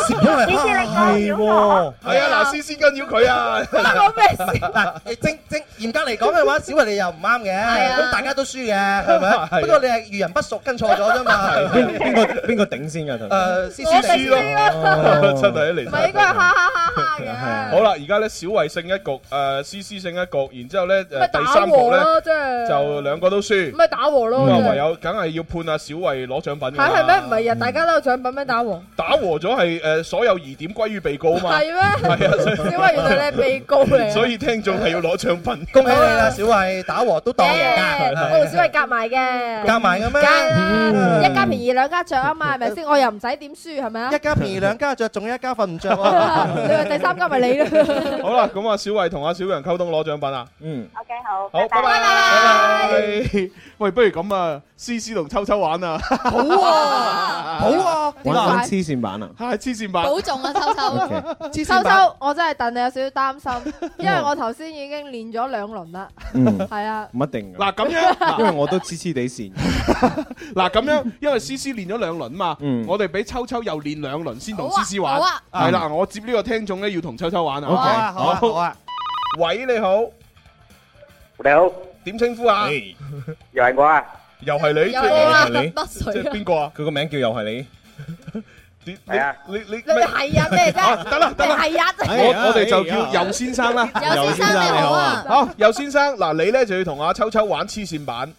[SPEAKER 6] 蝕本係係喎，
[SPEAKER 3] 係啊，嗱，思思跟繞佢啊，
[SPEAKER 5] 關我咩事？
[SPEAKER 6] 嗱，正正嚴格嚟 (laughs) 講嘅話，小慧你又唔啱嘅，咁大家都輸嘅， (laughs) 係咪？不過你係遇人不淑，跟錯咗啫嘛。
[SPEAKER 15] 邊邊個邊個頂先㗎？頭先
[SPEAKER 6] 誒，思
[SPEAKER 5] 我
[SPEAKER 6] 思
[SPEAKER 5] 哋
[SPEAKER 6] 輸
[SPEAKER 5] 輸
[SPEAKER 6] 咯，
[SPEAKER 3] 哦真係一
[SPEAKER 5] 唔
[SPEAKER 3] 嚟
[SPEAKER 5] 係應該係哈哈哈哈嘅，
[SPEAKER 3] 好啦，而家咧小慧勝一局，誒思思勝一局，然之後咧
[SPEAKER 5] 咪
[SPEAKER 3] 誒
[SPEAKER 5] 打
[SPEAKER 3] 第三局
[SPEAKER 5] 和咯，
[SPEAKER 3] 咧
[SPEAKER 5] 即係
[SPEAKER 3] 就兩個都輸
[SPEAKER 5] 咁，咪打和咯，
[SPEAKER 3] 咁啊唯
[SPEAKER 5] 係
[SPEAKER 3] 有梗係要判阿小慧攞獎品㗎啦。
[SPEAKER 5] 係咩？唔係啊，大家都有獎品咩？打和
[SPEAKER 3] 打和咗係誒所有疑點歸於被告啊嘛。
[SPEAKER 5] 係咩？
[SPEAKER 3] (laughs) 係啊，所以
[SPEAKER 5] 小慧原來你係被
[SPEAKER 3] (laughs)
[SPEAKER 5] 告嚟啊，
[SPEAKER 3] 所以聽眾係要攞獎品。
[SPEAKER 6] 恭喜你啦，小慧打和都當
[SPEAKER 5] (laughs)
[SPEAKER 6] 贏
[SPEAKER 5] 耶
[SPEAKER 6] 㗎。
[SPEAKER 5] 我同小慧夾埋嘅，
[SPEAKER 6] 夾埋嘅
[SPEAKER 5] 梗
[SPEAKER 6] 咩
[SPEAKER 5] 係
[SPEAKER 6] Ừ.
[SPEAKER 5] 啦，一家便宜兩家著啊嘛，係咪先？我又唔使點輸，係咪啊？
[SPEAKER 6] 一家便宜兩家著，仲有一家瞓唔著喎。
[SPEAKER 5] 你話第三家咪
[SPEAKER 3] (laughs)
[SPEAKER 5] 你咯。
[SPEAKER 3] 好啦，咁啊小慧同阿小楊溝通攞獎品啊。
[SPEAKER 15] 嗯，
[SPEAKER 7] OK，好。
[SPEAKER 3] 好，拜拜。拜拜 (laughs) 喂，不如咁啊，思思同秋秋玩啊。
[SPEAKER 6] 好
[SPEAKER 3] (laughs)
[SPEAKER 6] 啊，好啊，
[SPEAKER 15] 玩玩黐線版啊！
[SPEAKER 3] 係黐線吧？
[SPEAKER 5] 保重啊，秋秋
[SPEAKER 15] OK
[SPEAKER 6] 秋
[SPEAKER 5] 秋，我真係戥你有少少
[SPEAKER 3] (laughs)
[SPEAKER 5] 擔心，因為我頭先已經練咗兩輪啦，
[SPEAKER 15] 嗯
[SPEAKER 5] 係啊，
[SPEAKER 15] 唔一定㗎
[SPEAKER 3] 嗱咁樣，嗱
[SPEAKER 15] 因為我都黐黐地線。
[SPEAKER 3] 嗱咁樣，因為思思練咗兩輪嘛，
[SPEAKER 15] 嗯
[SPEAKER 3] 我哋俾秋秋又練兩輪先同
[SPEAKER 5] 好啊
[SPEAKER 3] 思思玩
[SPEAKER 5] 好啊。
[SPEAKER 3] 係啦，我接呢個聽眾咧要同秋秋玩啊。
[SPEAKER 6] 好啊，好啊，好啊。
[SPEAKER 3] 喂，你好，
[SPEAKER 9] 你好，
[SPEAKER 3] 點稱呼啊？
[SPEAKER 9] 又係我啊，
[SPEAKER 3] 又係你，
[SPEAKER 5] 有
[SPEAKER 3] 即
[SPEAKER 5] 我啦，
[SPEAKER 15] 係
[SPEAKER 5] (laughs)
[SPEAKER 15] 你
[SPEAKER 5] 北水
[SPEAKER 3] 即係
[SPEAKER 5] 啊，
[SPEAKER 3] 邊個啊？
[SPEAKER 15] 佢個名叫又係你。
[SPEAKER 3] 你
[SPEAKER 9] 係啊
[SPEAKER 3] 你你
[SPEAKER 5] 你哋係啊咩
[SPEAKER 3] 啊
[SPEAKER 5] 啫？
[SPEAKER 3] 得啦得啦，
[SPEAKER 5] 係啊，
[SPEAKER 15] 哎
[SPEAKER 3] 我
[SPEAKER 15] 呀
[SPEAKER 3] 我哋就
[SPEAKER 15] 哎呀
[SPEAKER 3] 叫尤先生啦。
[SPEAKER 5] 有先生你好啊，
[SPEAKER 3] (laughs) 好，尤先生，嗱你咧就要同阿秋秋玩黐線版。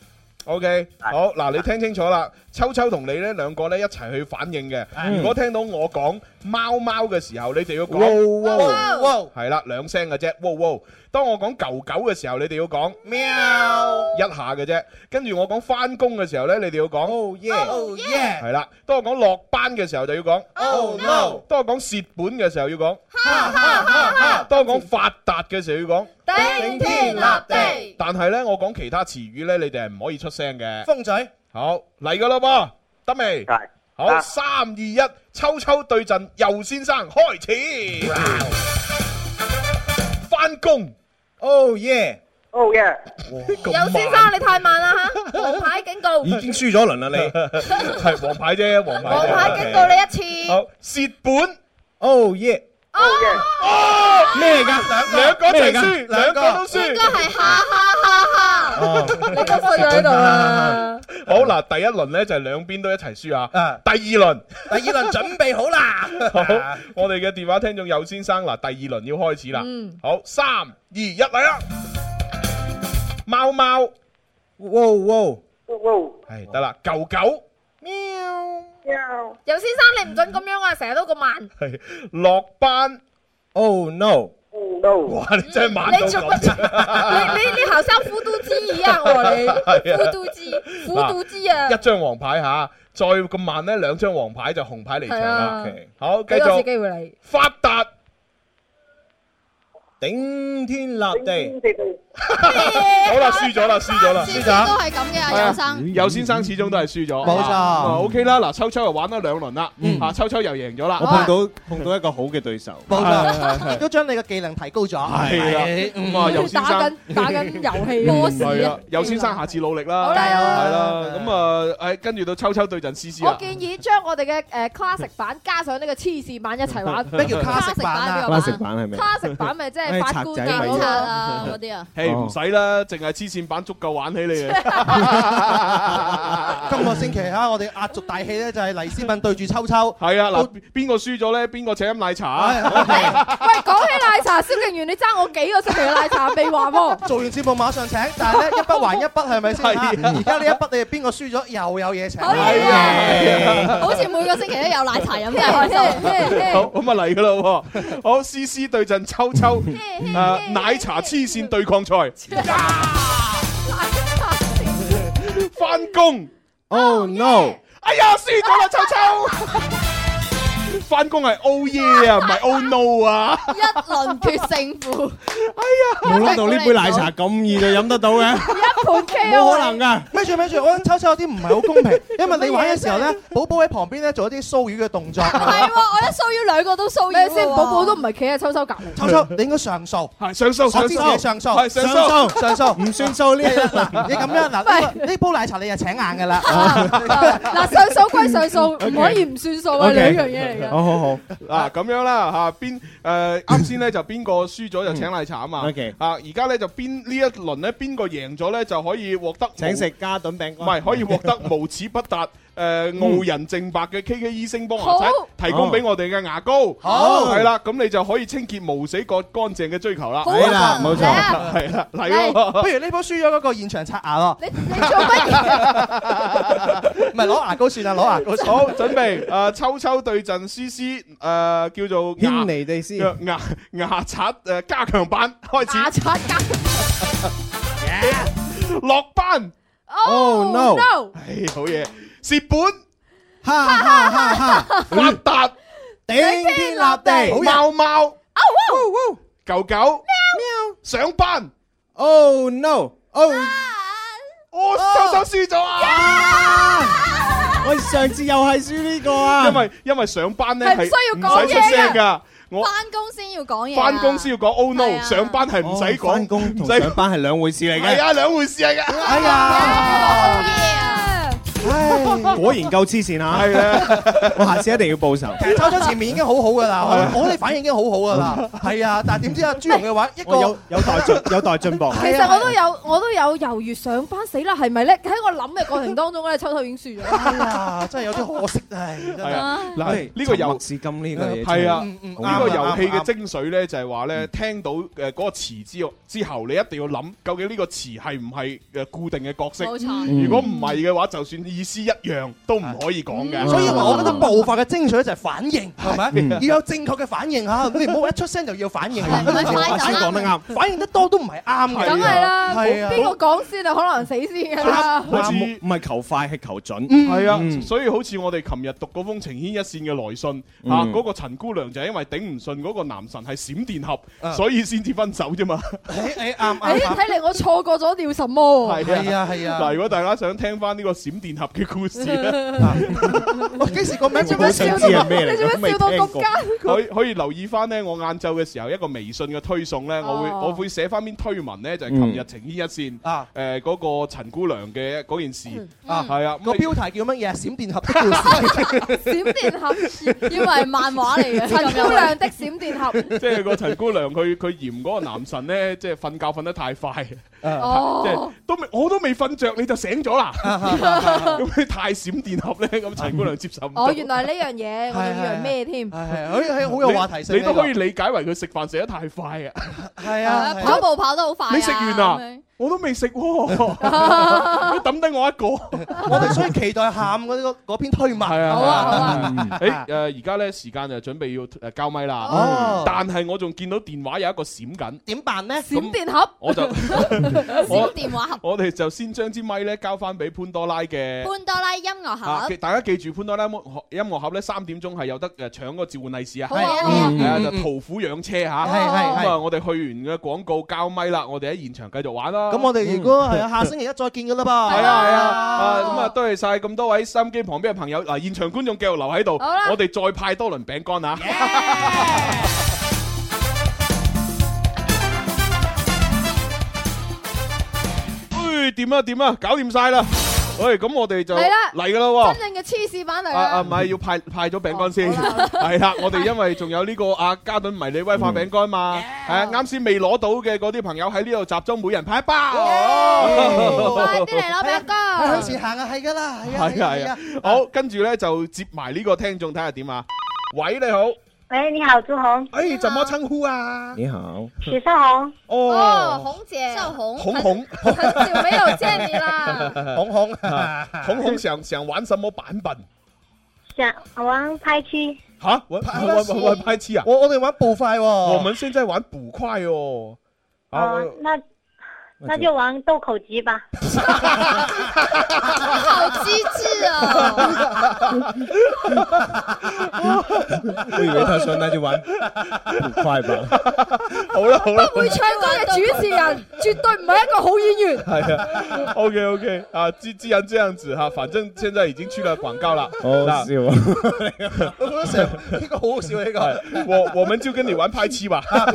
[SPEAKER 3] OK，好嗱，你聽清楚啦，秋秋同你咧兩個咧一齊去反應嘅。如果聽到我講貓貓嘅時候，你哋要講
[SPEAKER 6] 哇哇，
[SPEAKER 3] 係啦兩聲嘅啫，哇哇。當我講狗狗嘅時候，你哋要講
[SPEAKER 6] 喵
[SPEAKER 3] 一下嘅啫。跟住我講翻工嘅時候咧，你哋要講
[SPEAKER 6] ，Oh yeah，Oh yeah，
[SPEAKER 3] 係啦。當我講落班嘅時候就要講
[SPEAKER 6] Oh no
[SPEAKER 3] 當我講蝕本嘅時候要講，
[SPEAKER 6] 哈哈哈哈，
[SPEAKER 3] 當我講發達嘅時候要講。
[SPEAKER 5] 頂天立地。
[SPEAKER 3] 但係咧，我講其他詞語咧，你哋係唔可以出聲嘅。
[SPEAKER 7] 風仔，
[SPEAKER 3] 好嚟噶啦噃，得未？好，
[SPEAKER 7] 得
[SPEAKER 3] 三二一，秋秋對陣右先生開始。翻工
[SPEAKER 7] ，Oh yeah，Oh
[SPEAKER 23] yeah，
[SPEAKER 5] 尤先生你太慢啦吓，黃牌警告，
[SPEAKER 3] 已經輸咗輪 (laughs) 啦，你係黃牌啫，黃牌啫。
[SPEAKER 5] 黃牌警告你一次。
[SPEAKER 3] 好，蝕本
[SPEAKER 7] ，Oh yeah，
[SPEAKER 5] 哦，
[SPEAKER 7] 咩㗎
[SPEAKER 3] 兩個一齊輸，
[SPEAKER 7] 咩㗎
[SPEAKER 3] 兩個都輸。
[SPEAKER 5] 應該係哈哈哈哈，你都衰咗喺度啦。
[SPEAKER 3] 好嗱，第一輪咧就係兩邊都一齊輸
[SPEAKER 6] À.
[SPEAKER 3] 啊。第二
[SPEAKER 5] (laughs)
[SPEAKER 3] 輪，
[SPEAKER 7] 第二輪準備好啦。
[SPEAKER 3] 好，我哋嘅電話聽眾有先生嗱，第二輪要開始啦
[SPEAKER 7] 嗯。
[SPEAKER 3] 好，三二一嚟啦！貓貓，
[SPEAKER 7] 哇哇，
[SPEAKER 3] 係得啦，狗狗，
[SPEAKER 5] 尤先生你唔准咁樣啊，成日都咁慢。
[SPEAKER 3] 係落班
[SPEAKER 7] ，Oh no！
[SPEAKER 3] 哇！你真係慢到
[SPEAKER 5] 你做
[SPEAKER 3] (laughs)
[SPEAKER 5] 乜
[SPEAKER 3] 咁，
[SPEAKER 5] 你你你後生虎都知啊，我話你
[SPEAKER 3] (laughs) 係啊
[SPEAKER 5] 虎都知，虎都知啊
[SPEAKER 3] 一。張黃牌嚇，再咁慢咧兩張黃牌就紅牌離場啦
[SPEAKER 5] 係啊。
[SPEAKER 3] 好，繼
[SPEAKER 5] 俾多次
[SPEAKER 3] 續
[SPEAKER 5] 機會你。
[SPEAKER 3] 發達。
[SPEAKER 7] 頂天立
[SPEAKER 23] 地，
[SPEAKER 3] (laughs) 好啦，輸咗啦，輸
[SPEAKER 1] (laughs)
[SPEAKER 3] 咗啦，
[SPEAKER 7] 輸咗
[SPEAKER 1] 都係咁嘅
[SPEAKER 3] 係啊
[SPEAKER 1] 啊，有生。
[SPEAKER 3] 有先生始終都係輸咗，
[SPEAKER 2] 冇錯
[SPEAKER 3] 啊 OK 啦，嗱，秋秋又玩咗兩輪啦，啊，秋秋又贏咗啦，
[SPEAKER 2] 我碰到碰到一個好嘅對手，
[SPEAKER 3] 冇錯
[SPEAKER 6] 亦都將你嘅技能提高咗。
[SPEAKER 3] (laughs) 係啦，咁
[SPEAKER 5] 嗯
[SPEAKER 3] 啊，尤先
[SPEAKER 6] 打
[SPEAKER 3] 生
[SPEAKER 6] 緊打緊遊
[SPEAKER 3] (laughs) 嗯
[SPEAKER 6] 戲 boss 啊
[SPEAKER 3] 係啊，尤先生下次努力啦，
[SPEAKER 5] 好啦
[SPEAKER 3] 係啦，咁啊，誒，跟住到秋秋對陣思思啊
[SPEAKER 5] 我
[SPEAKER 3] 啦，
[SPEAKER 5] 建議將我哋嘅誒 classic 版加上呢個黐線版一齊玩。
[SPEAKER 3] 咩叫 classic 版
[SPEAKER 6] à.
[SPEAKER 3] 啊 classic 版係咩
[SPEAKER 5] classic 版咪 (laughs) 即係法
[SPEAKER 3] 哎
[SPEAKER 5] 官啊、
[SPEAKER 3] 賊仔
[SPEAKER 5] 嗰個
[SPEAKER 3] 啊
[SPEAKER 5] 嗰啲啊。
[SPEAKER 3] 誒，唔使啦，淨係黐線版足夠玩起你啊 (laughs) 哋。
[SPEAKER 6] 今個星期啊，我哋壓軸大戲咧就係黎思敏對住秋秋。
[SPEAKER 3] 係啊，嗱，邊個輸咗咧？邊個請飲奶
[SPEAKER 6] 哎 Ờ.
[SPEAKER 3] 茶？啊
[SPEAKER 5] 喂，講起奶茶，蕭敬元你爭我幾個星期嘅奶茶未 (laughs) 還喎？
[SPEAKER 6] 做完節目馬上請，
[SPEAKER 2] (laughs)
[SPEAKER 6] 但係咧一筆還一筆係咪先
[SPEAKER 5] 係
[SPEAKER 6] 啊
[SPEAKER 5] 啊？
[SPEAKER 6] 而家呢一筆你哋邊個輸咗又有嘢請？
[SPEAKER 1] 好嘢啊！好似每個星期都有奶茶飲，真係
[SPEAKER 5] (laughs)
[SPEAKER 1] 開
[SPEAKER 5] 哎
[SPEAKER 1] 心。
[SPEAKER 3] 好，咁啊嚟噶啦喎！好，思思對陣秋秋，誒，奶茶黐線對抗賽，翻工
[SPEAKER 2] ，Oh no！
[SPEAKER 3] 哎呀，輸咗啦，秋秋！翻工係 Oh yeah 啊，唔係 Oh no 啊！
[SPEAKER 1] 一輪決勝負，
[SPEAKER 2] 冇諗到呢杯奶茶咁易就飲得到嘅，
[SPEAKER 5] 一盤 K
[SPEAKER 2] 冇可能㗎。
[SPEAKER 6] 咪住咪住，我覺得秋秋有啲唔係好
[SPEAKER 2] (laughs)
[SPEAKER 6] 公平，因為你玩嘅時候咧，寶寶喺旁邊咧做一啲騷擾
[SPEAKER 2] (laughs)
[SPEAKER 6] 嘅動作。
[SPEAKER 5] 係
[SPEAKER 1] 喎，我一騷擾兩個都騷擾
[SPEAKER 5] 咩先？寶寶都唔係企喺秋秋隔離。
[SPEAKER 6] 秋秋，你應該上
[SPEAKER 2] (laughs)
[SPEAKER 6] 訴。
[SPEAKER 3] 係上訴
[SPEAKER 6] 我知道你
[SPEAKER 3] 上
[SPEAKER 6] 上
[SPEAKER 3] 訴
[SPEAKER 6] 訴，
[SPEAKER 3] 係上訴
[SPEAKER 6] 上 (laughs) 訴，
[SPEAKER 2] 唔算數呢一
[SPEAKER 6] 嗱，你咁樣嗱，呢個呢煲奶茶你就請硬㗎
[SPEAKER 2] (laughs)
[SPEAKER 6] 啦。
[SPEAKER 5] 嗱，上訴歸上 (laughs) 訴，唔可以唔算數啊！兩樣嘢嚟㗎。
[SPEAKER 3] 好好好，嗱啊咁樣啦嚇，邊誒啱先咧就邊個輸咗就請奶茶啊嘛。
[SPEAKER 2] 嗯 OK
[SPEAKER 3] 啊而家咧就邊呢一輪咧邊個贏咗咧就可以獲得
[SPEAKER 2] 請食
[SPEAKER 3] 加頓餅乾，唔係可以獲得無齒不達誒傲人淨白
[SPEAKER 2] 嗯
[SPEAKER 3] 嘅 KK 醫生幫牙
[SPEAKER 2] 好
[SPEAKER 3] 仔提供俾我哋嘅牙膏。
[SPEAKER 2] 好
[SPEAKER 3] 係啦，咁你就可以清潔無死角乾淨嘅追求啦。
[SPEAKER 6] 好啊係啦冇錯嚟啊
[SPEAKER 3] 係啦，嚟咯。
[SPEAKER 6] 不如呢波輸咗嗰個現場刷
[SPEAKER 2] (laughs)
[SPEAKER 6] 牙咯。
[SPEAKER 5] 你你做乜
[SPEAKER 6] 嘢？唔係攞牙膏算啦，攞牙膏算。 (laughs)
[SPEAKER 3] 好，準備誒秋秋對陣思思誒叫做牙
[SPEAKER 2] 軒尼地斯
[SPEAKER 3] 牙牙牙刷誒加強版開始。
[SPEAKER 5] 牙刷加
[SPEAKER 3] 落班。
[SPEAKER 5] Oh no. no.
[SPEAKER 3] 唉，好嘢，蝕本。
[SPEAKER 6] 哈哈哈哈！
[SPEAKER 3] 發達，
[SPEAKER 6] 頂天立地
[SPEAKER 3] 貓貓，狗狗，上班。
[SPEAKER 2] Oh no！Oh，
[SPEAKER 3] 我秋秋輸咗啊！
[SPEAKER 2] 我上次又係輸呢個啊，
[SPEAKER 3] 因為因為上班咧
[SPEAKER 1] 係唔
[SPEAKER 3] 係
[SPEAKER 1] 需要
[SPEAKER 3] 唔
[SPEAKER 1] 講
[SPEAKER 3] 使
[SPEAKER 1] 嘢
[SPEAKER 3] 出聲
[SPEAKER 1] 㗎
[SPEAKER 3] 㗎，我
[SPEAKER 1] 翻工先要講嘢。
[SPEAKER 3] 翻工先要講 oh no，上班係唔使講，
[SPEAKER 2] 翻工同上班係兩回事嚟
[SPEAKER 3] 係
[SPEAKER 2] 嘅。
[SPEAKER 3] 啊，兩回事嚟㗎。
[SPEAKER 2] 哎 (laughs) 呀，果然夠黐線啊！
[SPEAKER 3] 係
[SPEAKER 2] 啊，我下次一定要報仇。
[SPEAKER 6] 其實秋秋前面已經好好㗎啦，
[SPEAKER 2] 係啊
[SPEAKER 6] 我我哋反應已經好好
[SPEAKER 3] (laughs)
[SPEAKER 6] 㗎啦。係啊，但係點知啊朱紅嘅話一
[SPEAKER 2] 我有
[SPEAKER 6] 個。
[SPEAKER 2] 有待進有待進步。
[SPEAKER 5] 其實我都有，我都有猶豫上班死啦，係咪咧？喺我諗嘅過程當中 (laughs) 咧，秋秋已經輸咗。
[SPEAKER 6] 啊！真係有啲可惜啊！
[SPEAKER 3] (laughs) 係啊，嗱
[SPEAKER 2] 唉
[SPEAKER 3] 呢個
[SPEAKER 2] 沉
[SPEAKER 3] 遊
[SPEAKER 2] 默是金呢個嘢
[SPEAKER 3] 係啊，
[SPEAKER 2] 真係
[SPEAKER 3] 呢個遊戲嘅
[SPEAKER 2] 啱啊嗯
[SPEAKER 3] 精髓咧就係話咧，聽到誒嗰個詞之後之呃後，你一定要諗究竟呢個詞係唔係誒固定嘅角色。
[SPEAKER 2] 冇錯
[SPEAKER 3] 如果唔係嘅話，就算意意思一樣，都唔可以講
[SPEAKER 2] 嗯
[SPEAKER 3] 嘅。
[SPEAKER 6] 所以話，我覺得步伐嘅精髓就係反應，係
[SPEAKER 3] 嗯
[SPEAKER 6] 咪？要有正確嘅反應嚇，你唔好一出聲就要反應。
[SPEAKER 5] 係唔係快就啱
[SPEAKER 6] 講得啱，反應得多都唔係啱嘅。
[SPEAKER 5] 梗係啦，
[SPEAKER 6] 係啊。
[SPEAKER 5] 邊個講先就可能死先㗎啦。
[SPEAKER 3] 好似
[SPEAKER 2] 唔係求快，係求準。
[SPEAKER 3] 係啊，
[SPEAKER 2] 嗯
[SPEAKER 3] 所以好似我哋琴日讀嗰封情牽一線嘅來信，
[SPEAKER 2] 嗯
[SPEAKER 3] 啊，嗰個陳姑娘就因為頂唔順嗰個男神係閃電俠，
[SPEAKER 6] 啊
[SPEAKER 3] 所以先至分手啫嘛。
[SPEAKER 6] 誒啱
[SPEAKER 5] 誒，睇嚟我錯過咗掉什麼喎？
[SPEAKER 2] 啊
[SPEAKER 3] 嗱，如果大家想聽翻呢個閃電俠嘅故事咧，
[SPEAKER 6] 我幾時個
[SPEAKER 3] (laughs)
[SPEAKER 6] 名
[SPEAKER 5] 做咩笑到你做咩笑到咁
[SPEAKER 3] 可以
[SPEAKER 5] 奸？
[SPEAKER 3] 可以留意翻呢，我晏晝嘅時候一個微信嘅推送呢，我會
[SPEAKER 5] 哦
[SPEAKER 3] 我會寫翻篇推文呢，
[SPEAKER 6] 嗯
[SPEAKER 3] 就係琴日情牽一線
[SPEAKER 6] 啊，
[SPEAKER 3] 誒嗰個陳姑娘嘅嗰件事
[SPEAKER 6] 啊
[SPEAKER 3] 係啊，
[SPEAKER 6] 個標題叫乜嘢？閃電俠的故事。
[SPEAKER 5] 閃電俠以為係漫畫嚟嘅，
[SPEAKER 6] 陳
[SPEAKER 5] 陳
[SPEAKER 6] 姑
[SPEAKER 5] 姑
[SPEAKER 6] 娘
[SPEAKER 5] 娘的閃電俠。
[SPEAKER 3] 即係個陳姑娘佢佢嫌嗰個男神呢，即係瞓覺瞓得太快，即
[SPEAKER 5] 哦
[SPEAKER 3] 係都未我都未瞓着你就醒咗啦，咁你太閃電俠呢，咁陳姑娘接受唔到
[SPEAKER 5] 哦，。原來呢樣嘢，我仲以為咩添？
[SPEAKER 6] 係係係好有話題性
[SPEAKER 3] 你你都
[SPEAKER 6] 呢個
[SPEAKER 3] 可以理解為佢食飯食得太快啊！
[SPEAKER 6] 係
[SPEAKER 5] 啊跑步跑得好快啊。
[SPEAKER 3] 你食完啦
[SPEAKER 5] 咁樣
[SPEAKER 3] 我都未食喎，你抌低我一個。
[SPEAKER 6] 我哋所以期待下午嗰個嗰篇推文。係
[SPEAKER 3] 啊好啊 (laughs) 好啊
[SPEAKER 6] 嗯
[SPEAKER 3] 誒誒，而家咧時間就準備要誒呃交咪啦。
[SPEAKER 6] 哦
[SPEAKER 3] 但係我仲見到電話有一個閃緊，
[SPEAKER 6] 點辦咧？
[SPEAKER 5] 閃電俠，
[SPEAKER 3] 我
[SPEAKER 5] (laughs)
[SPEAKER 3] 就
[SPEAKER 5] 閃
[SPEAKER 3] (laughs) 我
[SPEAKER 5] 電話，
[SPEAKER 3] 我哋就先將支咪咧交翻俾潘多拉嘅。
[SPEAKER 1] 潘多拉音樂
[SPEAKER 3] 啊！
[SPEAKER 1] 盒
[SPEAKER 3] 記。大家記住潘多拉音樂音樂盒咧，三點鐘係有得誒搶嗰個召喚利是啊！
[SPEAKER 1] 好啊好啊
[SPEAKER 3] 係啊，
[SPEAKER 1] 嗯
[SPEAKER 3] 就途虎養車嚇。
[SPEAKER 6] 係係係
[SPEAKER 3] 咁啊！我哋去完嘅廣告交咪啦，我哋喺現場繼續玩啦。
[SPEAKER 6] 咁我哋如果係啊下星期一再見㗎啦噃。
[SPEAKER 3] 嗯係啊係啊，啊咁啊，多謝晒咁多位收音機旁邊嘅朋友，嗱，現場觀眾繼續留喺度，
[SPEAKER 6] 好啦
[SPEAKER 3] 我哋再派多輪餅乾啊！唉點啊點啊，搞掂晒啦！喂，咁我哋就
[SPEAKER 5] 嚟啦
[SPEAKER 3] 嚟噶啦喎！
[SPEAKER 5] 真正嘅黐線版嚟
[SPEAKER 3] 啊啊，
[SPEAKER 5] 啦
[SPEAKER 3] 唔。係要派派咗餅乾先，係啦，我哋因為仲有呢個啊嘉頓迷你威化餅乾嘛，係啊，啱先未攞到嘅嗰啲朋友喺呢度集中，每人派一包，
[SPEAKER 6] 快
[SPEAKER 3] 快
[SPEAKER 6] 啲嚟
[SPEAKER 5] 攞
[SPEAKER 6] 餅乾，向前行啊，係㗎啦，係啊
[SPEAKER 3] 係啊係啊，好，跟住咧就接埋呢個聽眾睇下點啊。喂，你好。
[SPEAKER 7] 喂，你好，朱紅。
[SPEAKER 3] 哎，怎麼稱呼啊？
[SPEAKER 2] 你好，
[SPEAKER 7] 许少红。
[SPEAKER 3] 哦，
[SPEAKER 7] 红姐。少
[SPEAKER 3] (laughs)
[SPEAKER 7] 红
[SPEAKER 3] 紅紅，
[SPEAKER 7] 很久没有见你啦。
[SPEAKER 6] (laughs) 啊
[SPEAKER 3] 紅紅，紅紅想想玩什麼版本？
[SPEAKER 7] 啊想玩拍区。
[SPEAKER 3] 吓，玩
[SPEAKER 6] 拍
[SPEAKER 3] 玩玩玩拍七啊？
[SPEAKER 6] 我我哋玩步快喎。
[SPEAKER 3] 我們現在玩捕快哦。啊，
[SPEAKER 7] 哦，
[SPEAKER 3] 我
[SPEAKER 7] 那那就玩斗口级吧。
[SPEAKER 1] 好机智哦！
[SPEAKER 2] 我以为他说那就玩捕快吧。
[SPEAKER 3] 好啦好啦，
[SPEAKER 5] 不會唱歌嘅主持人，絕對唔係一個好演
[SPEAKER 3] (laughs)
[SPEAKER 5] 員。
[SPEAKER 3] 係啊，OK OK，啊，既既然這樣子哈，反正現在已經去了廣告啦。 (laughs)
[SPEAKER 2] 好
[SPEAKER 3] 那
[SPEAKER 2] 好笑啊！
[SPEAKER 6] 我覺得成呢個好好笑呢個。
[SPEAKER 3] 我我們就跟你玩拍七吧。啊，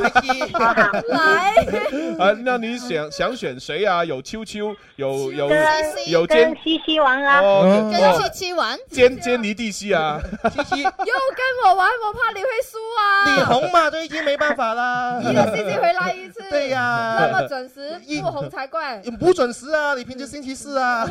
[SPEAKER 3] 那你想想選誰啊？有秋秋，有有
[SPEAKER 7] 跟
[SPEAKER 3] 有
[SPEAKER 7] 跟
[SPEAKER 3] 尖
[SPEAKER 7] 西西玩啊。
[SPEAKER 1] 嗯
[SPEAKER 3] 哦跟哦
[SPEAKER 5] 七七玩，
[SPEAKER 3] 尖尖尼地西啊！ (laughs)
[SPEAKER 5] 又跟我玩，我怕你會輸啊！
[SPEAKER 6] 你紅嘛，都已經沒辦法啦。
[SPEAKER 5] 一個星期回來一次，
[SPEAKER 6] 對呀
[SPEAKER 5] 那麼準時，不紅才怪。
[SPEAKER 6] 不準時啊，你平時星期四啊。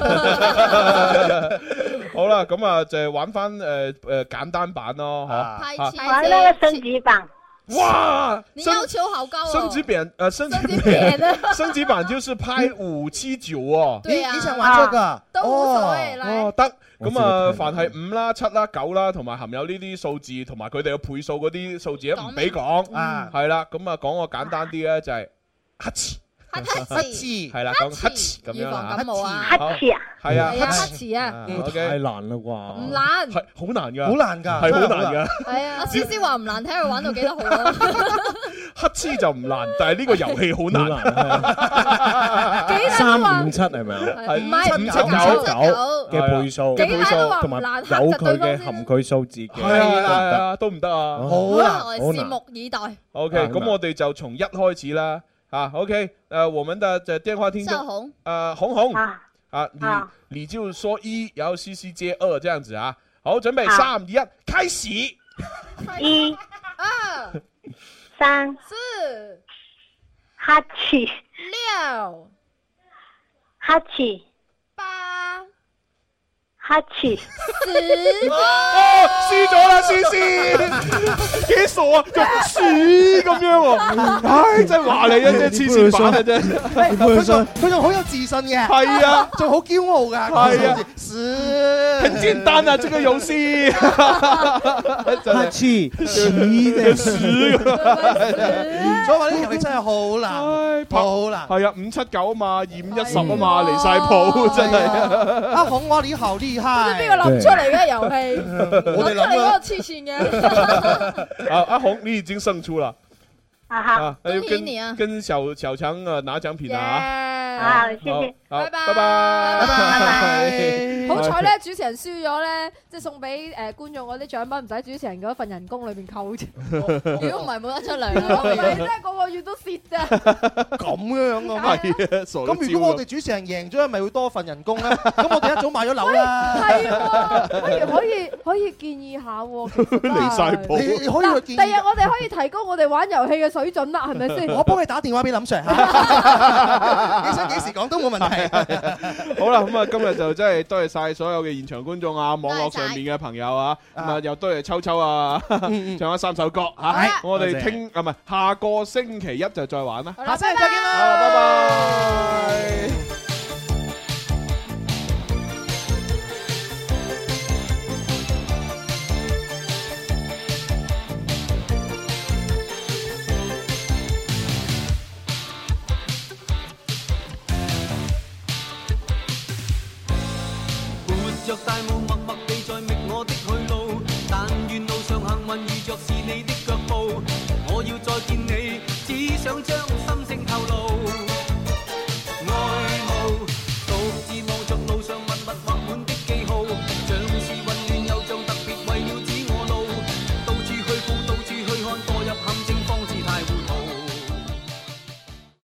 [SPEAKER 3] 好啦，咁啊就係玩呃翻誒誒簡單版咯，
[SPEAKER 1] 啊
[SPEAKER 7] 拍
[SPEAKER 3] 嚇
[SPEAKER 7] 七。玩那個升级版。
[SPEAKER 3] 哇！
[SPEAKER 1] 你要求好高哦。
[SPEAKER 3] 升级版，呃，升级 (laughs)
[SPEAKER 1] 版
[SPEAKER 3] 版，升级版就是拍五七九哦。
[SPEAKER 1] (laughs) 對呀
[SPEAKER 6] 你想玩這個？
[SPEAKER 1] 都無所謂啦。
[SPEAKER 3] 哦，得咁啊，凡係五啦、七啦、九啦，同埋含有呢啲數字，同埋佢哋嘅倍數嗰啲數字唔俾講
[SPEAKER 6] 啊
[SPEAKER 3] 係啦。咁啊，講個簡單啲咧，就係啊黑字，
[SPEAKER 6] 乞嗤
[SPEAKER 3] 係啦，講黑字咁樣啦。
[SPEAKER 5] 感冒啊
[SPEAKER 3] 好係啊，
[SPEAKER 5] 係啊，黑池啊，
[SPEAKER 3] 太難啦
[SPEAKER 2] 哦
[SPEAKER 3] 啩，
[SPEAKER 5] 唔難
[SPEAKER 3] 係好難㗎，
[SPEAKER 6] 好難㗎
[SPEAKER 3] 啊係
[SPEAKER 6] 真係
[SPEAKER 3] 好
[SPEAKER 6] 好
[SPEAKER 3] 難
[SPEAKER 6] 難
[SPEAKER 3] 㗎。
[SPEAKER 1] 係啊，阿思思話唔難睇，佢玩到幾多好啊？
[SPEAKER 3] 黑黐就唔難，但係呢個遊戲好難。
[SPEAKER 2] 三五七係咪啊？
[SPEAKER 5] 唔係
[SPEAKER 2] 五七
[SPEAKER 5] 五七
[SPEAKER 2] 九
[SPEAKER 5] 九
[SPEAKER 2] 嘅倍數，
[SPEAKER 5] 幾大都話
[SPEAKER 2] 同埋
[SPEAKER 5] 唔難
[SPEAKER 2] 有
[SPEAKER 5] 黑就
[SPEAKER 2] 佢
[SPEAKER 5] 對
[SPEAKER 2] 嘅
[SPEAKER 5] 方先
[SPEAKER 2] 含佢數字嘅，
[SPEAKER 3] 係啊係啊，都唔得啊。
[SPEAKER 2] 好
[SPEAKER 1] 好我哋
[SPEAKER 3] 好
[SPEAKER 1] 拭
[SPEAKER 3] 難
[SPEAKER 1] 目以待。
[SPEAKER 3] OK，
[SPEAKER 2] 啊好
[SPEAKER 3] 咁
[SPEAKER 2] 難
[SPEAKER 3] 我哋就從一開始啦。啊，OK，呃，我們的这電話聽眾
[SPEAKER 1] 邵，紅
[SPEAKER 3] 呃，紅紅，
[SPEAKER 7] 啊，
[SPEAKER 3] 啊
[SPEAKER 7] 啊，
[SPEAKER 3] 你你就說一，然後 C C 接二，這樣子啊。好，準備
[SPEAKER 7] 好
[SPEAKER 3] 三二一，開始。
[SPEAKER 7] 一、
[SPEAKER 5] 二、
[SPEAKER 7] 三、
[SPEAKER 5] 四、
[SPEAKER 7] 哈气、
[SPEAKER 5] 六、
[SPEAKER 7] 哈气、
[SPEAKER 5] 八、
[SPEAKER 7] 黑池。
[SPEAKER 5] (laughs)
[SPEAKER 3] 哦，輸咗啦，思 (laughs) 思，幾傻啊，仲屎咁樣喎，唉，真係話你啊，真係黐線版啊，真係。
[SPEAKER 6] 喂佢仲佢仲好有自信嘅，
[SPEAKER 3] 係 (laughs) 啊
[SPEAKER 6] 仲好驕傲噶，
[SPEAKER 3] 係啊
[SPEAKER 6] 是
[SPEAKER 3] 很簡單啊，這個遊 (laughs) 戲。 (laughs)
[SPEAKER 6] 黑
[SPEAKER 3] 痴，
[SPEAKER 6] 嘅
[SPEAKER 3] 屎
[SPEAKER 6] 所以話呢啲遊戲真係好難，好難。
[SPEAKER 3] 係啊，五七九啊嘛，二五一十啊啊嘛，離晒譜真係。
[SPEAKER 6] 阿紅我你好厲害，
[SPEAKER 5] 邊個諗出嚟嘅遊戲？
[SPEAKER 3] 我
[SPEAKER 5] 諗出嚟嗰個黐線嘅，
[SPEAKER 3] Dạ. (laughs) 啊，阿紅，你已經勝出了。
[SPEAKER 7] 哈
[SPEAKER 3] 啊
[SPEAKER 7] 哈，，
[SPEAKER 3] 那就
[SPEAKER 7] 恭喜
[SPEAKER 3] 跟
[SPEAKER 7] 你啊
[SPEAKER 3] 跟小小强啊拿奖品了
[SPEAKER 5] Dạ.
[SPEAKER 3] 啊！
[SPEAKER 7] 好，謝謝。
[SPEAKER 2] dạ.
[SPEAKER 3] (laughs) 好，拜拜，
[SPEAKER 5] 拜
[SPEAKER 3] 拜
[SPEAKER 5] 好彩咧，主持人輸咗咧，即係送俾誒觀眾嗰啲獎品，唔使主持人嗰份人工裏邊扣啫。
[SPEAKER 24] 如果唔係冇得出糧啦，
[SPEAKER 5] 我哋真係個個月都蝕啫。
[SPEAKER 6] 咁樣嘅咩？
[SPEAKER 3] 係啊，傻到
[SPEAKER 6] 咁如果我哋主持人贏咗，咪會多份人工
[SPEAKER 3] (laughs)
[SPEAKER 6] 咧？咁我哋一早買咗樓啦。
[SPEAKER 5] 係喎，不如可以可以建議下喎。其實真係
[SPEAKER 6] 離晒
[SPEAKER 3] 啊
[SPEAKER 6] 譜你你可以
[SPEAKER 5] 嗱
[SPEAKER 6] 去建議
[SPEAKER 5] 第日我哋可以提高我哋玩遊戲嘅水準啦，係咪先？
[SPEAKER 6] 我幫你打電話俾
[SPEAKER 5] (laughs)
[SPEAKER 6] 林 Sir 嚇，你想幾時講都冇問題。
[SPEAKER 3] 好啦，咁啊，今日就真係多謝晒所有嘅現場觀眾啊，網絡上面嘅朋友啊，咁啊，又多謝秋秋啊，唱咗三首歌吓，我哋聽啊，唔係下個星期一就再玩啦。
[SPEAKER 6] 下星期再見啦，
[SPEAKER 3] 拜拜。
[SPEAKER 25] 活躍大夢